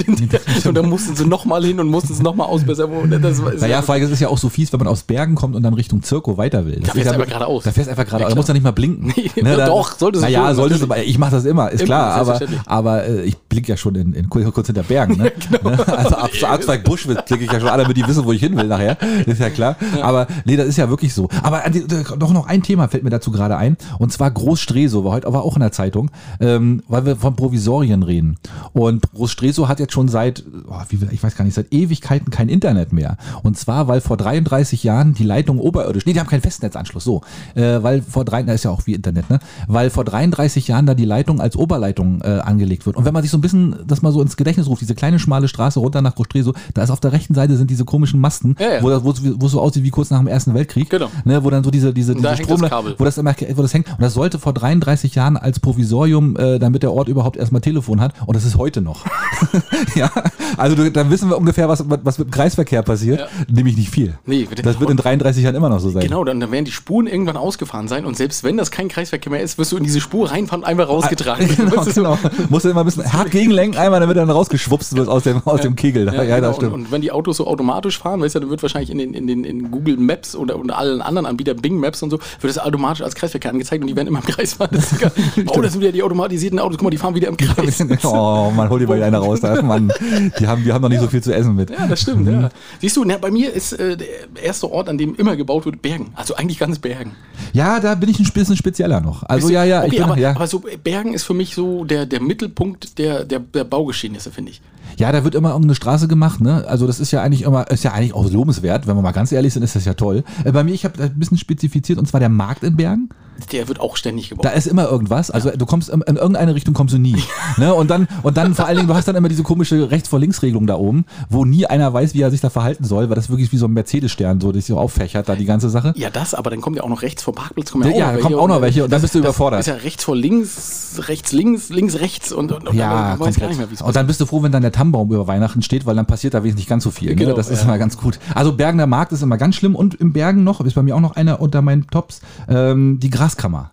Speaker 2: und dann mussten sie nochmal hin und mussten es nochmal ausbessern. wo- ne, Das war- ist
Speaker 1: Naja, vor allem es ist ja auch so fies, wenn man aus Bergen kommt und dann Richtung Zirko weiter will. Das ist
Speaker 2: fährst
Speaker 1: ja
Speaker 2: du einfach
Speaker 1: wirklich-
Speaker 2: geradeaus.
Speaker 1: Da fährst du einfach geradeaus.
Speaker 2: Ja,
Speaker 1: da musst du nicht mal blinken. Ne,
Speaker 2: Nee, doch, solltest du
Speaker 1: du. Naja,
Speaker 2: schon,
Speaker 1: solltest du. aber Ich mache das immer, ist klar. Aber,
Speaker 2: selbstverständlich.
Speaker 1: aber äh, ich blinke ja schon in, in, kurz kurz hinter Bergen. Ne?
Speaker 2: genau.
Speaker 1: Ne? Also ab zu Arzweig Busch blinke ich ja schon alle, damit die wissen, wo ich hin will nachher. Ist ja klar. Aber nee, das ist ja wirklich so. Aber an die- doch noch ein Thema fällt mir dazu gerade ein. Und zwar Groß-Stresow war heute aber auch in der Zeitung, ähm, weil wir von Provisorien reden. Und Groß-Stresow hat jetzt schon seit, oh, wie, viel- ich weiß gar nicht, seit Ewigkeiten kein Internet mehr. Und zwar, weil vor 33 Jahren die Leitung oberirdisch, nee, die haben keinen Festnetzanschluss, so. Äh, weil vor drei, da ist ja auch wie Internet damit, ne? Weil vor 33 Jahren da die Leitung als Oberleitung äh, angelegt wird. Und wenn man sich so ein bisschen das mal so ins Gedächtnis ruft, diese kleine schmale Straße runter nach Großstresow, da ist auf der rechten Seite sind diese komischen Masten,
Speaker 2: Ja, ja.
Speaker 1: wo das- wo es wo es so aussieht wie kurz nach dem Ersten Weltkrieg,
Speaker 2: Genau.
Speaker 1: ne? Wo dann so diese diese,
Speaker 2: Und da
Speaker 1: diese
Speaker 2: hängt das
Speaker 1: Stromle-
Speaker 2: Kabel.
Speaker 1: wo das immer wo das hängt. Und das sollte vor 33 Jahren als Provisorium, äh, damit der Ort überhaupt erstmal Telefon hat. Und das ist heute noch. ja, also du, dann wissen wir ungefähr, was, was mit dem Kreisverkehr passiert.
Speaker 2: Ja.
Speaker 1: Nämlich nicht viel.
Speaker 2: Nee,
Speaker 1: das wird in 33 Jahren immer noch so sein.
Speaker 2: Genau, dann, dann werden die Spuren irgendwann ausgefahren sein und selbst wenn das kein Kreisverkehr mehr ist, wirst du in diese Spur reinfahren und einmal rausgetragen.
Speaker 1: Genau,
Speaker 2: Weißt du, so-
Speaker 1: genau. Musst du immer ein bisschen hart gegenlenken, einmal, damit du dann rausgeschwupst wird aus dem, aus dem Kegel. Da. Ja,
Speaker 2: genau.
Speaker 1: das stimmt.
Speaker 2: Und, und wenn die Autos so automatisch fahren, weißt du, dann wird wahrscheinlich in den in den in Google Maps oder und allen anderen Anbietern, Bing Maps und so, wird das automatisch als Kreisverkehr angezeigt und die werden immer im Kreis fahren. Das ist egal. oh, das sind wieder die automatisierten Autos. Guck mal, die fahren wieder im Kreis.
Speaker 1: oh, man, hol dir mal wieder eine raus. Da. Mann, die haben, wir haben noch nicht so viel zu essen mit.
Speaker 2: Ja, das stimmt,
Speaker 1: Mhm.
Speaker 2: ja. Siehst du, na, bei mir ist äh, der erste Ort, an dem immer gebaut wird, Bergen. Also eigentlich ganz Bergen.
Speaker 1: Ja, da bin ich ein bisschen spezieller noch. Also,
Speaker 2: Bist du-
Speaker 1: ja, ja, ich
Speaker 2: okay,
Speaker 1: bin,
Speaker 2: aber,
Speaker 1: ja.
Speaker 2: aber so Bergen ist für mich so der, der Mittelpunkt der, der, der Baugeschehnisse, finde ich.
Speaker 1: Ja, da wird immer irgendeine Straße gemacht, ne? Also das ist ja eigentlich immer, ist ja eigentlich auch lobenswert, wenn wir mal ganz ehrlich sind, ist das ja toll. Äh, Bei mir, ich habe ein bisschen spezifiziert und zwar der Markt in Bergen.
Speaker 2: Der wird auch ständig gebaut.
Speaker 1: Da ist immer irgendwas. Also du kommst in, in irgendeine Richtung kommst du nie. ne? Und dann und dann vor allen Dingen, du hast dann immer diese komische rechts vor links Regelung da oben, wo nie einer weiß, wie er sich da verhalten soll, weil das wirklich wie so ein Mercedes Stern so dich so auffächert da die ganze Sache.
Speaker 2: ja, das, aber dann kommt ja auch noch rechts vor Parkplatz. Kommen
Speaker 1: Ja, da kommen auch
Speaker 2: äh,
Speaker 1: noch welche und dann bist du
Speaker 2: oh, Das
Speaker 1: überfordert.
Speaker 2: ist ja rechts vor links, rechts links, links rechts und, und, und
Speaker 1: Ja,
Speaker 2: dann weiß ich gar nicht mehr,
Speaker 1: komplett.
Speaker 2: wie es
Speaker 1: Und dann bist du froh, wenn dann der Tannenbaum über Weihnachten steht, weil dann passiert da wesentlich nicht ganz so viel. Ne?
Speaker 2: Genau,
Speaker 1: das ist
Speaker 2: ja.
Speaker 1: immer ganz gut. Also Bergener Markt ist immer ganz schlimm und im Bergen noch, ist bei mir auch noch einer unter meinen Tops, ähm, die Graskammer.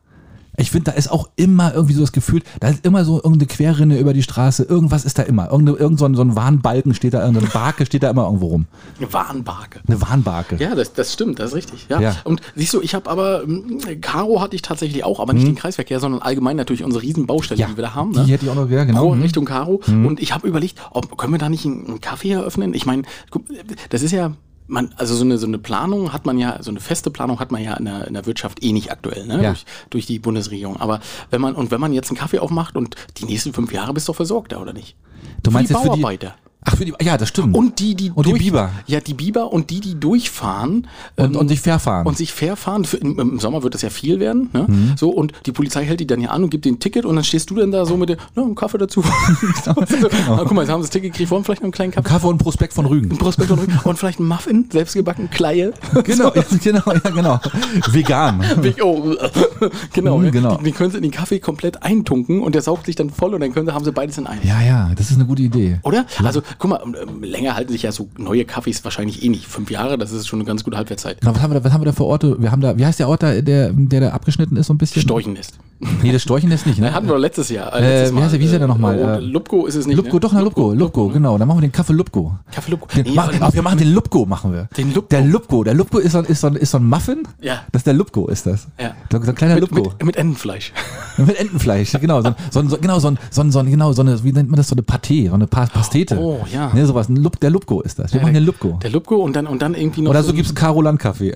Speaker 1: Ich finde, da ist auch immer irgendwie so das Gefühl, da ist immer so irgendeine Querrinne über die Straße, irgendwas ist da immer. Irgende, irgend so ein, so ein Warnbalken steht da, irgendeine Barke steht da immer irgendwo rum.
Speaker 2: Eine Warnbarke.
Speaker 1: Eine Warnbarke.
Speaker 2: Ja, das, das stimmt, das ist richtig. Ja.
Speaker 1: Ja.
Speaker 2: Und siehst du, ich habe aber, mm, Karo hatte ich tatsächlich auch, aber nicht den Kreisverkehr, sondern allgemein natürlich unsere riesen Baustelle, die wir da haben.
Speaker 1: Mhm.
Speaker 2: ne?
Speaker 1: die hätte ich auch noch, ja,
Speaker 2: Pro
Speaker 1: genau. Mhm.
Speaker 2: Richtung Karo. Und ich habe überlegt, ob, können wir da nicht einen einen Kaffee eröffnen? Ich meine, guck, das ist ja. Man, also so eine, so eine Planung hat man ja, so eine feste Planung hat man ja in der, in der Wirtschaft eh nicht aktuell, ne?
Speaker 1: Ja.
Speaker 2: durch, durch die Bundesregierung. Aber wenn man, und wenn man jetzt einen Kaffee aufmacht und die nächsten fünf Jahre bist du doch versorgt, da, oder nicht?
Speaker 1: Du meinst
Speaker 2: die
Speaker 1: jetzt für die,
Speaker 2: Bauarbeiter.
Speaker 1: ach, für die, ja, das stimmt.
Speaker 2: Und die, die
Speaker 1: Und die Biber.
Speaker 2: Ja, die Biber und die, die durchfahren ähm,
Speaker 1: und, und sich verfahren.
Speaker 2: und sich fair fahren. Für, im, Im Sommer wird das ja viel werden. Ne?
Speaker 1: Mhm.
Speaker 2: So, und die Polizei hält die dann hier an und gibt denen ein Ticket und dann stehst du dann da so mit dem, na, einen Kaffee dazu. so,
Speaker 1: Genau.
Speaker 2: ah, guck mal, jetzt haben sie das Ticket gekriegt, wollen vielleicht noch einen kleinen Kaffee?
Speaker 1: Kaffee und Prospekt von Rügen.
Speaker 2: Ein Prospekt und, und vielleicht einen Muffin, selbstgebacken, Kleie.
Speaker 1: Genau, ja, genau, ja, genau. Vegan.
Speaker 2: oh, genau,
Speaker 1: Mhm,
Speaker 2: ja.
Speaker 1: genau.
Speaker 2: Die, die können sie in den Kaffee komplett eintunken und der saugt sich dann voll und dann können sie, haben sie beides in einem.
Speaker 1: Ja, ja, das ist eine gute Idee.
Speaker 2: Oder? Also, guck mal, ähm, länger halten sich ja so neue Kaffees wahrscheinlich eh nicht. Fünf Jahre, das ist schon eine ganz gute Halbwertszeit.
Speaker 1: Genau, was haben wir da, was haben wir da für Orte? Wir haben da, wie heißt der Ort da, der, der da abgeschnitten ist so ein bisschen?
Speaker 2: Storchennest.
Speaker 1: Nee, das Storchen ist nicht, ne?
Speaker 2: Ja, hatten wir letztes Jahr.
Speaker 1: Äh, wie heißt der- wie ist der denn nochmal?
Speaker 2: Äh,
Speaker 1: Äh,
Speaker 2: Lupko ist es nicht.
Speaker 1: Lupko,
Speaker 2: ne?
Speaker 1: doch, na Lupko, Lupko, genau. Dann machen wir den Kaffee Lupko.
Speaker 2: Kaffee Lupko.
Speaker 1: Den,
Speaker 2: Nee,
Speaker 1: mach,
Speaker 2: aber den-
Speaker 1: ach, wir machen den Lupko, machen wir.
Speaker 2: Den Lupko.
Speaker 1: Der Lupko, der Lupko ist so, ein- ist so, ein- ist so ein Muffin.
Speaker 2: Ja.
Speaker 1: Das ist der Lupko, ist das.
Speaker 2: Ja.
Speaker 1: So, so ein kleiner
Speaker 2: Mit,
Speaker 1: Lupko.
Speaker 2: mit, mit Entenfleisch.
Speaker 1: Mit, Entenfleisch, genau. So, ein- so, ein- so, genau, so, ein- so, ein- so, ein- genau, so eine, wie nennt man das, so eine Pâté, so eine Pa- Pastete.
Speaker 2: Oh, ja.
Speaker 1: Ne, sowas. Ein Lup, der Lupko ist das. Wir machen den Lupko.
Speaker 2: Der Lupko und dann, und dann irgendwie noch.
Speaker 1: Oder so gibt's einen Karolan-Kaffee.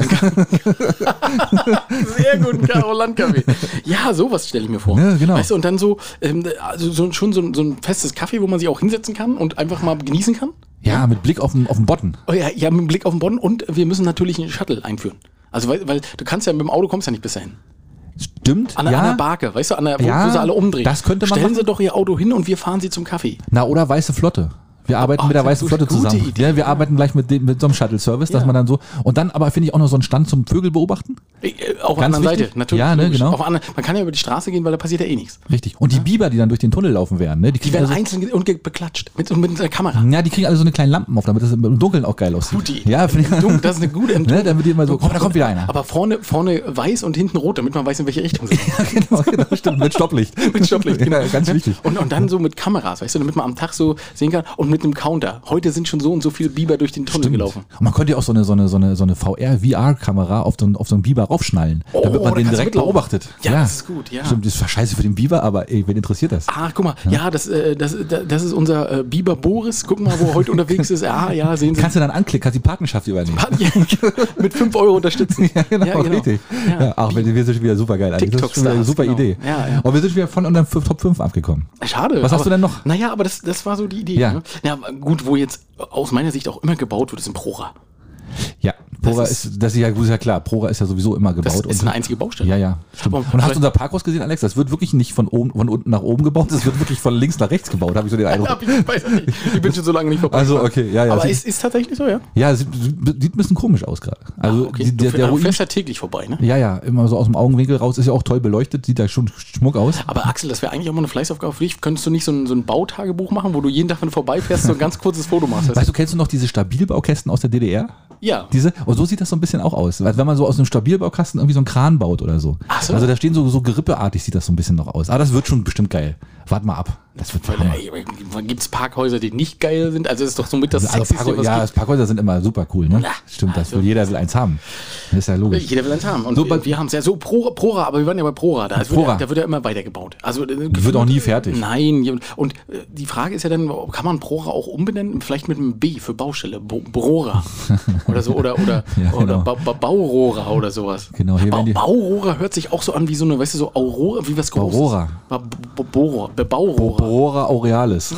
Speaker 2: einen sehr guten Karoland-Kaffee. ja, sowas stelle ich mir vor.
Speaker 1: Ja, genau.
Speaker 2: Weißt du, und dann so, ähm, also so schon so ein, so ein festes Kaffee, wo man sich auch hinsetzen kann und einfach mal genießen kann.
Speaker 1: Ja, mit Blick auf den, auf den Botten.
Speaker 2: Oh, ja, ja, mit dem Blick auf den Bonn und wir müssen natürlich einen Shuttle einführen. Also, weil, weil du kannst ja mit dem Auto kommst ja nicht bis dahin.
Speaker 1: Stimmt.
Speaker 2: An, der-
Speaker 1: ja.
Speaker 2: an der Barke, weißt du, an der, wo,
Speaker 1: Ja,
Speaker 2: wo sie alle umdrehen.
Speaker 1: das könnte man
Speaker 2: Stellen
Speaker 1: machen.
Speaker 2: sie doch ihr Auto hin und wir fahren sie zum Kaffee.
Speaker 1: Na, oder Weiße Flotte. Wir arbeiten
Speaker 2: Oh,
Speaker 1: mit der
Speaker 2: das ist
Speaker 1: Weißen
Speaker 2: eine
Speaker 1: Flotte
Speaker 2: gute
Speaker 1: zusammen.
Speaker 2: Idee.
Speaker 1: ja, wir arbeiten gleich mit, dem, mit so einem Shuttle-Service, dass
Speaker 2: Ja.
Speaker 1: man dann so. Und dann aber finde ich auch noch so einen Stand zum Vögel beobachten.
Speaker 2: Äh, Auf der
Speaker 1: Ganz
Speaker 2: anderen
Speaker 1: wichtig.
Speaker 2: Seite, natürlich.
Speaker 1: Ja, ne,
Speaker 2: logisch.
Speaker 1: genau.
Speaker 2: Auf der anderen, man kann ja über die Straße gehen, weil da passiert ja eh nichts.
Speaker 1: Richtig. Und die Biber, die dann durch den Tunnel laufen werden, ne?
Speaker 2: Die
Speaker 1: kriegen
Speaker 2: werden
Speaker 1: alle
Speaker 2: einzeln ge- und ge- beklatscht mit, und mit einer Kamera.
Speaker 1: so, ja, die kriegen alle so eine kleine Lampen auf, damit das im Dunkeln auch geil aussieht.
Speaker 2: Gute Idee.
Speaker 1: Ja, finde
Speaker 2: Du,
Speaker 1: ich.
Speaker 2: das ist eine gute
Speaker 1: Ne, damit die immer so, komm, da kommt wieder einer.
Speaker 2: Aber vorne, vorne weiß und hinten rot, damit man weiß, in welche Richtung sie geht.
Speaker 1: genau, genau, stimmt. Mit Stopplicht.
Speaker 2: Mit Stopplicht.
Speaker 1: Genau, ganz wichtig.
Speaker 2: Und, und dann so mit Kameras, weißt du, damit man am Tag so sehen kann und mit einem Counter. Heute sind schon so und so viele Biber durch den Tunnel gelaufen.
Speaker 1: Und man könnte ja auch so eine, so eine, so eine, so eine VR-VR-Kamera auf so, einen, auf so einen Biber raufschnallen, damit man
Speaker 2: Oh, da
Speaker 1: den
Speaker 2: kannst du
Speaker 1: direkt
Speaker 2: mitlaufen.
Speaker 1: beobachtet.
Speaker 2: Ja, das ist gut, ja.
Speaker 1: Stimmt, das ist zwar scheiße für den Biber, aber ey, wen interessiert das?
Speaker 2: Ah, guck mal, ja, das, äh, das, da- das ist unser äh, Biber Boris. Guck mal, wo er heute unterwegs ist. Ah, ja, sehen Sie.
Speaker 1: Kannst du dann anklicken, kannst die Patenschaft übernehmen.
Speaker 2: mit 5 Euro unterstützen.
Speaker 1: Ja, genau,
Speaker 2: Ja, genau.
Speaker 1: richtig.
Speaker 2: Ja.
Speaker 1: Ja. Ach, wir, wir sind schon wieder super geil. eigentlich. Das ist schon wieder eine
Speaker 2: TikTok-Stars,
Speaker 1: super
Speaker 2: genau.
Speaker 1: Idee.
Speaker 2: Ja, ja.
Speaker 1: Und wir sind schon wieder von unserem F- Top 5 abgekommen.
Speaker 2: Schade.
Speaker 1: Was hast
Speaker 2: aber-
Speaker 1: du denn noch?
Speaker 2: Naja, aber das, das war so die Idee.
Speaker 1: Ja.
Speaker 2: Ne? Na gut, wo jetzt aus meiner Sicht auch immer gebaut wird, ist ein Prora.
Speaker 1: Ja, Prora
Speaker 2: Das
Speaker 1: ist, das ist ja, gut, ist ja klar, Prora ist ja sowieso immer
Speaker 2: Das
Speaker 1: gebaut.
Speaker 2: ist
Speaker 1: und,
Speaker 2: eine einzige Baustelle.
Speaker 1: ja, ja. Stimmt.
Speaker 2: Aber-
Speaker 1: Und hast
Speaker 2: aber-
Speaker 1: du unser Parkhaus gesehen, Alex? Das wird wirklich nicht von, oben, von unten nach oben gebaut, das wird wirklich von links nach rechts gebaut, habe ich so den Eindruck.
Speaker 2: Hab ich, weiß ich nicht. ich bin schon so lange nicht vorbei.
Speaker 1: Also, okay, ja, ja.
Speaker 2: Aber
Speaker 1: sieht,
Speaker 2: es ist tatsächlich so, ja.
Speaker 1: ja, sieht, sieht ein bisschen komisch aus gerade. Also,
Speaker 2: Ah, Okay.
Speaker 1: die, der,
Speaker 2: du
Speaker 1: der
Speaker 2: du
Speaker 1: Ruin,
Speaker 2: fährst ja täglich vorbei, ne?
Speaker 1: ja, ja, immer so aus dem Augenwinkel raus, ist ja auch toll beleuchtet, sieht da schon schmuck aus.
Speaker 2: Aber Axel, das wäre eigentlich auch mal eine Fleißaufgabe für dich. Könntest du nicht so ein, so ein Bautagebuch machen, wo du jeden Tag, wenn du vorbeifährst, so ein ganz kurzes Foto machst?
Speaker 1: Weißt du, kennst du noch diese Stabilbaukästen aus der DDR?
Speaker 2: ja.
Speaker 1: Diese, und so sieht das so ein bisschen auch aus. Weil Wenn man so aus einem Stabilbaukasten irgendwie so einen Kran baut oder so.
Speaker 2: Ach so.
Speaker 1: Also da stehen so, so gerippeartig sieht das so ein bisschen noch aus. Aber das wird schon bestimmt geil. Warte mal ab. Das wird Hammer.
Speaker 2: Gibt es Parkhäuser, die nicht geil sind? Also, das ist doch somit das
Speaker 1: Also
Speaker 2: Sexiste,
Speaker 1: Parkhäuser,
Speaker 2: was
Speaker 1: ja,
Speaker 2: gibt. Also.
Speaker 1: Parkhäuser sind immer super cool, ne? Stimmt, das will, jeder will eins haben. Das ist ja logisch.
Speaker 2: Jeder will eins haben. Und
Speaker 1: So,
Speaker 2: wir,
Speaker 1: bei-
Speaker 2: wir haben es ja so Pro- Prora, aber wir waren ja bei Prora. Da, es wird,
Speaker 1: Prora.
Speaker 2: ja- da wird ja immer weitergebaut. Also äh,
Speaker 1: Wird auch nie fertig.
Speaker 2: Nein. je- Und äh, die Frage ist ja dann, kann man Prora auch umbenennen? Vielleicht mit einem B für Baustelle. Bo Brora. Oder so. Oder, oder,
Speaker 1: Ja,
Speaker 2: oder
Speaker 1: genau.
Speaker 2: ba ba Baurora oder sowas.
Speaker 1: Genau, hier
Speaker 2: ba
Speaker 1: werden die-
Speaker 2: Baurora hört sich auch so an wie so eine, weißt du, so Aurora, wie was Großes.
Speaker 1: Aurora.
Speaker 2: Ba Bo- Bora- Ba- Baurora.
Speaker 1: Aurora Aurealis.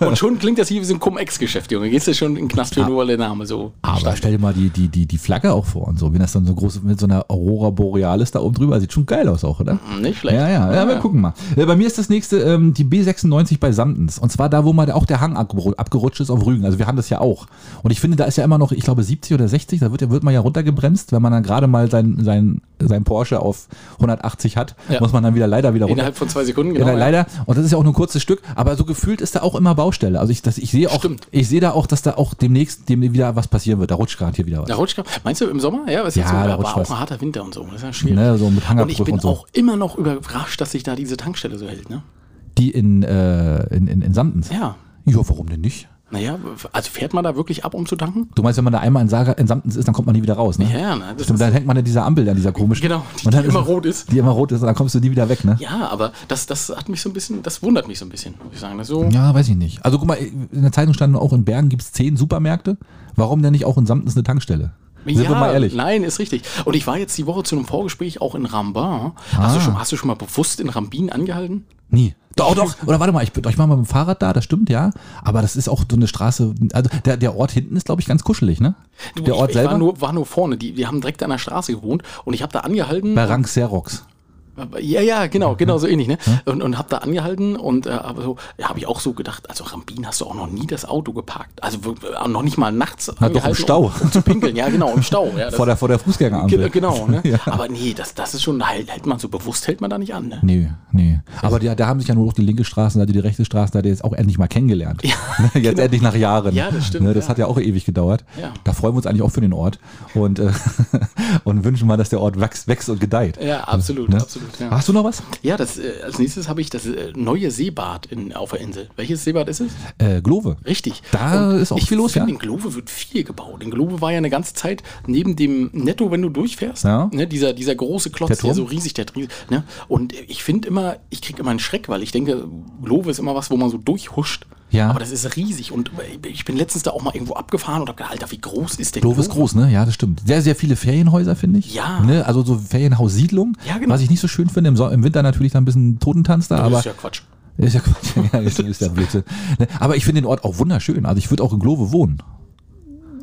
Speaker 2: Und schon klingt das hier wie so ein Cum-Ex-Geschäft, Junge. Gehst du schon in den Knast für nur weil der Name so
Speaker 1: Ah. Aber
Speaker 2: stark
Speaker 1: stell dir mal die, die, die, die Flagge auch vor und so. Wenn das dann so groß mit so einer Aurora Borealis da oben drüber, sieht schon geil aus auch, oder?
Speaker 2: ist? Nicht schlecht.
Speaker 1: Ja, ja, ja, wir gucken mal. Äh, Bei mir ist das nächste ähm, die B96 bei Samtens. Und zwar da, wo mal auch der Hang abgeru- abgerutscht ist auf Rügen. Also wir haben das ja auch. Und ich finde, da ist ja immer noch, ich glaube, 70 oder 60, da wird, ja- wird man ja runtergebremst, wenn man dann gerade mal sein, sein, sein Porsche auf 180 hat,
Speaker 2: Ja.
Speaker 1: muss man dann wieder leider wieder runter.
Speaker 2: Innerhalb von zwei Sekunden,
Speaker 1: Ja,
Speaker 2: genau. ja.
Speaker 1: leider. Und das ist ja auch nur ein kurzes Stück. Aber so gefühlt ist da auch immer Baustelle. Also ich, das, ich sehe auch,
Speaker 2: Stimmt.
Speaker 1: ich sehe da auch, dass da auch demnächst dem wieder was passieren wird. Da rutscht gerade hier wieder was.
Speaker 2: Da rutscht grad- Meinst du im Sommer? Ja, was ist
Speaker 1: Also Ja, da
Speaker 2: aber
Speaker 1: rutscht
Speaker 2: auch
Speaker 1: was.
Speaker 2: ein harter Winter und so. Das ist ja schwierig.
Speaker 1: Ne, so mit
Speaker 2: und ich
Speaker 1: Hangerbrück
Speaker 2: bin
Speaker 1: und so.
Speaker 2: auch immer noch überrascht, dass sich da diese Tankstelle so hält, ne?
Speaker 1: Die in, äh, in, in, in Samtens.
Speaker 2: Ja.
Speaker 1: ja, warum denn nicht?
Speaker 2: Naja, also fährt man da wirklich ab, um zu tanken?
Speaker 1: Du meinst, wenn man da einmal in, Saga, in Samtens ist, dann kommt man nie wieder raus, ne?
Speaker 2: Ja, ja, ne? Das
Speaker 1: Stimmt,
Speaker 2: ist,
Speaker 1: dann hängt man in dieser Ampel, an dieser komischen.
Speaker 2: Genau, die-
Speaker 1: und dann
Speaker 2: die immer rot ist.
Speaker 1: Die immer rot ist und dann kommst du nie wieder weg, ne?
Speaker 2: ja, aber das, das hat mich so ein bisschen, das wundert mich so ein bisschen, muss ich sagen. Das so,
Speaker 1: Ja, weiß ich nicht. Also guck mal, in der Zeitung stand auch in Bergen gibt es zehn Supermärkte. Warum denn nicht auch in Samtens eine Tankstelle? Sind wir mal ehrlich.
Speaker 2: Nein, ist richtig. Und ich war jetzt die Woche zu einem Vorgespräch auch in Rambin. Hast, du
Speaker 1: Ah.
Speaker 2: schon, hast du schon mal bewusst in Rambin angehalten?
Speaker 1: Nie. Doch, doch. Oder warte mal, ich, bin- ich war mal mit dem Fahrrad da, das stimmt, ja. Aber das ist auch so eine Straße. Also der, der Ort hinten ist, glaube ich, ganz kuschelig, ne?
Speaker 2: Du,
Speaker 1: der
Speaker 2: ich,
Speaker 1: Ort
Speaker 2: ich
Speaker 1: selber?
Speaker 2: War nur, war nur vorne. Die, die haben direkt an der Straße gewohnt und ich habe da angehalten.
Speaker 1: bei Rang Serox.
Speaker 2: Aber- Ja, ja,
Speaker 1: Mhm.
Speaker 2: genau, genau so ähnlich, ne? Und, und hab da angehalten und äh, aber so, ja, habe ich auch so gedacht, also Rambin hast du auch noch nie das Auto geparkt. Also wir- wir- noch nicht mal nachts.
Speaker 1: Na
Speaker 2: angehalten,
Speaker 1: doch, im Stau.
Speaker 2: Um, um zu pinkeln, ja, genau, im Stau. Ja, das-
Speaker 1: Vor der, vor der
Speaker 2: Ge-
Speaker 1: Fußgängerampel.
Speaker 2: genau, ne?
Speaker 1: ja.
Speaker 2: Aber nee, das, das ist schon, halt, hält man so bewusst, hält man da nicht an, ne?
Speaker 1: Nee, nee. Aber die, da haben sich ja nur noch die linke Straßenseite, die rechte Straßenseite jetzt auch endlich mal kennengelernt. Ne, jetzt endlich nach Jahren.
Speaker 2: genau. Ja, das stimmt,
Speaker 1: Ne, Das
Speaker 2: ja.
Speaker 1: hat ja auch ewig gedauert.
Speaker 2: Ja.
Speaker 1: Da freuen wir uns eigentlich auch für den Ort und, äh, und wünschen mal, dass der Ort wächst, wächst und gedeiht.
Speaker 2: Ja, absolut,
Speaker 1: Ne?
Speaker 2: absolut. Ja,
Speaker 1: Hast du noch was?
Speaker 2: ja das, äh, als nächstes habe ich das äh, neue Seebad in, auf der Insel. Welches Seebad ist es?
Speaker 1: Äh, Glove.
Speaker 2: Richtig.
Speaker 1: Da ist auch
Speaker 2: ich
Speaker 1: viel los,
Speaker 2: finde,
Speaker 1: ja.
Speaker 2: In Glove wird viel gebaut. In Glove war ja eine ganze Zeit neben dem Netto, wenn du durchfährst,
Speaker 1: Ja.
Speaker 2: ne, dieser, dieser große
Speaker 1: Der
Speaker 2: Klotz,
Speaker 1: Turm?
Speaker 2: der so riesig, der riesig, ne? Und ich finde immer, ich kriege immer einen Schreck, weil ich denke, Glove ist immer was, wo man so durchhuscht.
Speaker 1: Ja.
Speaker 2: Aber das ist riesig. Und ich bin letztens da auch mal irgendwo abgefahren und habe gedacht, Alter, wie groß ist denn
Speaker 1: Glove ist groß, ne? Ja, das stimmt. Sehr, sehr viele Ferienhäuser, finde ich.
Speaker 2: Ja.
Speaker 1: Ne? Also so Ferienhaussiedlungen.
Speaker 2: Ja, genau.
Speaker 1: Was ich nicht so schön finde. Im, so Im Winter natürlich dann ein bisschen Totentanz da,
Speaker 2: Das
Speaker 1: aber.
Speaker 2: ist ja Quatsch.
Speaker 1: Ist ja Quatsch. Ja, ist, ist ja Blödsinn. Ne? Aber ich finde den Ort auch wunderschön. Also ich würde auch in Glove wohnen.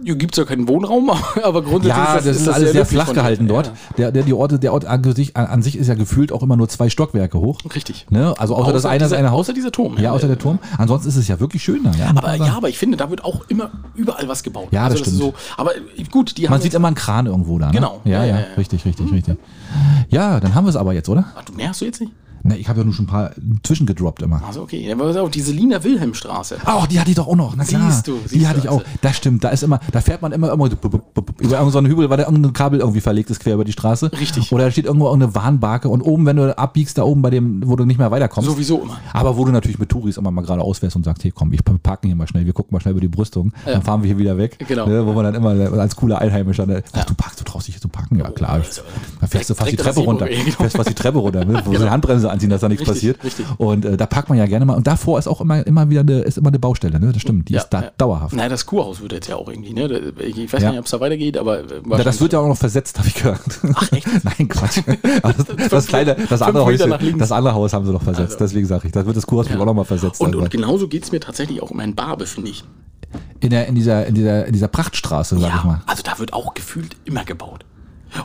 Speaker 2: Hier gibt es ja keinen Wohnraum, aber grundsätzlich
Speaker 1: Ja, das, ist, alles sehr
Speaker 2: löblich
Speaker 1: flach
Speaker 2: von dir.
Speaker 1: gehalten dort.
Speaker 2: Ja.
Speaker 1: Der, der, die Orte, der Ort an sich, an, an sich ist ja gefühlt auch immer nur zwei Stockwerke hoch.
Speaker 2: Richtig.
Speaker 1: Ne? Also außer, das eine
Speaker 2: dieser,
Speaker 1: eine Haus.
Speaker 2: außer dieser Turm.
Speaker 1: Ja, außer der Turm. Ansonsten ist es ja wirklich schön da. Ja, muss
Speaker 2: Aber
Speaker 1: man
Speaker 2: ja,
Speaker 1: sagen.
Speaker 2: aber ich finde, da wird auch immer überall was gebaut. Also
Speaker 1: Ja, das
Speaker 2: ist
Speaker 1: stimmt.
Speaker 2: So, aber gut, die
Speaker 1: Man
Speaker 2: haben
Speaker 1: sieht
Speaker 2: jetzt-
Speaker 1: immer einen Kran irgendwo da. Ne?
Speaker 2: Genau.
Speaker 1: Ja,
Speaker 2: Ja,
Speaker 1: ja,
Speaker 2: ja, ja.
Speaker 1: richtig, richtig, richtig. Ja, dann haben wir es aber jetzt, oder?
Speaker 2: Ach, du mehr hast du jetzt nicht?
Speaker 1: Ne, ich habe ja nur schon ein paar zwischengedroppt immer.
Speaker 2: Also okay, aber pass auf, diese Lina Wilhelm Straße.
Speaker 1: Ach, die hatte ich doch auch noch. Na klar.
Speaker 2: Siehst du,
Speaker 1: die
Speaker 2: siehst
Speaker 1: hatte
Speaker 2: du, also.
Speaker 1: ich auch.
Speaker 2: Axel.
Speaker 1: Das stimmt. Da ist immer, da fährt man immer, immer so bup, bup, bup, über irgendeinen Hügel, weil da irgendein Kabel irgendwie verlegt ist quer über die Straße.
Speaker 2: Richtig.
Speaker 1: Oder da steht irgendwo irgendeine Warnbarke und oben, wenn du abbiegst, da oben bei dem, wo du nicht mehr weiterkommst.
Speaker 2: Sowieso immer.
Speaker 1: Aber wo du natürlich mit Touris immer mal gerade ausfährst und sagst, hey komm, wir parken hier mal schnell, wir gucken mal schnell über die Brüstung, dann fahren wir hier wieder weg.
Speaker 2: Genau.
Speaker 1: Ne, wo man dann immer als cooler Einheimischer, ne, ach du parkst, du traust dich hier zu parken, ja klar.
Speaker 2: also,
Speaker 1: da fährst du fast die
Speaker 2: direkt an
Speaker 1: Treppe runter.
Speaker 2: der Siebenbrücke, genau.
Speaker 1: Fährst fast die Treppe runter, ne? wo so die Handbremse anziehen, dass da nichts
Speaker 2: Richtig,
Speaker 1: passiert.
Speaker 2: richtig.
Speaker 1: Und äh, da parkt man ja gerne mal. Und davor ist auch immer, immer wieder eine, ist immer eine Baustelle, ne? Das stimmt, die ist da dauerhaft.
Speaker 2: Naja, das Kurhaus wird jetzt ja auch irgendwie, ne? Da- Ich weiß
Speaker 1: Ja.
Speaker 2: nicht, ob es da weitergeht, aber äh,
Speaker 1: Ja, das wird ja auch noch versetzt, habe ich gehört. Ach echt? Nein, Quatsch. Aber Das, das kleine, das andere,
Speaker 2: Meter
Speaker 1: Häuschen,
Speaker 2: nach links. Also.
Speaker 1: das andere Haus haben sie noch versetzt. Deswegen sage ich, das wird das Kurhaus auch noch mal versetzt.
Speaker 2: und,
Speaker 1: aber-
Speaker 2: und genauso geht es mir tatsächlich auch um ein Barbe, finde ich.
Speaker 1: in, der, in, dieser, in, dieser, in dieser Prachtstraße, sag ich mal.
Speaker 2: Ja, also da wird auch gefühlt immer gebaut.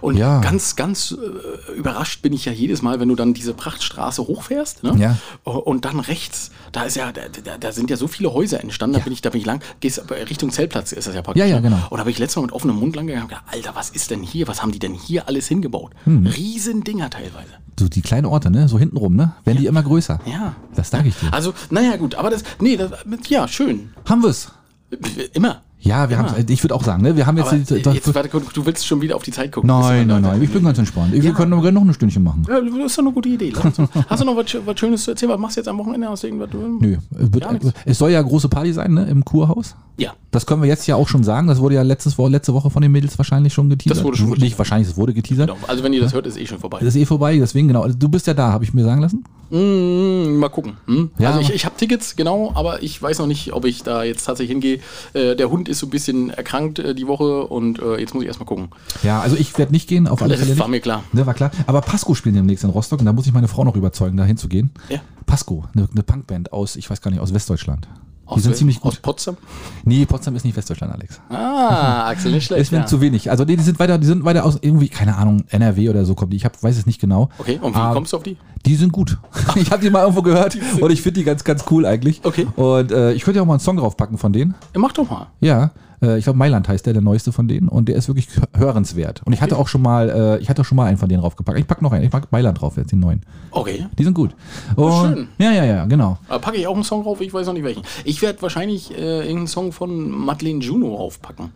Speaker 2: Und
Speaker 1: Ja.
Speaker 2: ganz, ganz äh, überrascht bin ich ja jedes Mal, wenn du dann diese Prachtstraße hochfährst, ne?
Speaker 1: Ja.
Speaker 2: O- und dann rechts, da ist ja, da, da, da sind ja so viele Häuser entstanden, da bin ich, da bin ich lang, gehst aber Richtung Zeltplatz, ist das ja praktisch.
Speaker 1: Ja, ja,
Speaker 2: ne?
Speaker 1: genau.
Speaker 2: Und da bin ich letztes Mal mit offenem Mund lang gegangen und gedacht, Alter, was ist denn hier? Was haben die denn hier alles hingebaut?
Speaker 1: Hm.
Speaker 2: Riesendinger teilweise.
Speaker 1: So die kleinen Orte, ne? So hintenrum, ne? Werden die immer größer.
Speaker 2: Ja.
Speaker 1: Das sage ich dir.
Speaker 2: Also, naja, gut, aber das, nee, das, ja, schön.
Speaker 1: Haben wir's?
Speaker 2: Ah. Immer.
Speaker 1: Ja, wir haben's. Ich würde auch sagen, ne? Wir haben jetzt.
Speaker 2: Aber
Speaker 1: die- die-
Speaker 2: jetzt, warte, kurz, du willst schon wieder auf die Zeit gucken.
Speaker 1: nein, nein, nein. Ich
Speaker 2: bin
Speaker 1: bin ganz entspannt. Wir können noch noch ein Stündchen machen.
Speaker 2: Ja, das ist doch eine gute Idee. Lass uns- Hast du noch was, Schö- was Schönes zu erzählen? Was machst du jetzt am Wochenende? Hast du irgendwas?
Speaker 1: Nö. Es,
Speaker 2: Gar
Speaker 1: wird,
Speaker 2: nichts.
Speaker 1: es soll ja große Party sein, ne? Im Kurhaus.
Speaker 2: Ja.
Speaker 1: Das können wir jetzt ja auch schon sagen. Das wurde ja letztes, Wo- letzte Woche von den Mädels wahrscheinlich schon geteasert.
Speaker 2: Das wurde schon
Speaker 1: Nicht wahrscheinlich, es wurde geteasert.
Speaker 2: Genau. Also wenn ihr das hört, ist eh schon vorbei.
Speaker 1: Das ist eh vorbei, deswegen genau. Also Du bist ja da, habe ich mir sagen lassen.
Speaker 2: Mm, mal gucken. Hm?
Speaker 1: Ja,
Speaker 2: also ich,
Speaker 1: aber-
Speaker 2: ich habe Tickets, genau, aber ich weiß noch nicht, ob ich da jetzt tatsächlich hingehe. Äh, der Hund ist so ein bisschen erkrankt äh, die Woche und äh, jetzt muss ich erstmal gucken.
Speaker 1: Ja, also ich werde nicht gehen, auf alle Fälle
Speaker 2: Das war
Speaker 1: nicht.
Speaker 2: mir klar.
Speaker 1: Ne, war klar. Aber Pasco spielen demnächst in Rostock und da muss ich meine Frau noch überzeugen, da hinzugehen.
Speaker 2: Ja.
Speaker 1: Pasco, eine, eine Punkband aus, ich weiß gar nicht, aus Westdeutschland. Die
Speaker 2: Aus-
Speaker 1: sind ziemlich
Speaker 2: Aus
Speaker 1: gut.
Speaker 2: Potsdam?
Speaker 1: Nee, Potsdam ist nicht Westdeutschland, Alex.
Speaker 2: Ah, Axel, nicht
Speaker 1: Es
Speaker 2: schlecht.
Speaker 1: sind
Speaker 2: Ja.
Speaker 1: zu wenig. Also nee, die sind weiter, die sind weiter aus irgendwie, keine Ahnung, NRW oder so kommen die. Ich hab, weiß es nicht genau.
Speaker 2: Okay, und wie
Speaker 1: Ah,
Speaker 2: kommst du auf die?
Speaker 1: Die sind gut. Ich habe die mal irgendwo gehört und ich finde die ganz, ganz cool eigentlich.
Speaker 2: Okay.
Speaker 1: Und äh, ich könnte ja auch mal einen Song draufpacken von denen.
Speaker 2: Ja, mach doch mal.
Speaker 1: Ja, äh, ich glaube Mailand heißt der, der neueste von denen und der ist wirklich hö- hörenswert. Und ich hatte auch schon mal, äh, ich hatte auch schon mal einen von denen draufgepackt. Ich pack noch einen, ich pack Mailand drauf jetzt, den neuen.
Speaker 2: Okay.
Speaker 1: Die sind gut. Und,
Speaker 2: Oh, schön.
Speaker 1: Ja, ja, ja, genau.
Speaker 2: Da packe ich auch einen Song drauf, ich weiß noch nicht welchen. Ich werde wahrscheinlich äh, irgendeinen Song von Madeleine Juno aufpacken.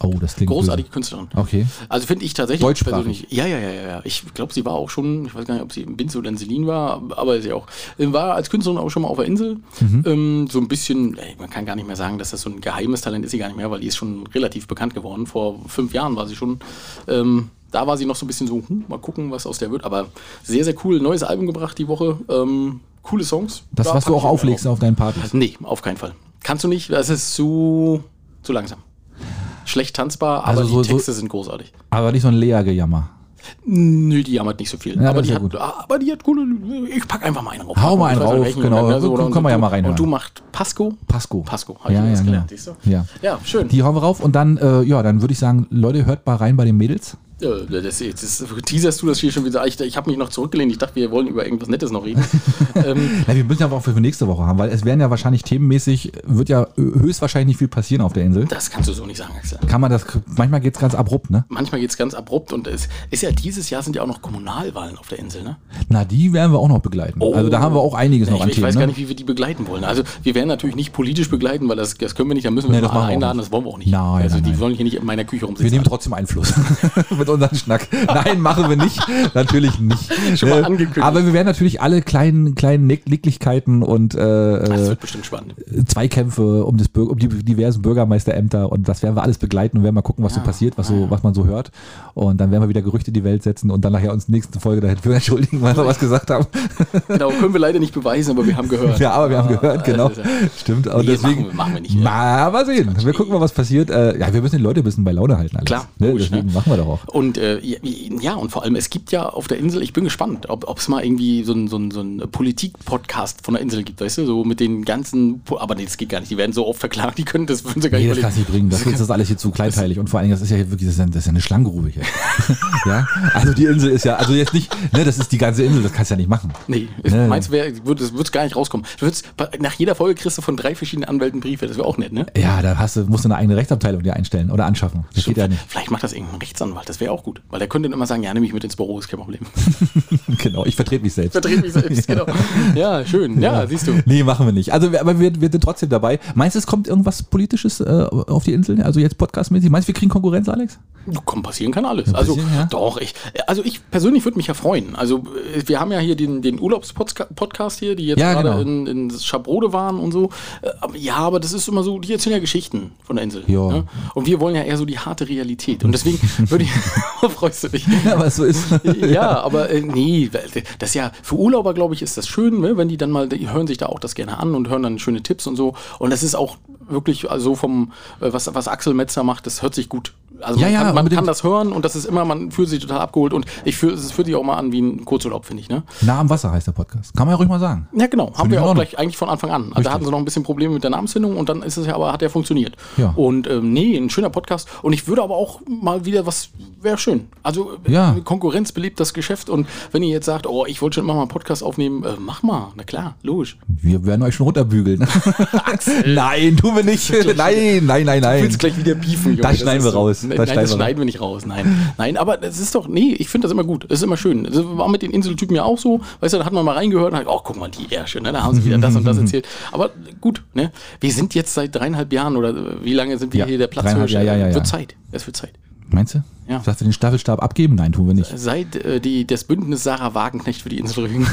Speaker 1: Oh, das klingt
Speaker 2: Großartige
Speaker 1: böse.
Speaker 2: Künstlerin.
Speaker 1: Okay.
Speaker 2: Also finde ich tatsächlich
Speaker 1: Deutschsprachig.
Speaker 2: persönlich- Ja, ja, ja, ja, ja. Ich glaube, sie war auch schon, ich weiß gar nicht, ob sie in Binz oder in Selin war, aber sie auch äh, war als Künstlerin auch schon mal auf der Insel.
Speaker 1: Mhm.
Speaker 2: Ähm, so ein bisschen, ey, man kann gar nicht mehr sagen, dass das so ein geheimes Talent ist sie gar nicht mehr, weil die ist schon relativ bekannt geworden. Vor fünf Jahren war sie schon. Ähm, da war sie noch so ein bisschen so, hm, mal gucken, was aus der wird. Aber sehr, sehr cool. Neues Album gebracht die Woche. Ähm, coole Songs.
Speaker 1: Das,
Speaker 2: Da
Speaker 1: was du
Speaker 2: pack
Speaker 1: auch
Speaker 2: ich mir
Speaker 1: auflegst
Speaker 2: drauf.
Speaker 1: auf deinen Partys.
Speaker 2: Also Nee, auf keinen Fall. Kannst du nicht, das ist zu, zu langsam. Schlecht tanzbar, aber
Speaker 1: Also so-
Speaker 2: die
Speaker 1: so-
Speaker 2: Texte sind großartig.
Speaker 1: Aber nicht so ein Leer-Gejammer.
Speaker 2: Nö, die jammert nicht so viel.
Speaker 1: Ja,
Speaker 2: aber,
Speaker 1: das
Speaker 2: die
Speaker 1: ist ja
Speaker 2: hat,
Speaker 1: gut.
Speaker 2: aber die hat coole. Ich pack einfach mal einen rauf. Also
Speaker 1: Hau mal
Speaker 2: Ich
Speaker 1: einen
Speaker 2: weiß nicht,
Speaker 1: rauf,
Speaker 2: welchen
Speaker 1: genau.
Speaker 2: und dann
Speaker 1: Gut,
Speaker 2: ne, oder-
Speaker 1: können wir ja
Speaker 2: du-
Speaker 1: mal reinhören.
Speaker 2: Und du machst Pasco?
Speaker 1: Pasco.
Speaker 2: Pasco, hab ich
Speaker 1: ja,
Speaker 2: mir
Speaker 1: ja,
Speaker 2: jetzt
Speaker 1: genau.
Speaker 2: gelernt, siehst du?
Speaker 1: ja.
Speaker 2: Ja, schön.
Speaker 1: Die hauen wir rauf und dann, äh, ja, dann würde ich sagen, Leute, hört mal rein bei den Mädels.
Speaker 2: Äh, das, das, das teaserst du das hier schon wieder. Ich, ich habe mich noch zurückgelehnt. Ich dachte, wir wollen über irgendwas Nettes noch reden. ähm,
Speaker 1: Na, wir müssen aber auch für nächste Woche haben, weil es werden ja wahrscheinlich themenmäßig, wird ja ö- höchstwahrscheinlich nicht viel passieren auf der Insel.
Speaker 2: das kannst du so nicht sagen, Axel.
Speaker 1: Kann man das, manchmal geht's ganz abrupt, ne?
Speaker 2: Manchmal geht's ganz abrupt und es ist ja dieses Jahr sind ja auch noch Kommunalwahlen auf der Insel, ne?
Speaker 1: Na, die werden wir auch noch begleiten. Also da haben wir auch einiges noch
Speaker 2: Oh. ich,
Speaker 1: an
Speaker 2: ich weiß
Speaker 1: Themen.
Speaker 2: gar
Speaker 1: Ne?
Speaker 2: nicht, wie wir die begleiten wollen. Also wir werden natürlich nicht politisch begleiten, weil das, das können wir nicht, da müssen wir
Speaker 1: Nee, das
Speaker 2: mal
Speaker 1: machen wir auch
Speaker 2: einladen,
Speaker 1: nicht.
Speaker 2: das wollen wir auch nicht.
Speaker 1: Nein,
Speaker 2: also
Speaker 1: nein,
Speaker 2: die
Speaker 1: nein.
Speaker 2: wollen hier nicht in meiner Küche
Speaker 1: Wir
Speaker 2: rumsitzen.
Speaker 1: nehmen trotzdem Einfluss mit unserem Schnack. Nein, machen wir nicht. Natürlich nicht.
Speaker 2: Schon mal
Speaker 1: Äh,
Speaker 2: angekündigt.
Speaker 1: Aber wir werden natürlich alle kleinen, kleinen Nick- Nicklichkeiten und
Speaker 2: das
Speaker 1: äh, äh,
Speaker 2: wird bestimmt spannend.
Speaker 1: Zweikämpfe um, das Bür- um die diversen Bürgermeisterämter und das werden wir alles begleiten und werden mal gucken, was so passiert, was, so, was man so hört. Und dann werden wir wieder Gerüchte in die Welt setzen und dann nachher uns in der nächsten Folge dafür entschuldigen, weil wir was gesagt haben.
Speaker 2: Genau, können wir leider nicht beweisen, aber wir haben gehört.
Speaker 1: Ja, aber wir haben gehört, genau.
Speaker 2: das ist ja-
Speaker 1: Stimmt. Und
Speaker 2: Nee, das
Speaker 1: deswegen.
Speaker 2: machen wir- machen wir nicht, ja.
Speaker 1: Mal, mal sehen. Wir gucken mal, was passiert. Äh, ja, wir müssen die Leute ein bisschen bei Laune halten. Alex.
Speaker 2: Klar,
Speaker 1: Ne?
Speaker 2: logisch,
Speaker 1: Deswegen
Speaker 2: ne?
Speaker 1: machen wir doch auch.
Speaker 2: Und äh, ja, ja, und vor allem, es gibt ja auf der Insel, ich bin gespannt, ob es mal irgendwie so einen so ein- so ein Politik-Podcast von der Insel gibt, weißt du, so mit den ganzen, Po- aber nee, das geht gar nicht, die werden so oft verklagt, die können das würden sie gar
Speaker 1: Nee,
Speaker 2: nicht
Speaker 1: das kannst du nicht bringen. Das, ist- das ist alles hier zu kleinteilig. Und vor allen Dingen, das ist ja hier wirklich, das ist ja, das ist ja eine Schlangengrube hier. ja? Also die Insel ist ja, also jetzt nicht, ne, das ist die ganze Insel, das kannst du ja nicht machen.
Speaker 2: Nee,
Speaker 1: Nee.
Speaker 2: meinst du, wär- würd- das würde gar nicht rauskommen. Du würdest, nach jeder Folge kriegst du von drei verschiedenen Anwälten Briefe, das wäre auch nett, ne?
Speaker 1: Ja, da hast du, musst du eine eigene Rechtsabteilung dir einstellen oder anschaffen. Das geht ja nicht.
Speaker 2: Vielleicht macht das irgendein Rechtsanwalt, das wäre auch gut. Weil der könnte dann immer sagen, ja, nehme ich mit ins Büro, ist kein Problem.
Speaker 1: genau, ich vertrete mich selbst.
Speaker 2: Verdreht mich selbst, genau. Ja, schön. Ja, siehst du.
Speaker 1: Nee, machen wir nicht. Also, wir- aber wir, wir sind trotzdem dabei. Meinst du, es kommt irgendwas Politisches äh, auf die Insel? Also jetzt podcastmäßig? Meinst du, wir kriegen Konkurrenz, Alex?
Speaker 2: Komm, passieren kann alles. Also
Speaker 1: passieren, ja.
Speaker 2: doch, ich, also ich persönlich würde mich ja freuen. Also äh, wir haben ja hier den, den Urlaubspodcast hier, die jetzt
Speaker 1: Ja,
Speaker 2: gerade
Speaker 1: genau.
Speaker 2: in, in Schabrode waren und so. Äh, aber- Ja, aber das ist immer so, die erzählen ja Geschichten von der Insel.
Speaker 1: Ja.
Speaker 2: Ne? Und wir wollen ja eher so die harte Realität. Und deswegen würde ich, freust du dich.
Speaker 1: Ja, aber so ist.
Speaker 2: Ja, aber äh, nee, weil das ist ja für Urlauber, glaube ich, ist das schön, ne, wenn die dann mal, die hören sich da auch das gerne an und hören dann schöne äh, Tipps und so. Und das ist auch wirklich also so vom, äh, was, was Axel Metzer macht, das hört sich gut Also
Speaker 1: Ja,
Speaker 2: man,
Speaker 1: ja,
Speaker 2: kann, man
Speaker 1: unbedingt.
Speaker 2: kann das hören und das ist immer, man fühlt sich total abgeholt und ich fühl, es fühlt sich auch mal an wie ein Kurzurlaub, finde ich. Ne?
Speaker 1: Nah am Wasser heißt der Podcast. Kann man ja ruhig mal sagen.
Speaker 2: Ja, genau. Haben
Speaker 1: ich in
Speaker 2: wir auch
Speaker 1: Ordnung.
Speaker 2: gleich eigentlich von Anfang an. Also da
Speaker 1: Richtig.
Speaker 2: hatten sie noch ein bisschen Probleme mit der Namensfindung und dann ist es ja aber, hat ja funktioniert.
Speaker 1: Ja.
Speaker 2: Und ähm, nee, ein schöner Podcast. Und ich würde aber auch mal wieder was, wäre schön. Also äh,
Speaker 1: Ja.
Speaker 2: Konkurrenz belebt das Geschäft und wenn ihr jetzt sagt, oh, ich wollte schon immer mal einen Podcast aufnehmen, äh, mach mal. Na klar, logisch.
Speaker 1: Wir werden euch schon runterbügeln. nein, tun wir nicht. Nein, nein, nein,
Speaker 2: Ich will
Speaker 1: nein.
Speaker 2: es gleich wieder beefen. Junge.
Speaker 1: Das schneiden
Speaker 2: ist
Speaker 1: wir raus.
Speaker 2: Nein,
Speaker 1: Das
Speaker 2: nein,
Speaker 1: schneiden
Speaker 2: das
Speaker 1: wir
Speaker 2: schneiden wir nicht raus. Nein, nein, aber das ist doch, nee, ich finde das immer gut. Das ist immer schön. Das war mit den Inseltypen ja auch so. Weißt du, da hat man mal reingehört und hat, oh, guck mal, die Ärsche, ne? da haben sie wieder das und das erzählt. Aber gut, ne? wir sind jetzt seit dreieinhalb Jahren oder äh, wie lange sind wir
Speaker 1: Ja,
Speaker 2: hier der
Speaker 1: dreieinhalb,
Speaker 2: Platzhirsch?
Speaker 1: ja, ja, ja, ja.
Speaker 2: Wird Zeit. Es wird Zeit.
Speaker 1: Meinst du?
Speaker 2: Ja.
Speaker 1: Sagst du den Staffelstab abgeben? Nein, tun wir nicht.
Speaker 2: Seit äh, die, das Bündnis Sarah Wagenknecht für die Insel Rügen.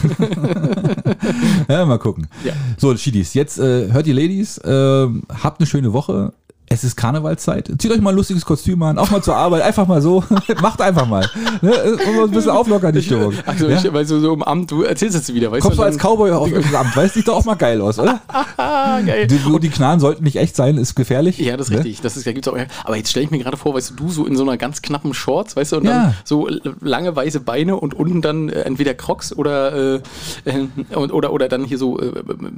Speaker 1: Ja, mal gucken.
Speaker 2: Ja.
Speaker 1: So, Schiedis, jetzt äh, hört die Ladies, äh, habt eine schöne Woche. Es ist Karnevalszeit. Zieht euch mal ein lustiges Kostüm an, auch mal zur Arbeit, einfach mal so. Macht einfach mal. Ne? Und so ein bisschen auflockern die Stimmung.
Speaker 2: Also,
Speaker 1: ja?
Speaker 2: ich, weil so, so im Amt, du erzählst jetzt wieder, weißt
Speaker 1: Kommst du
Speaker 2: und
Speaker 1: als
Speaker 2: dann-
Speaker 1: Cowboy auf das Amt, weißt sieht doch auch mal geil aus, oder?
Speaker 2: Ah, geil.
Speaker 1: Die, die Knarren sollten nicht echt sein, ist gefährlich.
Speaker 2: Ja, das ist
Speaker 1: ne?
Speaker 2: richtig. Das ist, da gibt's auch, aber jetzt stelle ich mir gerade vor, weißt du, du so in so einer ganz knappen Shorts, weißt du, und dann
Speaker 1: Ja.
Speaker 2: so l- lange weiße Beine und unten dann äh, entweder Crocs oder, äh, äh, und, oder, oder dann hier so äh,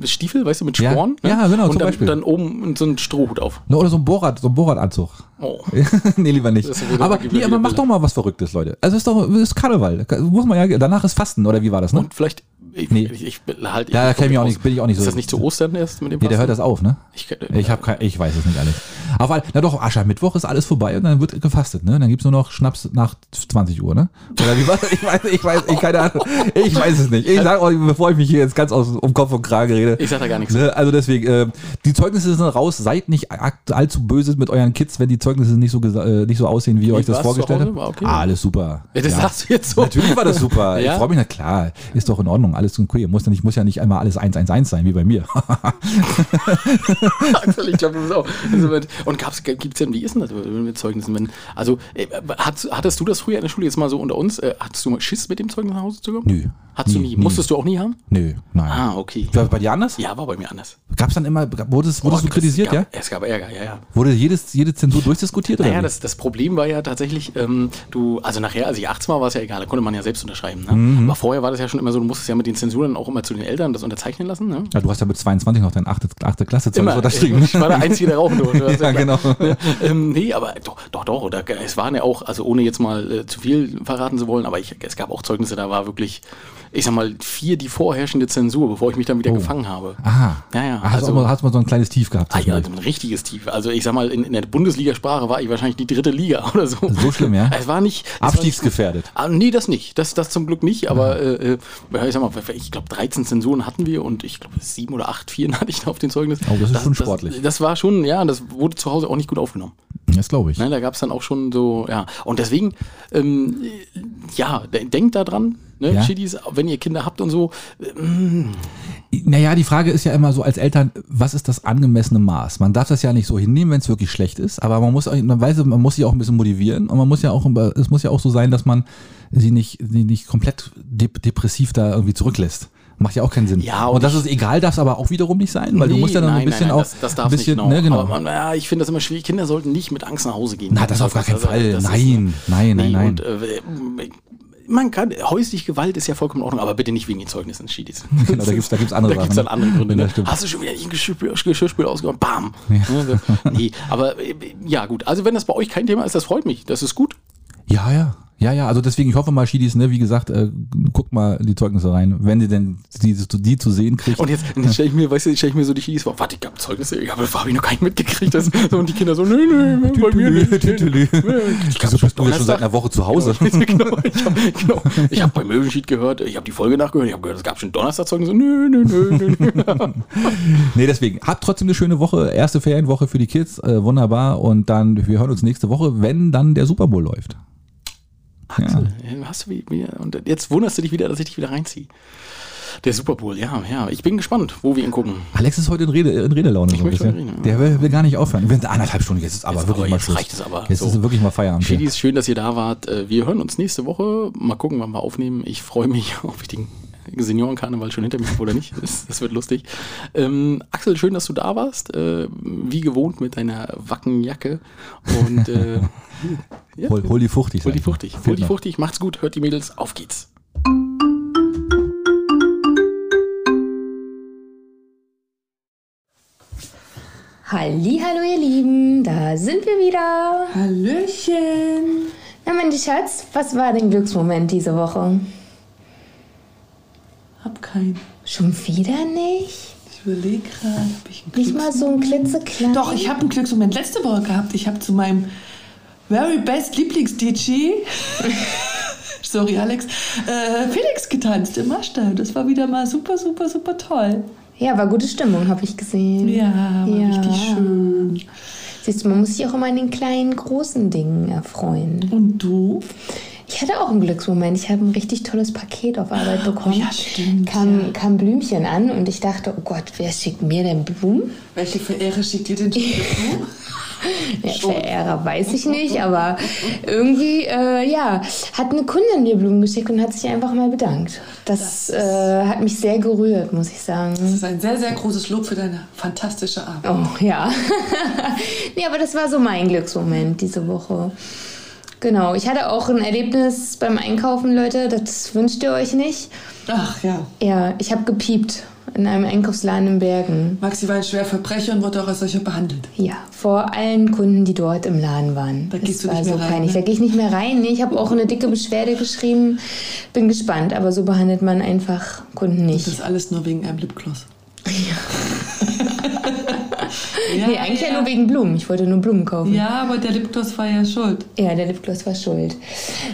Speaker 2: Stiefel, weißt du, mit
Speaker 1: Ja.
Speaker 2: Sporen.
Speaker 1: Ja, genau,
Speaker 2: Und
Speaker 1: zum
Speaker 2: dann,
Speaker 1: Beispiel.
Speaker 2: dann oben so einen Strohhut auf.
Speaker 1: Ne, Oder so ein Borat, so ein Borat-Anzug.
Speaker 2: Oh.
Speaker 1: nee, lieber nicht.
Speaker 2: Das ist wieder-
Speaker 1: Aber,
Speaker 2: gibt
Speaker 1: nee,
Speaker 2: wieder
Speaker 1: aber mach
Speaker 2: Bilder.
Speaker 1: doch mal was Verrücktes, Leute. Also ist doch ist Karneval. Muss man ja, danach ist Fasten, oder wie war das, ne?
Speaker 2: Und vielleicht, ich,
Speaker 1: Nee.
Speaker 2: ich, ich halt
Speaker 1: Ja, da kenn ich mich auch nicht- bin ich auch nicht
Speaker 2: Ist
Speaker 1: so-
Speaker 2: das nicht zu Ostern erst mit dem
Speaker 1: Nee, der hört das auf, ne?
Speaker 2: Ich, äh, kenn-
Speaker 1: Ich, hab kein, ich weiß es nicht alles. Auf all, na doch, Aschermittwoch ist alles vorbei und dann wird gefastet, ne? Dann gibt's nur noch Schnaps nach 20 Uhr, ne? Oder wie war das? Ich weiß, ich weiß, ich keine Ahnung. Ich weiß es nicht. Ich sag euch, bevor ich mich hier jetzt ganz aus, um Kopf und Kragen rede.
Speaker 2: Ich sag da gar nichts.
Speaker 1: Ne? Also deswegen, äh, die Zeugnisse sind raus. Seid nicht akt- allzu böse mit euren Kids, wenn die Zeugnisse nicht so, gesa- äh, nicht so aussehen, wie ihr euch das
Speaker 2: war's zu
Speaker 1: vorgestellt
Speaker 2: Hause?
Speaker 1: habt.
Speaker 2: War okay?
Speaker 1: Alles super.
Speaker 2: Ja, das sagst du jetzt so.
Speaker 1: Natürlich war das super.
Speaker 2: Ja?
Speaker 1: Ich freue mich, na klar. Ist doch in Ordnung. Alles okay. Muss, ja nicht- muss ja nicht einmal alles 111 sein, wie bei mir.
Speaker 2: Axel, ich glaube, du bist auch. Also mit, und gab's, gibt's denn, wie ist denn das mit Zeugnissen? Wenn, also, äh, hat, hattest du das früher in der Schule jetzt mal so unter uns? Äh, hattest du mal Schiss mit dem Zeugnis nach Hause zu kommen?
Speaker 1: Nö.
Speaker 2: Hattest du
Speaker 1: Nie,
Speaker 2: nie?
Speaker 1: nie.
Speaker 2: Musstest du auch nie haben?
Speaker 1: Nö, nein.
Speaker 2: Ah, okay.
Speaker 1: War bei dir anders?
Speaker 2: Ja, war bei mir anders.
Speaker 1: Gab's dann immer, wurdest,
Speaker 2: Boah,
Speaker 1: wurdest du kritisiert,
Speaker 2: es
Speaker 1: ja?
Speaker 2: Oh, gab, Es gab Ärger, ja, ja.
Speaker 1: Wurde jedes, jede Zensur durchdiskutiert?
Speaker 2: Naja,
Speaker 1: wie?
Speaker 2: das, das Problem war ja tatsächlich, ähm, du, also nachher, als ich 18 war, war es ja egal, da konnte man ja selbst unterschreiben. Ne?
Speaker 1: Mhm.
Speaker 2: Aber vorher war das ja schon immer so, du musstest ja mit den Zensuren auch immer zu den Eltern das unterzeichnen lassen. Ne?
Speaker 1: ja, du hast ja mit 22 noch dein 8. Klasse
Speaker 2: Immer.
Speaker 1: unterschrieben.
Speaker 2: Ich war der Einzige, der rauchen durfte. das ist
Speaker 1: ne? ja,
Speaker 2: klar.
Speaker 1: genau.
Speaker 2: ähm, nee, aber doch, doch, doch. Da, es waren ja auch, also ohne jetzt mal äh, zu viel verraten zu wollen, aber ich, es gab auch Zeugnisse, da war wirklich, ich sag mal, vier die vorherrschende Zensur, bevor ich mich dann wieder
Speaker 1: Oh.
Speaker 2: gefangen habe.
Speaker 1: Aha.
Speaker 2: Ja, ja,
Speaker 1: Ah, Hast,
Speaker 2: also-
Speaker 1: du mal, hast du mal so ein kleines Tief gehabt?
Speaker 2: Ah, ja,
Speaker 1: zwischendurch?
Speaker 2: ein richtiges Tief. Also ich sag mal, in, in der Bundesligasprache war ich wahrscheinlich die dritte Liga oder so.
Speaker 1: So schlimm, ja?
Speaker 2: Es war nicht. es war nicht-
Speaker 1: Abstiegsgefährdet.
Speaker 2: Ah, nee, das nicht. Das, das zum Glück nicht. Aber äh, äh, ich sag mal, ich glaube, 13 Zensuren hatten wir und ich glaube, sieben oder acht Vieren hatte ich da auf den Zeugnis.
Speaker 1: Oh, das ist schon sportlich.
Speaker 2: Das, das war schon, ja, das wurde zu Hause auch nicht gut aufgenommen.
Speaker 1: Das glaube ich.
Speaker 2: Ne, da gab es dann auch schon so, ja. Und deswegen, ähm, ja, de- denkt da dran, ne,
Speaker 1: Ja.
Speaker 2: Chidis, wenn ihr Kinder habt und so.
Speaker 1: Naja, die Frage ist ja immer so als Eltern, was ist das angemessene Maß? Man darf das ja nicht so hinnehmen, wenn es wirklich schlecht ist, aber man muss, auch- man weiß, man muss sich auch ein bisschen motivieren und man muss ja auch, es muss ja auch so sein, dass man sie nicht, sie nicht komplett dep depressiv da irgendwie zurücklässt. Macht ja auch keinen Sinn.
Speaker 2: Ja, und
Speaker 1: und dass es egal darf es aber auch wiederum nicht sein, weil du
Speaker 2: Nee,
Speaker 1: musst ja dann
Speaker 2: nein,
Speaker 1: ein bisschen
Speaker 2: nein, nein,
Speaker 1: auch
Speaker 2: Das, das
Speaker 1: ein
Speaker 2: darf
Speaker 1: bisschen,
Speaker 2: nicht, genau.
Speaker 1: ne, genau.
Speaker 2: Aber man, ja, ich finde das immer schwierig. Kinder sollten nicht mit Angst nach Hause gehen.
Speaker 1: Na, das auf gar keinen
Speaker 2: Also,
Speaker 1: Fall.
Speaker 2: das ist-
Speaker 1: Nein, nein, nein,
Speaker 2: Nee,
Speaker 1: nein.
Speaker 2: Und, äh, man kann, häusliche Gewalt ist ja vollkommen in Ordnung, aber bitte nicht wegen den Zeugnissen, Schiedis.
Speaker 1: Genau, da gibt's- da gibt's andere
Speaker 2: Da gibt's
Speaker 1: Sachen,
Speaker 2: dann andere Gründe.
Speaker 1: ne?
Speaker 2: Ne?
Speaker 1: Das stimmt.
Speaker 2: Hast du schon wieder nicht ein Geschirrspül- Geschirrspüler ausgeräumt? Bam! Ne, so. nee, aber äh, ja, gut. Also, wenn das bei euch kein Thema ist, das freut mich. Das ist gut.
Speaker 1: Ja, ja. Ja, ja, also deswegen, ich hoffe mal, Schiedis, ne, wie gesagt, äh, guckt mal die Zeugnisse rein, wenn ihr denn die, die zu sehen kriegt.
Speaker 2: Und jetzt, und jetzt stelle ich mir, weißt du, stelle ich mir so die Chilis vor, warte, ich habe Zeugnisse, ich habe hab ich noch keinen mitgekriegt. Das, so, und die Kinder so, nö, nö, bei mir nicht.
Speaker 1: Tüdelü. Ich glaube, du bist ja schon seit einer Woche zu Hause.
Speaker 2: genau, ich habe genau, ich hab bei Möwenschied gehört, ich habe die Folge nachgehört, ich habe gehört, es gab schon Donnerstagzeugen, so nö, nö, nö, nö, nö.
Speaker 1: Nee, deswegen, habt trotzdem eine schöne Woche. Erste Ferienwoche für die Kids. Äh, wunderbar. Und dann, wir hören uns nächste Woche, wenn dann der Super Bowl läuft.
Speaker 2: Axel, hast du wie, wie, und jetzt wunderst du dich wieder, dass ich dich wieder reinziehe. Der Super Bowl, ja, ja. Ich bin gespannt, wo wir ihn gucken.
Speaker 1: Alex ist heute in, Rede, in Redelaune. so ein
Speaker 2: möchte
Speaker 1: bisschen.
Speaker 2: schon reden, ja.
Speaker 1: Der will, will gar nicht aufhören. Wir sind anderthalb Stunden. Jetzt ist aber
Speaker 2: Jetzt
Speaker 1: wirklich
Speaker 2: aber,
Speaker 1: mal
Speaker 2: jetzt
Speaker 1: Schluss.
Speaker 2: reicht es aber.
Speaker 1: Jetzt
Speaker 2: So.
Speaker 1: ist wirklich mal Feierabend. hier.
Speaker 2: Chidis, schön, dass ihr da wart. Äh, Wir hören uns nächste Woche. Mal gucken, wann wir aufnehmen. Ich freue mich, ob ich den Seniorenkarneval schon hinter mir habe oder nicht. Das, das wird lustig. Ähm, Axel, schön, dass du da warst. Äh, wie gewohnt mit deiner Wackenjacke. Und äh, ja,
Speaker 1: Hol, hol die Fuchtig.
Speaker 2: hol die fuchtig. Hol die fuchtig. Macht's gut. Hört die Mädels. Auf geht's.
Speaker 3: Hallo, ihr Lieben, da sind wir wieder.
Speaker 4: Hallöchen!
Speaker 3: Na, mein Schatz, was war dein Glücksmoment diese Woche?
Speaker 4: Hab keinen.
Speaker 3: Schon wieder nicht?
Speaker 4: Ich überlege gerade, ob ich einen
Speaker 3: Nicht mal so ein klitzeklein.
Speaker 4: Doch, ich habe einen Glücksmoment letzte Woche gehabt. Ich habe zu meinem very best Lieblings-DJ, sorry Alex, äh, Felix getanzt im Maschstab. Das war wieder mal super, super, super toll.
Speaker 3: Ja, war gute Stimmung, habe ich gesehen.
Speaker 4: Ja, war
Speaker 3: Ja.
Speaker 4: richtig schön.
Speaker 3: Siehst du, man muss sich auch immer an den kleinen, großen Dingen erfreuen.
Speaker 4: Und du?
Speaker 3: Ich hatte auch einen Glücksmoment. Ich habe ein richtig tolles Paket auf Arbeit bekommen.
Speaker 4: Oh, ja, stimmt,
Speaker 3: Kam, kam Blümchen an und ich dachte, oh Gott, wer schickt mir denn Blumen?
Speaker 4: Welche Verehre schickt ihr denn schon?
Speaker 3: Ja, Verehrer weiß ich nicht, aber irgendwie, äh, ja, hat eine Kundin mir Blumen geschickt und hat sich einfach mal bedankt. Das, äh, hat mich sehr gerührt, muss ich sagen.
Speaker 4: Das ist ein sehr, sehr großes Lob für deine fantastische Arbeit.
Speaker 3: Oh, ja. nee, aber das war so mein Glücksmoment diese Woche. Genau, ich hatte auch ein Erlebnis beim Einkaufen, Leute, das wünscht ihr euch nicht.
Speaker 4: Ach ja.
Speaker 3: Ja, ich habe gepiept in einem Einkaufsladen in Bergen.
Speaker 4: Maxi war ein schwerer Verbrecher und wurde auch als solcher behandelt.
Speaker 3: Ja, vor allen Kunden, die dort im Laden waren.
Speaker 4: Da
Speaker 3: Das
Speaker 4: gehst du
Speaker 3: war
Speaker 4: nicht mehr
Speaker 3: so
Speaker 4: rein,
Speaker 3: peinlich.
Speaker 4: ne?
Speaker 3: Da gehe ich nicht mehr rein. Nee, ich habe auch eine dicke Beschwerde geschrieben. Bin gespannt, aber so behandelt man einfach Kunden
Speaker 4: Das
Speaker 3: nicht.
Speaker 4: ist alles nur wegen einem Lipgloss. Ja.
Speaker 3: Nee, eigentlich ja. nur wegen Blumen. Ich wollte nur Blumen kaufen. Ja,
Speaker 4: Ja, aber der Lipgloss war ja schuld.
Speaker 3: der Lipgloss war schuld.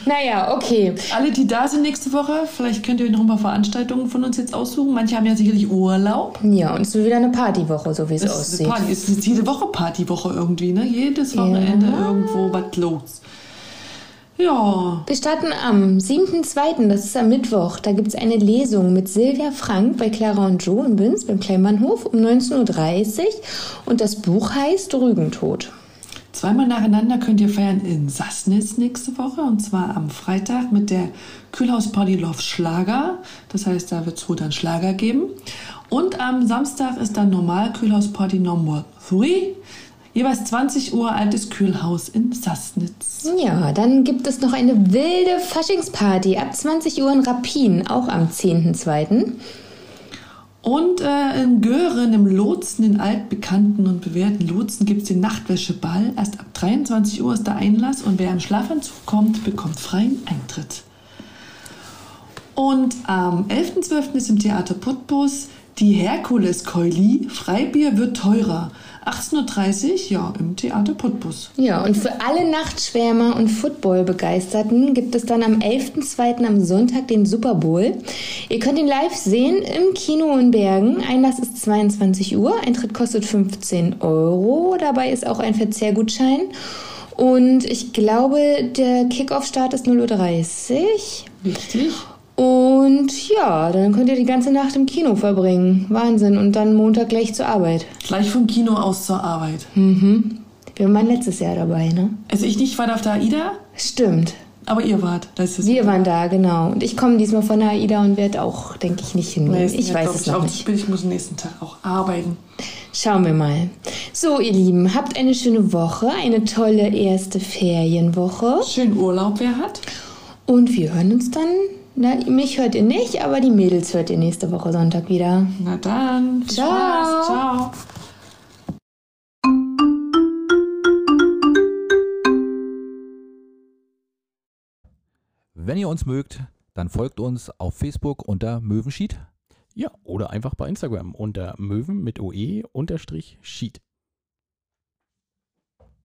Speaker 3: Naja, okay.
Speaker 4: Alle, die da sind nächste Woche, vielleicht könnt ihr euch noch ein paar Veranstaltungen von uns jetzt aussuchen. Manche haben ja sicherlich Urlaub.
Speaker 3: Ja, und es wird wieder eine Partywoche, so wie es
Speaker 4: Das ist
Speaker 3: aussieht.
Speaker 4: eine Party. Es ist jede Woche Partywoche irgendwie, ne? Jedes Wochenende irgendwo was los. Ja.
Speaker 3: Wir starten am 7.2., das ist am Mittwoch. Da gibt es eine Lesung mit Silvia Frank bei Clara und Joe in Binz beim Kleinbahnhof um 19.30 Uhr. Und das Buch heißt Rügentod.
Speaker 4: Zweimal nacheinander könnt ihr feiern in Sassnitz nächste Woche und zwar am Freitag mit der Kühlhausparty Love Schlager. Das heißt, da wird es wohl dann Schlager geben. Und am Samstag ist dann normal Kühlhausparty Number 3. Jeweils 20 Uhr altes Kühlhaus in Sassnitz.
Speaker 3: Ja, dann gibt es noch eine wilde Faschingsparty ab 20 Uhr in Rapin, auch am 10.2.
Speaker 4: Und äh, in Göhren, im Lotsen, in altbekannten und bewährten Lotsen, gibt es den Nachtwäscheball. Erst ab 23 Uhr ist der Einlass und wer im Schlafanzug kommt, bekommt freien Eintritt. Und am 11.12. ist im Theater Putbus die Herkules-Keuli. Freibier wird teurer. 18.30 Uhr, ja, im Theater Putbus.
Speaker 3: Ja, und für alle Nachtschwärmer und Football-Begeisterten gibt es dann am 11.2. am Sonntag den Super Bowl. Ihr könnt ihn live sehen im Kino in Bergen. Einlass ist 22 Uhr, Eintritt kostet 15 Euro. Dabei ist auch ein Verzehrgutschein. Und ich glaube, der Kickoff-Start ist 0.30 Uhr.
Speaker 4: Richtig.
Speaker 3: Und ja, dann könnt ihr die ganze Nacht im Kino verbringen. Wahnsinn. Und dann Montag gleich zur Arbeit.
Speaker 4: Gleich vom Kino aus zur Arbeit.
Speaker 3: Hm. Wir waren letztes Jahr dabei, ne?
Speaker 4: Also ich nicht, war auf der AIDA,
Speaker 3: Stimmt.
Speaker 4: aber ihr wart. Das ist
Speaker 3: Wir waren da, genau. Und ich komme diesmal von der AIDA und werde auch, denke ich, nicht hingehen.
Speaker 4: Nächsten
Speaker 3: ich
Speaker 4: Tag,
Speaker 3: weiß
Speaker 4: glaub
Speaker 3: es noch
Speaker 4: auch zu
Speaker 3: nicht.
Speaker 4: spät. Ich muss nächsten Tag auch arbeiten.
Speaker 3: Schauen wir mal. So, ihr Lieben, habt eine schöne Woche, eine tolle erste Ferienwoche.
Speaker 4: Schön Urlaub, wer hat?
Speaker 3: Und wir hören uns dann. Na, mich hört ihr nicht, aber die Mädels hört ihr nächste Woche Sonntag wieder.
Speaker 4: Na dann. viel
Speaker 3: Ciao.
Speaker 4: Spaß, Ciao.
Speaker 1: Wenn ihr uns mögt, dann folgt uns auf Facebook unter Möwenschied.
Speaker 2: Ja, oder einfach bei Instagram unter Möwen mit OE E unterstrich Sheet.